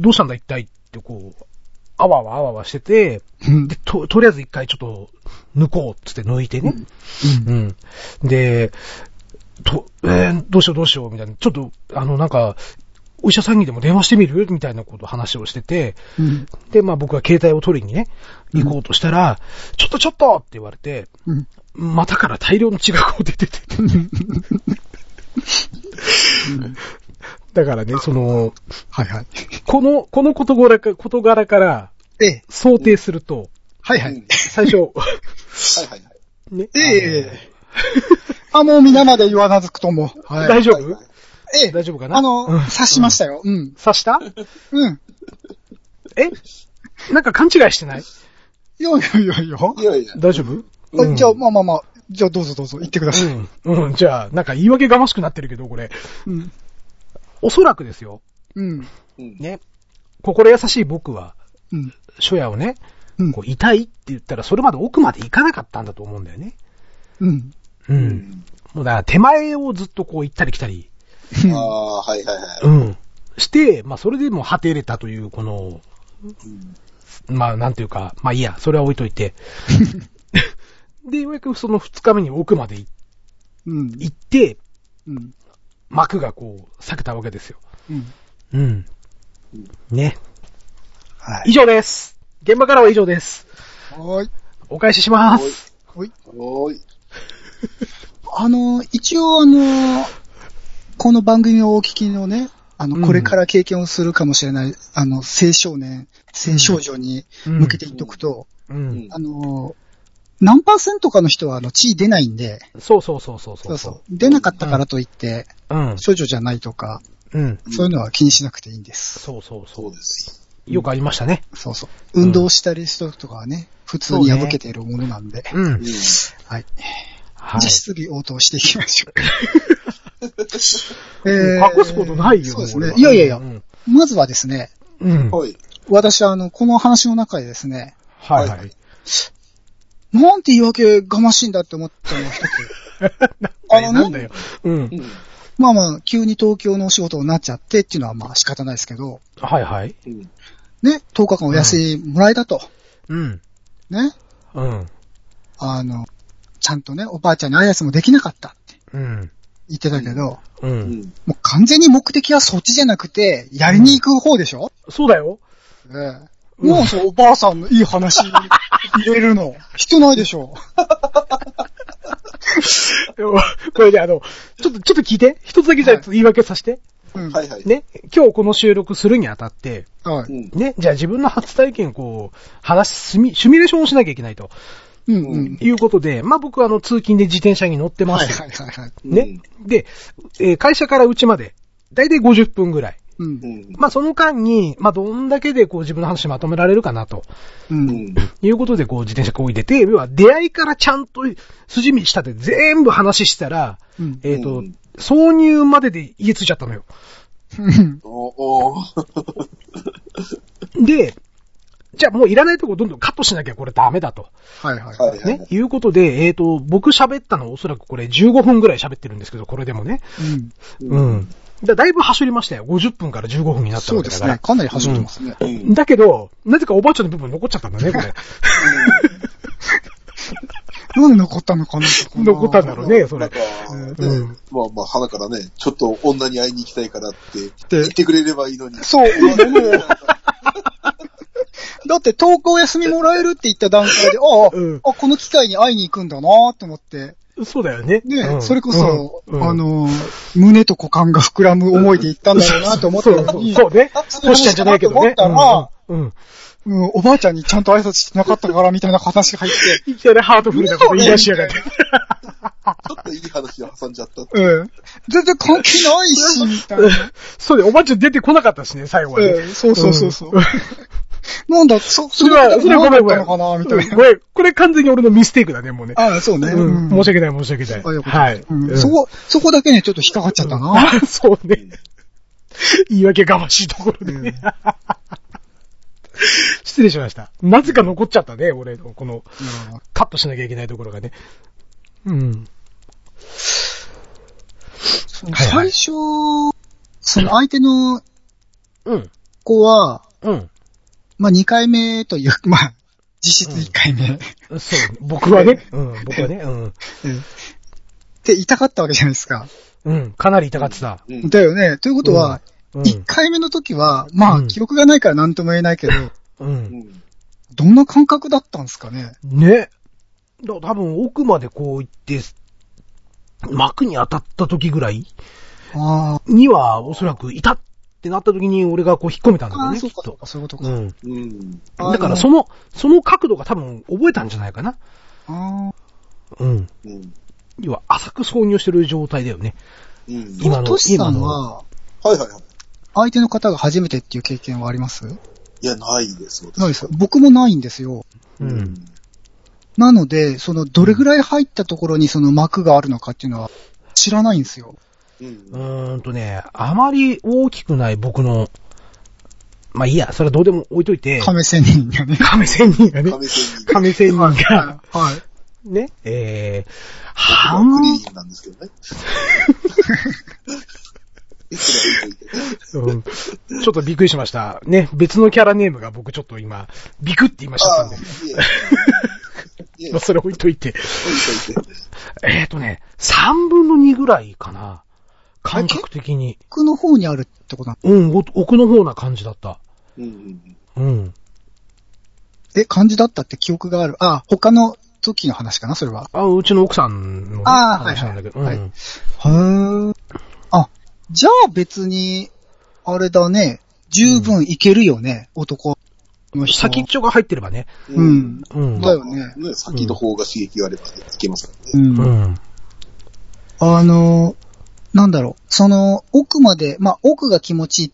Speaker 1: どうしたんだ一体ってこう、あわあわあわあわしてて、
Speaker 2: うん
Speaker 1: で、と、とりあえず一回ちょっと、抜こうっつって抜いてね。うん。で、と、えーどうしようどうしようみたいな。ちょっと、あの、なんか、お医者さんにでも電話してみるみたいなこと話をしてて、
Speaker 2: うん。
Speaker 1: で、まあ僕は携帯を取りにね、
Speaker 2: うん
Speaker 1: 行こうとしたら、ちょっとちょっとって言われて、
Speaker 2: うん。
Speaker 1: 股から大量の血がこう出てて。だからね、その、
Speaker 2: はいはい。
Speaker 1: この、この事柄か、事柄から
Speaker 2: ええ。
Speaker 1: 想定すると、
Speaker 2: はいは
Speaker 3: はい
Speaker 2: い。
Speaker 1: 最初、
Speaker 3: はいはいはい。
Speaker 1: ね、
Speaker 2: ええ。あ、もう皆まで言わなずくとも。は
Speaker 1: 大
Speaker 2: い。
Speaker 1: 丈夫
Speaker 2: ええ。
Speaker 1: 大丈夫かな
Speaker 2: あ
Speaker 1: うん
Speaker 2: の、察しましたよ。うん。
Speaker 1: 刺した
Speaker 2: うん。
Speaker 1: えなんか勘違いしてない
Speaker 2: よいよいよいよ
Speaker 3: い。やいや。
Speaker 1: 大丈夫
Speaker 2: あじゃあ、
Speaker 1: うん
Speaker 2: まあまあまあ。じゃあ、どうぞどうぞ、言ってください。
Speaker 1: うん。うん、じゃあ、なんか言い訳がましくなってるけど、これ。
Speaker 2: うん。
Speaker 1: おそらくですよ。
Speaker 2: うん。
Speaker 3: うん
Speaker 1: ね。心優しい僕は、
Speaker 2: うん。
Speaker 1: 初夜をね、
Speaker 2: うん
Speaker 1: こ。う痛いって言ったら、それまで奥まで行かなかったんだと思うんだよね。
Speaker 2: うん。
Speaker 1: う。。
Speaker 3: うん
Speaker 1: もうだから手前をずっとこう行ったり来たり、
Speaker 3: ああ、はいはいは
Speaker 1: うん。して、まあそれでもう果てれたという、この、
Speaker 3: い。うん
Speaker 1: まあなんていうか、まあいいや、それは置いといて。 で、ようやくその二日目に奥まで行
Speaker 2: うん。
Speaker 1: 行って、
Speaker 2: うん。
Speaker 1: 幕がこう、裂けたわけですよ。
Speaker 2: うん。
Speaker 1: うん。ね。
Speaker 2: は
Speaker 1: 以
Speaker 2: い。
Speaker 1: 上です。現場からは以上です。
Speaker 2: はーい。
Speaker 1: お返しします。
Speaker 2: はい。
Speaker 3: おーい。
Speaker 2: あの、一応あの、この番組をお聞きのね、あ
Speaker 1: うん
Speaker 2: の、これから経験をするかもしれない、あの、青少年、青少女に向けて言っとくと、
Speaker 1: う。
Speaker 3: うんん
Speaker 2: あの、何パーセントかの人は、あの、血出ないんで、
Speaker 1: そうそうそうそう
Speaker 2: そ
Speaker 1: そうう。
Speaker 2: そう。出なかったからといって、
Speaker 1: うん。
Speaker 2: 少女じゃないとか、
Speaker 1: うん。
Speaker 3: うん
Speaker 2: そういうのは気にしなくていいんです。
Speaker 1: そうそう
Speaker 3: そ
Speaker 1: そう
Speaker 3: です。
Speaker 1: う。よくありましたね。
Speaker 2: そうそう。
Speaker 1: ん
Speaker 2: 運動したりしたとかはね、普通に破けているものなんで、
Speaker 1: う。
Speaker 3: うんん。
Speaker 2: はい。
Speaker 1: はい。
Speaker 2: じゃあ質疑応答していきましょう。
Speaker 1: 隠すことないよ、
Speaker 2: そうですね
Speaker 1: 俺。はい
Speaker 2: やいやいや
Speaker 1: う、ん。
Speaker 2: まずはですね、
Speaker 1: うん。
Speaker 3: はい。
Speaker 2: 私はあの、この話の中でですね、
Speaker 1: はいはい。
Speaker 2: なんて言い訳がましいんだって思ったのが一 つ。あのね
Speaker 1: なんだよ。うん
Speaker 3: う。ん。
Speaker 2: まあまあ、急に東京のお仕事になっちゃってっていうのはまあ仕方ないですけど、
Speaker 1: はいはい。
Speaker 3: うん。
Speaker 2: ね、10日間お休みもらえたと、
Speaker 1: うん。
Speaker 2: ね、
Speaker 1: うん。
Speaker 2: あの、ちゃんとね、おばあちゃんに挨拶もできなかったって
Speaker 1: うん。
Speaker 2: 言ってたけど、も
Speaker 1: う。
Speaker 3: うんん。
Speaker 2: う完全に目的はそっちじゃなくて、やりに行く方でしょ、
Speaker 1: そうだよ。
Speaker 2: ええ
Speaker 1: うん
Speaker 2: もうそう、おばあさんのいい話 入れるの、必要ないでしょ
Speaker 1: これであの、ちょっと、ちょっと聞いて。一つだけじゃあ
Speaker 2: はい
Speaker 1: 言い訳させて。
Speaker 2: うん。
Speaker 3: はいはい。
Speaker 1: ね。今日この収録するにあたって、
Speaker 2: は
Speaker 3: う
Speaker 2: い。
Speaker 3: ん。
Speaker 1: ね。じゃあ自分の初体験こう、話す、シミシミュレーションをしなきゃいけないと。
Speaker 2: うんうん。
Speaker 1: いうことで、まあ僕はあの、通勤で自転車に乗ってま
Speaker 2: はい
Speaker 1: す。
Speaker 2: はいはいはい。
Speaker 1: ね。で、えー会社から家まで、だいたい50分ぐらい。
Speaker 2: う。
Speaker 3: うんん。
Speaker 1: まあその間に、まあどんだけでこう自分の話まとめられるかなと。
Speaker 2: う。
Speaker 3: うんん。
Speaker 1: いうことで、こう、自転車こいでて、要は、出会いからちゃんと筋道したって全部話したら、
Speaker 2: うん。
Speaker 1: えっ、と、
Speaker 3: うん
Speaker 1: 挿入までで家ついちゃったのよ。
Speaker 3: おお
Speaker 1: で、じゃあもういらないとこどんどんカットしなきゃこれダメだと。
Speaker 2: はいはい。
Speaker 3: はいはい。
Speaker 1: ね。いうことで、えっ、と、僕喋ったのおそらくこれ15分ぐらい喋ってるんですけど、これでもね。
Speaker 2: うん。
Speaker 1: うん。だだいぶ走りましたよ。50分から15分になった
Speaker 2: そ
Speaker 1: わ
Speaker 2: う
Speaker 1: け
Speaker 2: で
Speaker 1: だ
Speaker 2: す
Speaker 1: から。
Speaker 2: ね。かなり走ってますね。
Speaker 3: うん。
Speaker 1: だけど、なぜかおばあちゃんの部分残っちゃったんだね、こ れ。
Speaker 2: なんで残ったのかな
Speaker 1: 残ったんだろうね、そ
Speaker 3: なん
Speaker 1: れ。
Speaker 3: か、
Speaker 1: う
Speaker 3: ね
Speaker 1: ん、
Speaker 3: まあまあ、花からね、ちょっと女に会いに行きたいからって
Speaker 2: で
Speaker 3: 言ってくれればいいのに。
Speaker 2: そう。だって、投稿休みもらえるって言った段階で、ああ、
Speaker 1: うん
Speaker 2: あこの機会に会いに行くんだなって思って。
Speaker 1: そうだよね。
Speaker 2: ね、
Speaker 1: うん
Speaker 2: それこそ、
Speaker 1: うんうん
Speaker 2: あのー、胸と股間が膨らむ思いで行ったんだろうなと思った
Speaker 1: そう
Speaker 2: の
Speaker 1: そう
Speaker 2: に、
Speaker 1: そうね。
Speaker 2: あ
Speaker 1: 星ちゃんじゃないけど
Speaker 2: 思
Speaker 1: ね
Speaker 2: っ。たら、
Speaker 1: うんうん。
Speaker 2: うん、おばあちゃんにちゃんと挨拶してなかったからみたいな話が入って、
Speaker 1: いきなりハートフルなこと言い出しやがって。
Speaker 3: ちょっといい話を挟んじゃったって。
Speaker 2: うん。全然関係ないし、みたいな。
Speaker 1: そうね、おばあちゃん出てこなかったしね、最後はね。
Speaker 2: うんそうそうそうそう。なんだ、そ、
Speaker 1: それは、それはごめんごめん。
Speaker 2: なかったのかな、みたい
Speaker 1: うん
Speaker 2: な。
Speaker 1: これ、これ完全に俺のミステイクだね、もうね。
Speaker 2: ああ、そうね。
Speaker 1: うん。
Speaker 2: うん
Speaker 1: 申し訳ない、申し訳
Speaker 2: あ
Speaker 1: ない。
Speaker 2: よかった
Speaker 1: はい。
Speaker 2: うんそこ、そこだけね、ちょっと引っかかっちゃったな。
Speaker 1: あ、 そうね。言い訳がましいところでね。 失礼しました。なぜか残っちゃったね、俺の、この、カットしなきゃいけないところがね。うん。
Speaker 2: その
Speaker 1: はいは
Speaker 2: 最
Speaker 1: い
Speaker 2: 初、その相手の
Speaker 1: うん。
Speaker 2: 子は、
Speaker 1: うん。
Speaker 2: まあ、2回目という、まあ、実質1回目。
Speaker 1: そう、僕はね。うん、僕はね。うん。
Speaker 2: って痛かったわけじゃないですか。
Speaker 1: うん、かなり痛がってた。
Speaker 3: うん。
Speaker 2: だよね。ということは、
Speaker 1: うん。
Speaker 2: 1回目の時は、ま
Speaker 1: う
Speaker 2: あ、
Speaker 1: ん
Speaker 2: 記憶がないから何とも言えないけど、
Speaker 1: う。
Speaker 3: うんん
Speaker 2: どんな感覚だったんですかね。
Speaker 1: ね。だ多分奥までこう行って、幕に当たった時ぐらい
Speaker 2: あ
Speaker 1: には、おそらく、いたってなった時に俺がこう引っ込めたん
Speaker 2: あ。
Speaker 1: だろ
Speaker 2: あ
Speaker 1: う
Speaker 2: あ、
Speaker 1: ね、き
Speaker 2: そう
Speaker 1: っ
Speaker 2: か、そう
Speaker 1: と。
Speaker 2: か、そういうこ
Speaker 1: う
Speaker 2: とか。
Speaker 1: ん。
Speaker 3: うん。
Speaker 1: だからその、その角度が多分覚えたんじゃないかな。
Speaker 2: の、
Speaker 1: うん。
Speaker 3: うん。
Speaker 1: 要は浅く挿入してる状態だよね。
Speaker 3: うん。
Speaker 1: 今
Speaker 2: 今
Speaker 1: の
Speaker 2: の、トシさん
Speaker 1: 今
Speaker 2: は、
Speaker 3: はいはいはい。
Speaker 2: 相手の方が初めてっていう経験はあります
Speaker 3: いや、ないです、私
Speaker 2: ないです。僕もないんですよ。
Speaker 1: う。
Speaker 3: うんん。
Speaker 2: なので、その、どれぐらい入ったところにその膜があるのかっていうのは知らないんですよ。
Speaker 3: うん
Speaker 1: う。ーんとね、あまり大きくない僕の、まあいいや、それはどうでも置いといて、
Speaker 2: 亀仙人 がね。
Speaker 1: 亀仙人がね、
Speaker 3: 亀仙人。
Speaker 1: 亀仙人が、
Speaker 2: はい。はい。
Speaker 1: ね、えー、
Speaker 3: 僕
Speaker 1: 半
Speaker 3: もクリーンなんですけどね。いくら言うといて
Speaker 1: うんちょっとびっくりしました。ね、別のキャラネームが僕ちょっと今、ビクって言いましちゃ
Speaker 3: あ
Speaker 1: ったん
Speaker 3: あ
Speaker 1: で、、
Speaker 3: いえ。いえ、
Speaker 1: まあ
Speaker 3: 置
Speaker 1: それ置いといて。
Speaker 3: いといて。
Speaker 1: えっ、ー、とね、3分の2ぐらいかな。感覚的に。
Speaker 2: 奥の方にあるってことな
Speaker 1: うん、お奥の方な感じだった。
Speaker 3: うんうん。
Speaker 1: うん。
Speaker 2: のえ、漢字だったって記憶がある。あ、他の時の話かな、それは。
Speaker 1: あ、うちの奥さんのね
Speaker 2: あー
Speaker 1: 話なんだけど。
Speaker 2: はいはい
Speaker 1: うん
Speaker 2: へー。あ、じゃあ別に、あれだね、十分いけるよね、男の人は。
Speaker 1: 先っちょが入ってればね。
Speaker 2: う。ん。
Speaker 1: うん。
Speaker 2: だよね。
Speaker 3: ね、先の方が刺激があればね、いけますから
Speaker 2: う。
Speaker 1: う
Speaker 3: ね。
Speaker 1: んん。
Speaker 2: あの、なんだろう、その、奥まで、まあ、奥が気持ちいいっ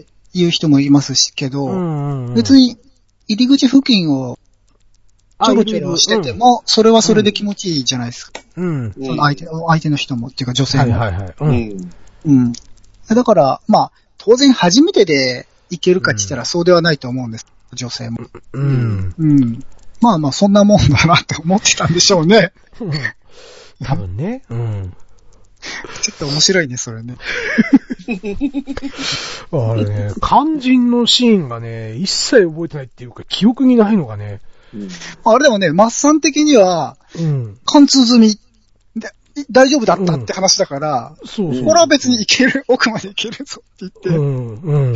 Speaker 2: て言う人もいますし、けど、
Speaker 1: うん
Speaker 2: 別、に、入り口付近をちょろちょろしてても、それはそれで気持ちいいじゃないですか。
Speaker 1: うん。
Speaker 3: うん
Speaker 2: その相手、相手の人もっていうか女性も。
Speaker 1: はいはいはい。
Speaker 3: う
Speaker 1: うん。
Speaker 3: ん。
Speaker 2: うん。だから、まあ、当然初めてでいけるかって言った
Speaker 1: う
Speaker 2: らそうではないと思うんです。女性も。
Speaker 1: うん。
Speaker 2: うん。まあまあ、そんなもんだなって思ってたんでしょ うね。
Speaker 1: 多分ね。うん。
Speaker 2: ちょっと面白いね、それね。
Speaker 1: あれね、肝心のシーンがね、一切覚えてないっていうか、記憶にないのがね。
Speaker 3: うん。
Speaker 2: あれでもね、マッサン的には、
Speaker 1: うん。
Speaker 2: 貫通済みで、い大丈夫だったって話だから、
Speaker 1: そうそう。
Speaker 2: これは別にいける、奥までいけるぞって
Speaker 1: う
Speaker 2: 言っ
Speaker 1: ん。うん。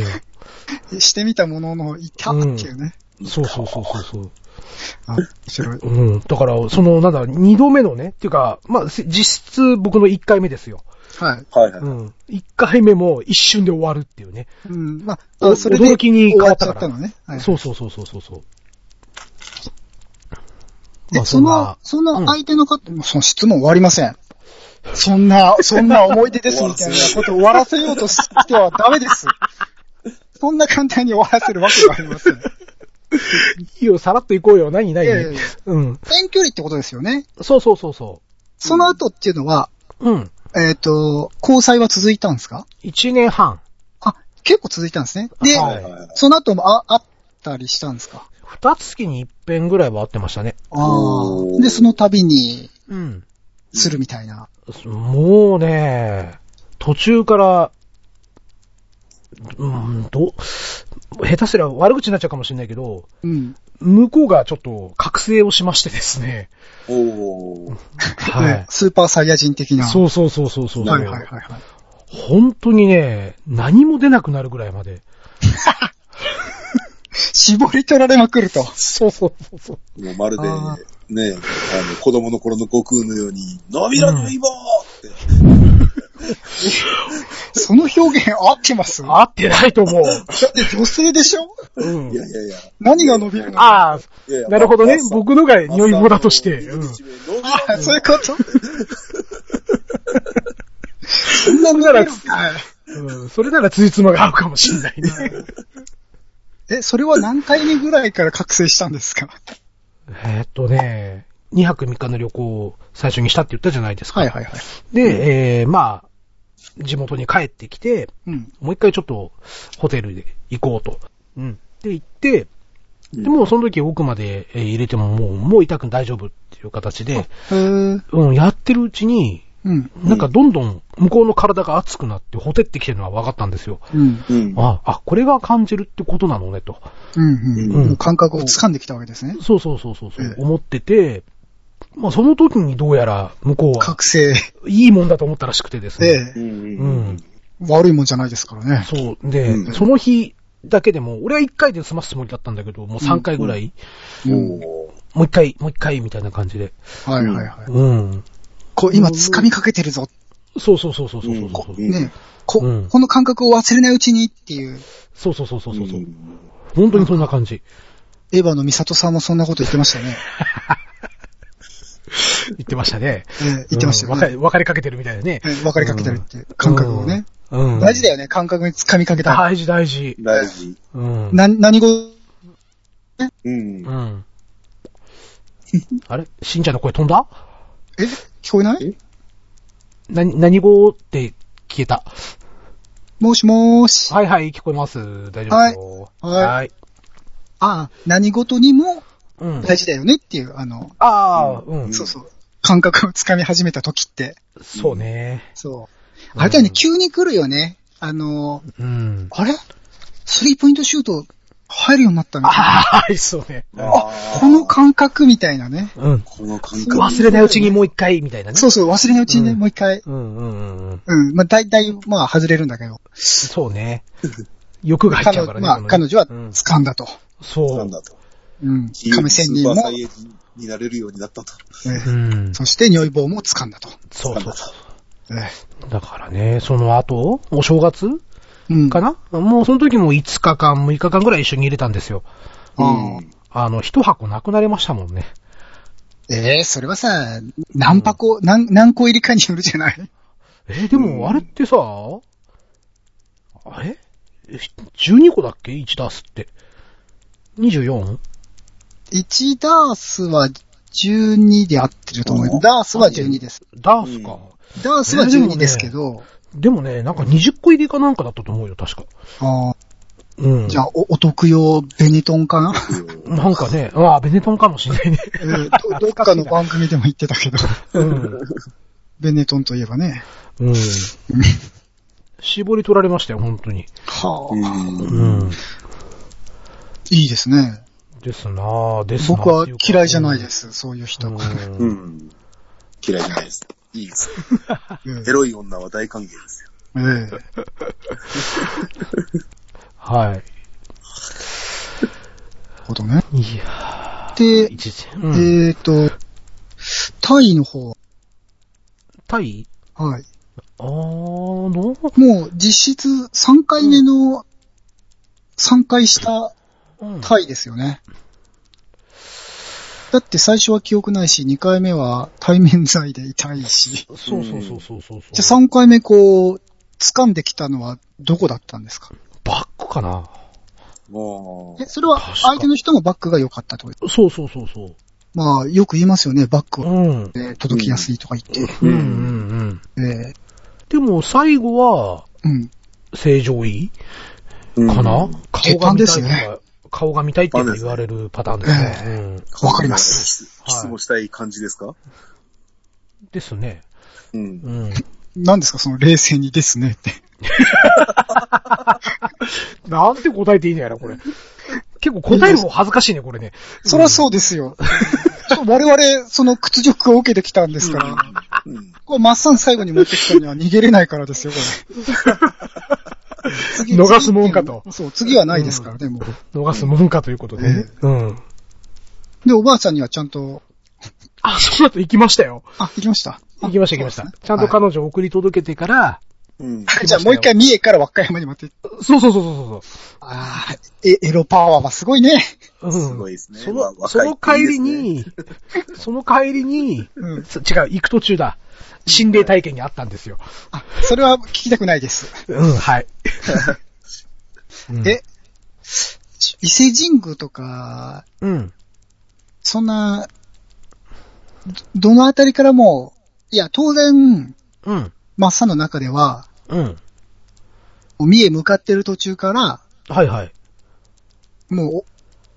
Speaker 2: て、してみたものの、いたっていうね。
Speaker 1: そうそうそうそうそう。
Speaker 2: あ、面白い。
Speaker 1: うん。だから、その、なんだ、二度目のね、っていうか、まあ、せ実質僕の一回目ですよ。。
Speaker 2: はい。
Speaker 3: はいはいう
Speaker 1: ん。一回目も一瞬で終わるっていうね。
Speaker 2: うん、まあ、
Speaker 1: お
Speaker 2: あそれで
Speaker 1: 驚きに変わったから
Speaker 2: 終わっちゃったのね。はい、
Speaker 1: そうそうそうそうそうそう。
Speaker 2: で、
Speaker 1: まあ
Speaker 2: その、その相手の方、もうその質問終わりません。そんな、そんな思い出ですみたいなことを終わらせようとしてはダメです。そんな簡単に終わらせるわけがありません。
Speaker 1: いいよ、さらっと行こうよ、何何、
Speaker 2: いやいやいや
Speaker 1: うん。
Speaker 2: 遠距離ってことですよね。
Speaker 1: そうそうそうそ
Speaker 2: その後っていうのは、
Speaker 1: う。うん。
Speaker 2: えっ、と、交際は続いたんですか
Speaker 1: 一年半。
Speaker 2: あ、結構続いたんですね。で、
Speaker 1: はい
Speaker 3: はい
Speaker 2: その後もあ、あったりしたんですか
Speaker 1: 二月に一遍ぐらいは会ってましたね。
Speaker 2: あ
Speaker 3: お
Speaker 2: あ。
Speaker 3: ー
Speaker 2: で、その度に、
Speaker 1: うん。
Speaker 2: するみたいな。
Speaker 1: もうね、途中から、うん、ど、下手すりゃ悪口になっちゃうかもしれないけど、
Speaker 2: うん。
Speaker 1: 向こうがちょっと覚醒をしましてですね。
Speaker 3: おー。
Speaker 1: はい。
Speaker 2: スーパーサイヤ人的な。
Speaker 1: そうそうそうそうそう。
Speaker 2: はいはいはいはい。
Speaker 1: 本当にね、何も出なくなるぐらいまで。
Speaker 2: 絞り取られまくると。
Speaker 1: そうそうそうそう。
Speaker 3: もうまるで
Speaker 2: あ、
Speaker 3: ね、あの、子供の頃の悟空のように、涙の今って、
Speaker 2: その表現合ってます
Speaker 1: 合ってないと思う。
Speaker 2: で女性でしょ
Speaker 1: うん
Speaker 3: い。やいやいや。
Speaker 2: 何が伸びるの
Speaker 1: あ
Speaker 3: いやいや
Speaker 1: あ、なるほどね
Speaker 3: マッ。サン
Speaker 1: 僕のが匂い棒だとして。
Speaker 3: マ
Speaker 1: う
Speaker 3: ッサンの
Speaker 1: ん。
Speaker 3: 入り口名伸びろ
Speaker 2: あそういうことそんな伸びるのかい
Speaker 1: うんそれなら辻褄が合うかもしれないね。
Speaker 2: え、それは何回目ぐらいから覚醒したんですか
Speaker 1: えーっとね、2泊3日の旅行を最初にしたって言ったじゃないですか。
Speaker 2: はいはいはい。
Speaker 1: で、えー、まあ、地元に帰ってきて、
Speaker 2: うん。
Speaker 1: もう一回ちょっとホテルで行こうと。うん。で、行って、
Speaker 3: うん
Speaker 1: で、もうその時奥までえー入れてももう、もう痛く大丈夫っていう形で、
Speaker 2: へー
Speaker 1: うん、やってるうちに、
Speaker 2: うん。
Speaker 1: なんかどんどん向こうの体が熱くなって、ほてってきてるのは分かったんですよ。
Speaker 2: うん。
Speaker 3: うん。
Speaker 1: あ、あ、これが感じるってことなのね、と。
Speaker 2: うん。
Speaker 1: うん
Speaker 2: うん。感覚を掴んできたわけですね。
Speaker 1: そうそうそうそうそう、
Speaker 2: ええ
Speaker 1: 思ってて、まあその時にどうやら向こうは、
Speaker 2: 覚醒。
Speaker 1: いいもんだと思ったらしくてですね。
Speaker 2: え
Speaker 3: う
Speaker 2: え。
Speaker 1: う
Speaker 3: んうんん。。
Speaker 2: 悪いもんじゃないですからね。
Speaker 1: そう。で、
Speaker 3: うん
Speaker 1: その日だけでも、俺は1回で済ますつもりだったんだけど、もう3回ぐらい、
Speaker 2: うん。
Speaker 3: おー
Speaker 1: もう1回、もう1回、みたいな感じで。
Speaker 2: はいはいはい。
Speaker 1: うん。
Speaker 2: こう、今掴みかけてるぞ。
Speaker 1: そうそうそうそうそうそうそう。
Speaker 3: うん
Speaker 2: ね。こ、
Speaker 1: うん
Speaker 2: この感覚を忘れないうちにっていう、
Speaker 1: そうそうそうそうそう、
Speaker 3: ん
Speaker 1: 本当にそんな感じ。
Speaker 2: エヴァの美里さんもそんなこと言ってましたね。
Speaker 1: 言ってましたね。
Speaker 2: ええ言ってました
Speaker 1: うん
Speaker 2: よ
Speaker 1: わか
Speaker 2: ね。
Speaker 1: り、わかりかけてるみたいなね
Speaker 2: え。え分かりかけてるっていう感覚をね。
Speaker 1: うん。
Speaker 2: 大事だ
Speaker 1: よ。
Speaker 2: よね。感覚に掴みかけた。
Speaker 1: 大事大事。
Speaker 3: 大事。
Speaker 1: うん。
Speaker 2: な、何語、
Speaker 3: うん
Speaker 1: う。ん。あれしんちゃんの声飛んだ
Speaker 2: え聞こえない
Speaker 3: え
Speaker 1: な、何語って消えた。
Speaker 2: もしもーし。
Speaker 1: はいはい、聞こえます。大丈夫ですよ。
Speaker 2: はい
Speaker 1: はい。
Speaker 2: ああ、何事にも
Speaker 1: うん。
Speaker 2: 大事だよねっていう、あの、
Speaker 1: ああ、うん。
Speaker 2: そうそう。感覚を掴み始めた時って。
Speaker 1: そうね。
Speaker 2: そう。あれだよね、
Speaker 1: うん
Speaker 2: 急に来るよね。あの、
Speaker 1: うん。
Speaker 2: あれスリーポイントシュート入るようになったみたいな。
Speaker 1: はい、そうね。
Speaker 3: あー
Speaker 2: この、感覚みたいなね。
Speaker 1: うん。
Speaker 3: この感覚。
Speaker 1: 忘れないうちにもう一回、みたいなね。
Speaker 2: そうそう、忘れないうちにね、
Speaker 1: うん
Speaker 2: もう一回。
Speaker 1: うんうんうんうん。
Speaker 2: うん。まあ、大体、まあ、外れるんだけど。
Speaker 1: そうね。欲が入っ
Speaker 2: 彼
Speaker 1: ちゃうか
Speaker 2: 女、
Speaker 1: らね。
Speaker 2: まあ、彼女は
Speaker 1: うん
Speaker 2: 掴んだと。
Speaker 3: な
Speaker 1: そ
Speaker 3: ん
Speaker 1: う。
Speaker 3: だと。
Speaker 2: うん。亀仙人
Speaker 3: スー
Speaker 2: も
Speaker 3: パー、サイヤ人になれるようになったと。
Speaker 2: え
Speaker 1: う
Speaker 2: え
Speaker 1: ん。
Speaker 2: そして、尿意棒も掴んだと。
Speaker 1: そうそう。
Speaker 2: ええ
Speaker 1: だからね、その後、お正月
Speaker 2: うん。
Speaker 1: かなもうその時も5日間、6日間ぐらい一緒に入れたんですよ。
Speaker 2: うん
Speaker 3: うん
Speaker 1: あの、一箱なくなりましたもんね。
Speaker 2: ええそれはさ、何箱、何、何個入りかによるじゃない
Speaker 1: えーでもあれってさ、あれえ ?12 個だっけ ?1 ダースって。24?
Speaker 2: ?1 ダースは12で合ってると思
Speaker 3: う
Speaker 2: う。
Speaker 3: ん
Speaker 2: ダースは12です。
Speaker 1: ダースか。
Speaker 2: ダースは12ですけど、
Speaker 1: でもね、なんか20個入りかなんかだったと思うよ、確か。
Speaker 2: あ
Speaker 1: うん。
Speaker 2: ーじゃあお、お得用ベニトンかな、
Speaker 1: なんかね、ああ、ベネトンかもしんないね。
Speaker 2: ええ どどっかの番組でも言ってたけど、
Speaker 1: うん。
Speaker 2: ベネトンといえばね。
Speaker 1: うん。絞り取られましたよ、本当に。
Speaker 2: はあ、
Speaker 3: うん
Speaker 1: うん。
Speaker 2: いいですね。
Speaker 1: ですなぁ、ですなぁ。
Speaker 2: 僕は嫌いじゃないですす、そういう
Speaker 1: う。
Speaker 2: 人。
Speaker 3: うんん。嫌いじゃないです。いいです。
Speaker 2: え
Speaker 3: エロい女は大歓迎ですよ。
Speaker 2: ええ
Speaker 1: は
Speaker 2: えことね。
Speaker 1: い。いや
Speaker 2: で
Speaker 1: ー、一時。うん。
Speaker 2: えっ、と、タイの方は、
Speaker 1: タイ
Speaker 2: はい。
Speaker 1: あーの
Speaker 2: もう実質3回目の、3回した
Speaker 1: うん。
Speaker 2: タイですよね。だって最初は記憶ないし、2回目は対面罪で痛いし。
Speaker 1: そうそうそうそうそう。
Speaker 2: じゃあ3回目こう、掴んできたのはどこだったんですか
Speaker 1: バックかな
Speaker 3: も
Speaker 2: え、それは
Speaker 1: 確か
Speaker 2: 相手の人もバックが良かったってこと
Speaker 1: そうそうそうそう。
Speaker 2: まあ、よく言いますよね、バック
Speaker 1: う
Speaker 2: は、
Speaker 1: ん。
Speaker 2: えー届きやすいとか言って。
Speaker 1: うんうんうん。
Speaker 2: えー
Speaker 1: でも最後は、
Speaker 2: うん。
Speaker 1: 正常位
Speaker 3: うん
Speaker 1: かな、顔
Speaker 2: 鉄
Speaker 1: が
Speaker 2: 板
Speaker 1: 見
Speaker 2: で
Speaker 1: た
Speaker 2: す
Speaker 1: いと
Speaker 2: ね
Speaker 1: か、顔が見たいっていうのは言われるパターンですね。うん
Speaker 2: わかります。
Speaker 3: キスもしたい感じですか、
Speaker 1: ですね。
Speaker 3: うん。
Speaker 1: うん。
Speaker 2: 何ですかその冷静にですねって。
Speaker 1: なんて答えていいのやら、これ。 結構答える方恥ずかしいね、これね。
Speaker 2: そりゃそうで すよ。我々、その屈辱を受けてきたんですから、
Speaker 3: うん。
Speaker 2: これマッサン最後に持ってきたには逃げれないからですよ、これ。 次
Speaker 1: 逃すもんかと。
Speaker 2: そう、次はないですからね、もう。
Speaker 1: 逃すもんかということでね。うん。
Speaker 2: で、おばあちゃんにはちゃんと、
Speaker 1: あ、その後行きましたよ。
Speaker 2: あ、行きました。
Speaker 1: 行きました、行きまし
Speaker 2: そう
Speaker 1: た
Speaker 2: で。すね
Speaker 1: ちゃんと彼女を送り届けてから、
Speaker 3: うん。
Speaker 2: はいじゃあもう一回三重から和歌山にまた行って。
Speaker 1: そうそうそうそう
Speaker 2: ああ、えエロパワーはすごいね。
Speaker 1: そう。うん。
Speaker 3: すごいですね
Speaker 1: そ
Speaker 3: わ
Speaker 1: の、
Speaker 3: 若い
Speaker 1: その帰りに、 その帰りに、
Speaker 2: うん。
Speaker 1: そ違う、行く途中だ。心霊体験にあったんですよ。
Speaker 2: あ、それは聞きたくないです。
Speaker 1: うん、はい。うん
Speaker 2: え、伊勢神宮とか、
Speaker 1: うん。
Speaker 2: そんな、どどのあたりからも、いや、当然、
Speaker 1: うん。
Speaker 2: マッサンの中では、
Speaker 1: うん。
Speaker 2: もう三重向かってる途中から、
Speaker 1: はいはい。
Speaker 2: もうお、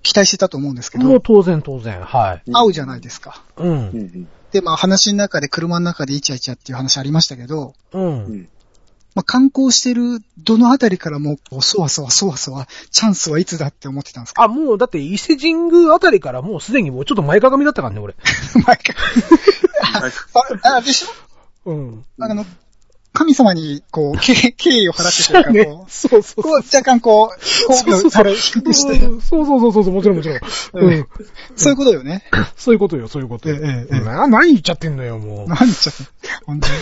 Speaker 2: 期待してたと思うんですけ
Speaker 1: もう
Speaker 2: ど、
Speaker 1: 当然当然、はい。
Speaker 2: 会うじゃないですか。
Speaker 1: う。
Speaker 3: うんん。
Speaker 2: で、まあ話の中で車の中でイチャイチャっていう話ありましたけど、
Speaker 1: う。
Speaker 3: うんん。
Speaker 2: まあ観光してるどのあたりからもうこう、そわそわそわそわ、チャンスはいつだって思ってたんですか
Speaker 1: あ、もう、だって、伊勢神宮あたりからもうすでにもうちょっと前かがみだったからね、俺。
Speaker 2: 毎回。あ、あでしょ
Speaker 1: うん。
Speaker 2: あの、神様に、こう、敬敬意を払ってというか、こう、
Speaker 1: そうそう
Speaker 2: こう若干こう、
Speaker 1: そう
Speaker 2: 高
Speaker 1: そう
Speaker 2: 度
Speaker 1: そ
Speaker 2: さ
Speaker 1: う
Speaker 2: れ低くして、
Speaker 1: うんそうそうそうそう、もちろんもちろん。うん。
Speaker 2: そういうことよね。
Speaker 1: そういうことよ、そういうこと。
Speaker 2: ええええ
Speaker 1: な、何言っちゃってんのよ、もう。
Speaker 2: なんちゃった。本当に。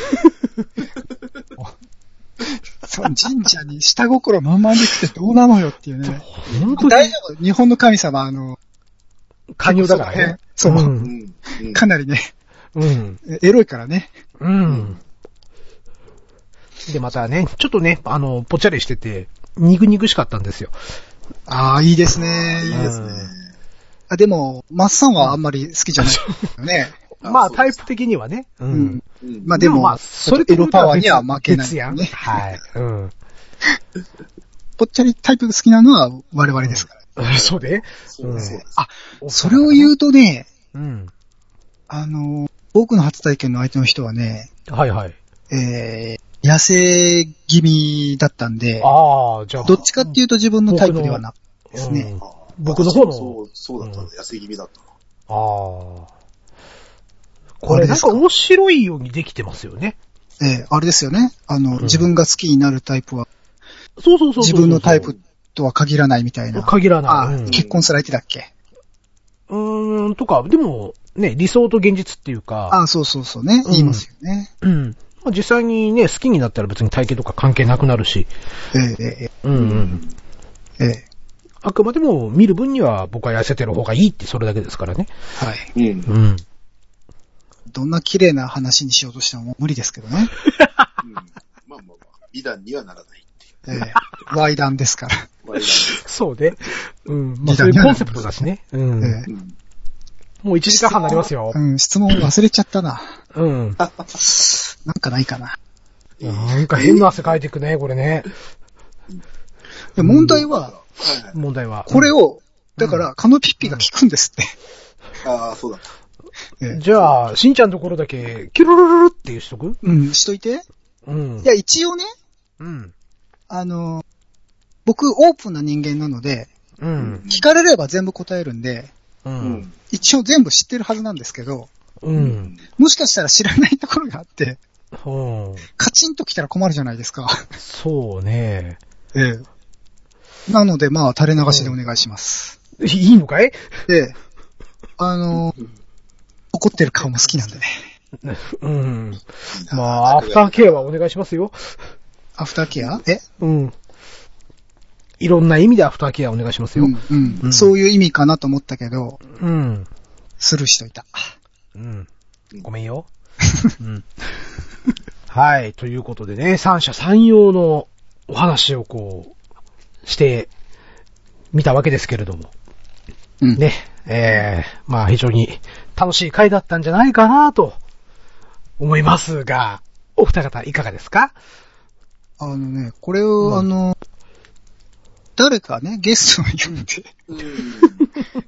Speaker 2: そう神社に下心満々で来てどうなのよっていうね。
Speaker 1: 本当
Speaker 2: 大
Speaker 1: に
Speaker 2: 丈夫日本の神様、あの、
Speaker 1: 加入だからね。。
Speaker 2: そうう、
Speaker 3: うんん。うん
Speaker 2: かなりね、
Speaker 1: うん。
Speaker 2: エロいからね。
Speaker 1: うん。で、またね、ちょっとね、あの、ぽっちゃりしてて、肉肉しかったんですよ。
Speaker 2: ああ、いいですね。いいです
Speaker 1: うん
Speaker 2: ね。あでも、マッサンはあんまり好きじゃないよね。
Speaker 3: あ
Speaker 1: まあ、
Speaker 3: そう
Speaker 1: タ
Speaker 3: で
Speaker 1: イ
Speaker 3: す
Speaker 1: プ的にはね。う
Speaker 2: うん。。
Speaker 3: うん
Speaker 2: まあでも、
Speaker 1: それと
Speaker 2: エロパワーには負けない、
Speaker 1: 別やん。
Speaker 2: ね。
Speaker 1: はい。うん。
Speaker 2: ぽっちゃりタイプが好きなのは我々ですから。
Speaker 1: そうで
Speaker 3: そうそうです。
Speaker 2: それを言うとね、
Speaker 1: うん。
Speaker 2: あの、僕の初体験の相手の人はね、
Speaker 1: はいはい。
Speaker 2: えー、痩せ気味だったんで、
Speaker 1: ああ、じゃあ。
Speaker 2: どっちかっていうと自分のタイプではなく
Speaker 1: で
Speaker 2: ですね。
Speaker 1: 僕の方の
Speaker 3: そう、そうだった。痩せ気味だった。
Speaker 1: ああ。こ
Speaker 2: こ
Speaker 1: れ
Speaker 2: れで
Speaker 1: なん
Speaker 2: すか
Speaker 1: か面白いようにできてますよね。
Speaker 2: えーあれですよね。あの、
Speaker 1: ん
Speaker 2: 自分が好きになるタイプは、
Speaker 1: そうそうそうそう。
Speaker 2: 自分のタイプとは限らないみたいな。
Speaker 1: 限ら
Speaker 2: あ
Speaker 1: ない。うん
Speaker 2: 結婚する相手だっけ
Speaker 1: うーん、とか、でも、ね、理想と現実っていうか、
Speaker 2: ああ、そうそうそうね。
Speaker 1: うん
Speaker 2: 言いますよね。
Speaker 1: うん。まあ実際にね、好きになったら別に体型とか関係なくなるし、
Speaker 2: えーえ
Speaker 1: うんうん。
Speaker 2: ーえーえ
Speaker 1: あくまでも見る分には僕は痩せてる方がいいってそれだけですからね。
Speaker 2: ーはい。
Speaker 3: うん。
Speaker 1: うん。
Speaker 2: どんな綺麗な話にしようとしても無理ですけどね。
Speaker 3: まあまあまあ、美談にはならないってい
Speaker 2: え ー、ワイダンですから。
Speaker 3: う。割りなん
Speaker 1: そうで。うん。まあ
Speaker 2: 時
Speaker 1: そう
Speaker 2: 短
Speaker 1: い
Speaker 2: に
Speaker 1: うコ
Speaker 2: はな
Speaker 1: ン
Speaker 2: る
Speaker 1: セプトだしね。うん。
Speaker 2: えー
Speaker 3: でうん。
Speaker 1: もう1時間半になりますよ。
Speaker 2: うん、質問忘れちゃったな。
Speaker 1: うん。
Speaker 2: なんかないかな。
Speaker 1: なんか変な汗かいてくね、これね。
Speaker 2: で問題は、
Speaker 3: はいはい。
Speaker 1: 問題は。
Speaker 2: これを、だから、カノピッピが聞くんですって。
Speaker 3: ああ、そうだった。
Speaker 2: ええ
Speaker 1: じゃあ、しんちゃんのところだけ、キュルルルルっていうしとく
Speaker 2: うん、しといて。
Speaker 1: うん
Speaker 2: い。や、一応ね、
Speaker 1: うん。
Speaker 2: あの、僕、オープンな人間なので、
Speaker 1: うん。
Speaker 2: 聞かれれば全部答えるんで、
Speaker 1: う。
Speaker 3: うんん。
Speaker 2: 一応全部知ってるはずなんですけど、
Speaker 1: う。。
Speaker 3: うん
Speaker 2: もしかしたら知らないところがあって、
Speaker 1: うん。
Speaker 2: カチンと来たら困るじゃないですか。
Speaker 1: そうね。
Speaker 2: ええ。なので、まあ、垂れ流しでお願いします。
Speaker 1: いいいのかい
Speaker 2: で、あの、怒ってる顔も好きなんでね。
Speaker 1: うん。まあ、アフターケアはお願いしますよ。
Speaker 2: アフターケアえ
Speaker 1: うん。いろんな意味でアフターケアお願いします
Speaker 2: う
Speaker 1: よ。
Speaker 2: ん、うん、
Speaker 1: うん
Speaker 2: そういう意味かなと思ったけど、
Speaker 1: うん。
Speaker 2: スルーしといた。
Speaker 1: うん。ごめんよ。 うん。はい。ということでね、三者三様のお話をこう、してみたわけですけれども。
Speaker 2: うん。
Speaker 1: ね、えー、まあ非常に楽しい回だったんじゃないかなと思いますが、お二方いかがですか
Speaker 2: あのね、これを、
Speaker 1: うん
Speaker 2: あの、誰かね、ゲストを呼んで、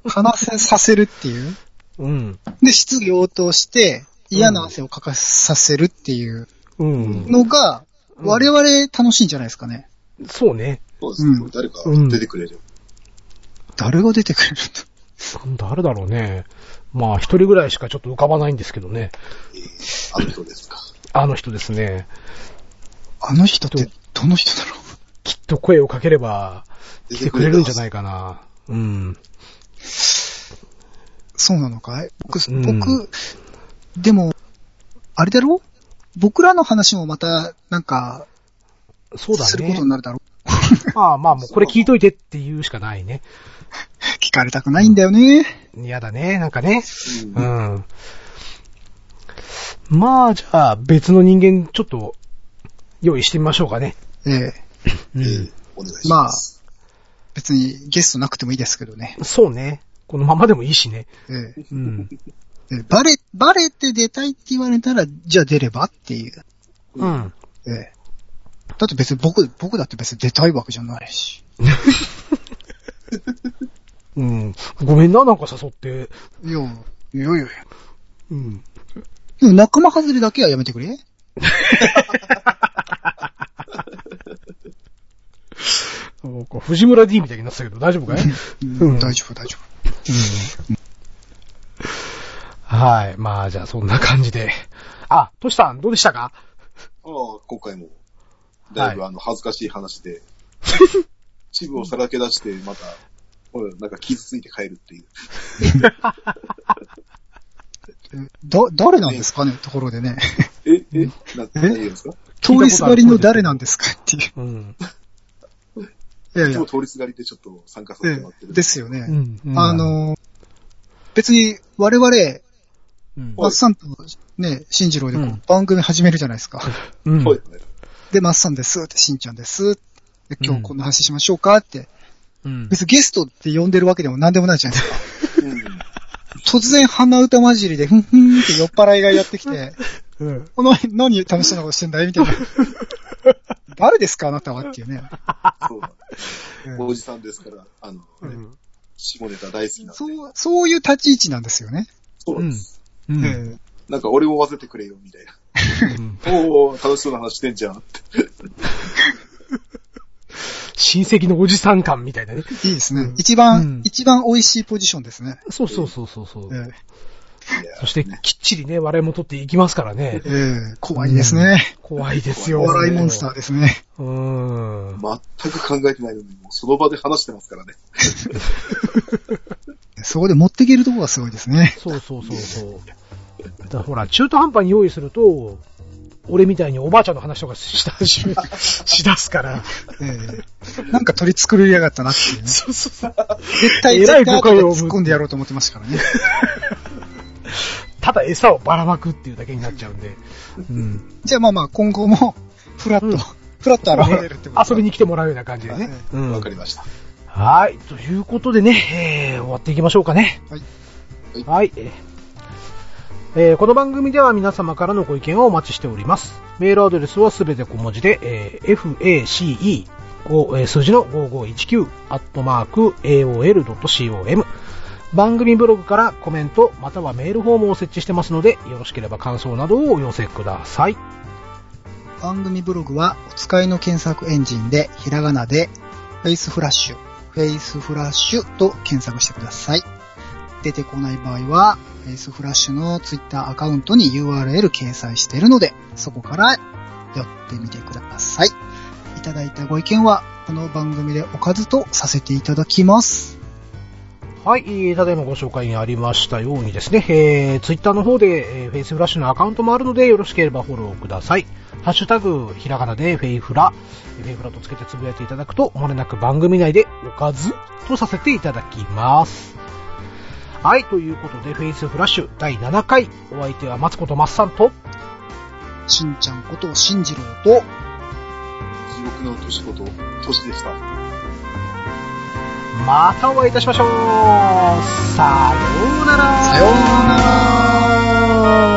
Speaker 2: 話せさせるっていう。
Speaker 1: うん。
Speaker 2: で、質疑応答して、嫌な汗をかかさせるっていう
Speaker 1: うん。
Speaker 2: のが、
Speaker 1: うん
Speaker 2: 我々楽しいんじゃないですかね。
Speaker 1: そうね。
Speaker 3: そうですね。誰か出てくれる。
Speaker 2: 誰が出てくれると。
Speaker 1: 誰だろうね。まあ、一人ぐらいしかちょっと浮かばないんですけどね。
Speaker 3: えーあの人ですか。
Speaker 1: あの人ですね。
Speaker 2: あの人って、どの人だろ
Speaker 1: きっと声をかければ来てくれるんじゃないいかな。うん。
Speaker 2: うそうなのかい僕、
Speaker 1: うん
Speaker 2: 僕、でも、あれだろ僕らの話もまた、なんか、
Speaker 1: そうだ
Speaker 2: することに
Speaker 1: ね。
Speaker 2: なるだろ
Speaker 1: まあまあ、もうこれ聞いといてっていうしかないね。
Speaker 2: 聞かれたくないんだよね。
Speaker 1: 嫌だね、なんかね。う
Speaker 3: うん
Speaker 1: ん。まあ、じゃあ、別の人間、ちょっと、用意してみましょうかね。
Speaker 2: ええ
Speaker 1: う
Speaker 3: え
Speaker 1: ん
Speaker 3: ー。お願いします。
Speaker 2: 別にゲストなくてもいいですけどね。
Speaker 1: そうね。このままでもいいしね。
Speaker 2: ええ
Speaker 1: うん。
Speaker 2: ええバレ、バレて出たいって言われたら、じゃあ出ればっていう。
Speaker 1: うん。
Speaker 2: ええだって別に僕、僕だって別に出たいわけじゃないし。
Speaker 1: うん。ごめんな、なんか誘って。
Speaker 2: いや、いやいやいや。
Speaker 1: うん。
Speaker 2: でも仲間外れだけはやめてくれ
Speaker 1: こう藤村 D みたいになってたけど、大丈夫かいうん
Speaker 2: 大丈夫、大丈夫。
Speaker 1: はい。まあ、じゃあ、そんな感じで。あ、トシさん、どうでしたか
Speaker 3: ああ、今回も、だいぶあの、恥ずかしい 話で、チブをさらけ出して、また、ほらなんか傷ついて帰るっていう。
Speaker 2: えだ、誰なんですかね、ところ でね。
Speaker 3: え、え、な、何言うんですか
Speaker 2: 通りすがりの誰なんですかっていう。
Speaker 1: うん。
Speaker 2: いやいや
Speaker 3: 今日、通りすがりでちょっと参加させ
Speaker 2: え
Speaker 3: てもらって
Speaker 2: え
Speaker 3: る。
Speaker 2: ですよね。
Speaker 1: うん。うん
Speaker 2: あ、のー、別に我々、
Speaker 1: うん。
Speaker 2: マッサンとね、新次郎でこう
Speaker 1: うん
Speaker 2: 番組始めるじゃないで すか。
Speaker 1: うん
Speaker 3: そうですね。
Speaker 2: で、マッサンですって、しんちゃんですで今
Speaker 1: うん
Speaker 2: 日こんな話しましょうかって。
Speaker 1: うん。
Speaker 2: 別にゲストって呼んでるわけでも何でもないじゃないですか。
Speaker 3: うん。
Speaker 2: 突然鼻歌混じりで、ふんふんって酔っ払いがやってきて、
Speaker 1: うん
Speaker 2: お前何楽しそうなことしてんだいみたいな。誰ですかあなたはっていうね。
Speaker 3: そうだ。
Speaker 2: うん
Speaker 3: おじさんですから、あの、ね
Speaker 1: うん。
Speaker 3: 下ネタ大好きなんで。
Speaker 2: そう、そういう立ち位置なんですよね。
Speaker 3: そうです。
Speaker 1: う。
Speaker 2: うんん
Speaker 3: なんか俺も混ぜてくれよ、みたいな。おーおー、楽しそうな話してんじゃんって。
Speaker 1: 親戚のおじさん感みたいなね。
Speaker 2: いいですね
Speaker 1: うん。
Speaker 2: 一
Speaker 1: うん
Speaker 2: 番、一番美味しいポジションですね。
Speaker 1: そうそうそうそうそう。
Speaker 2: え
Speaker 3: いや
Speaker 1: そして、きっちりね、笑いも取っていきますからね。
Speaker 2: えええ怖いですね。
Speaker 1: 怖いですよ。
Speaker 2: お笑いモンスターですね。
Speaker 1: ー。うーん。
Speaker 3: 全く考えてないのに、もうその場で話してますからね。
Speaker 2: そこで持っていけるところがすごいですね。
Speaker 1: そうそうそうそう。だからほら、中途半端に用意すると、俺みたいにおばあちゃんの話とかしだし、 しだすから。
Speaker 2: ええなんか取り繕いやがったなっていうね。
Speaker 1: そうそうそう。
Speaker 2: 絶対、
Speaker 1: えらい
Speaker 2: 絶
Speaker 1: 誤
Speaker 2: 対
Speaker 1: 解を
Speaker 2: 突っ込んでやろうと思ってましたからね。
Speaker 1: ただ餌をばらまくっていうだけになっちゃうんで。うん。
Speaker 2: じゃあまあまあ、今後も、フラッ
Speaker 1: うん
Speaker 2: と、フラッと現れるってこと
Speaker 1: 遊びに来てもらうような感じでね。うん
Speaker 3: わかりました。
Speaker 1: はい。ということでね、えー終わっていきましょうかね。
Speaker 2: はい
Speaker 3: はい
Speaker 1: はい。えーえーこの番組では皆様からのご意見をお待ちしております。メールアドレスはすべて小文字で、えー face、ごえー数字の5519、アットマーク、aol.com。番組ブログからコメント、またはメールフォームを設置してますので、よろしければ感想などをお寄せください。
Speaker 2: 番組ブログはお使いの検索エンジンでひらがなでフェイスフラッシュ、フェイスフラッシュと検索してください。出てこない場合はフェイスフラッシュのツイッターアカウントに URL 掲載しているのでそこから寄ってみてください。いただいたご意見はこの番組でおかずとさせていただきます。
Speaker 1: はい、えーただいまご紹介にありましたようにですね、えー、ツイッターの方で、えー、フェイスフラッシュのアカウントもあるので、よろしければフォローください。ハッシュタグ、ひらがなでフェイフラ、えーフェイフラとつけてつぶやいていただくと、もれなく番組内でおかずとさせていただきます。はい、ということで、フェイスフラッシュ第7回、お相手は松子とマッサンと、
Speaker 2: しんちゃんことしんじろうと
Speaker 3: 地獄の年こと、年でした。
Speaker 1: またお会いいたしましょうさようなら
Speaker 2: さようなら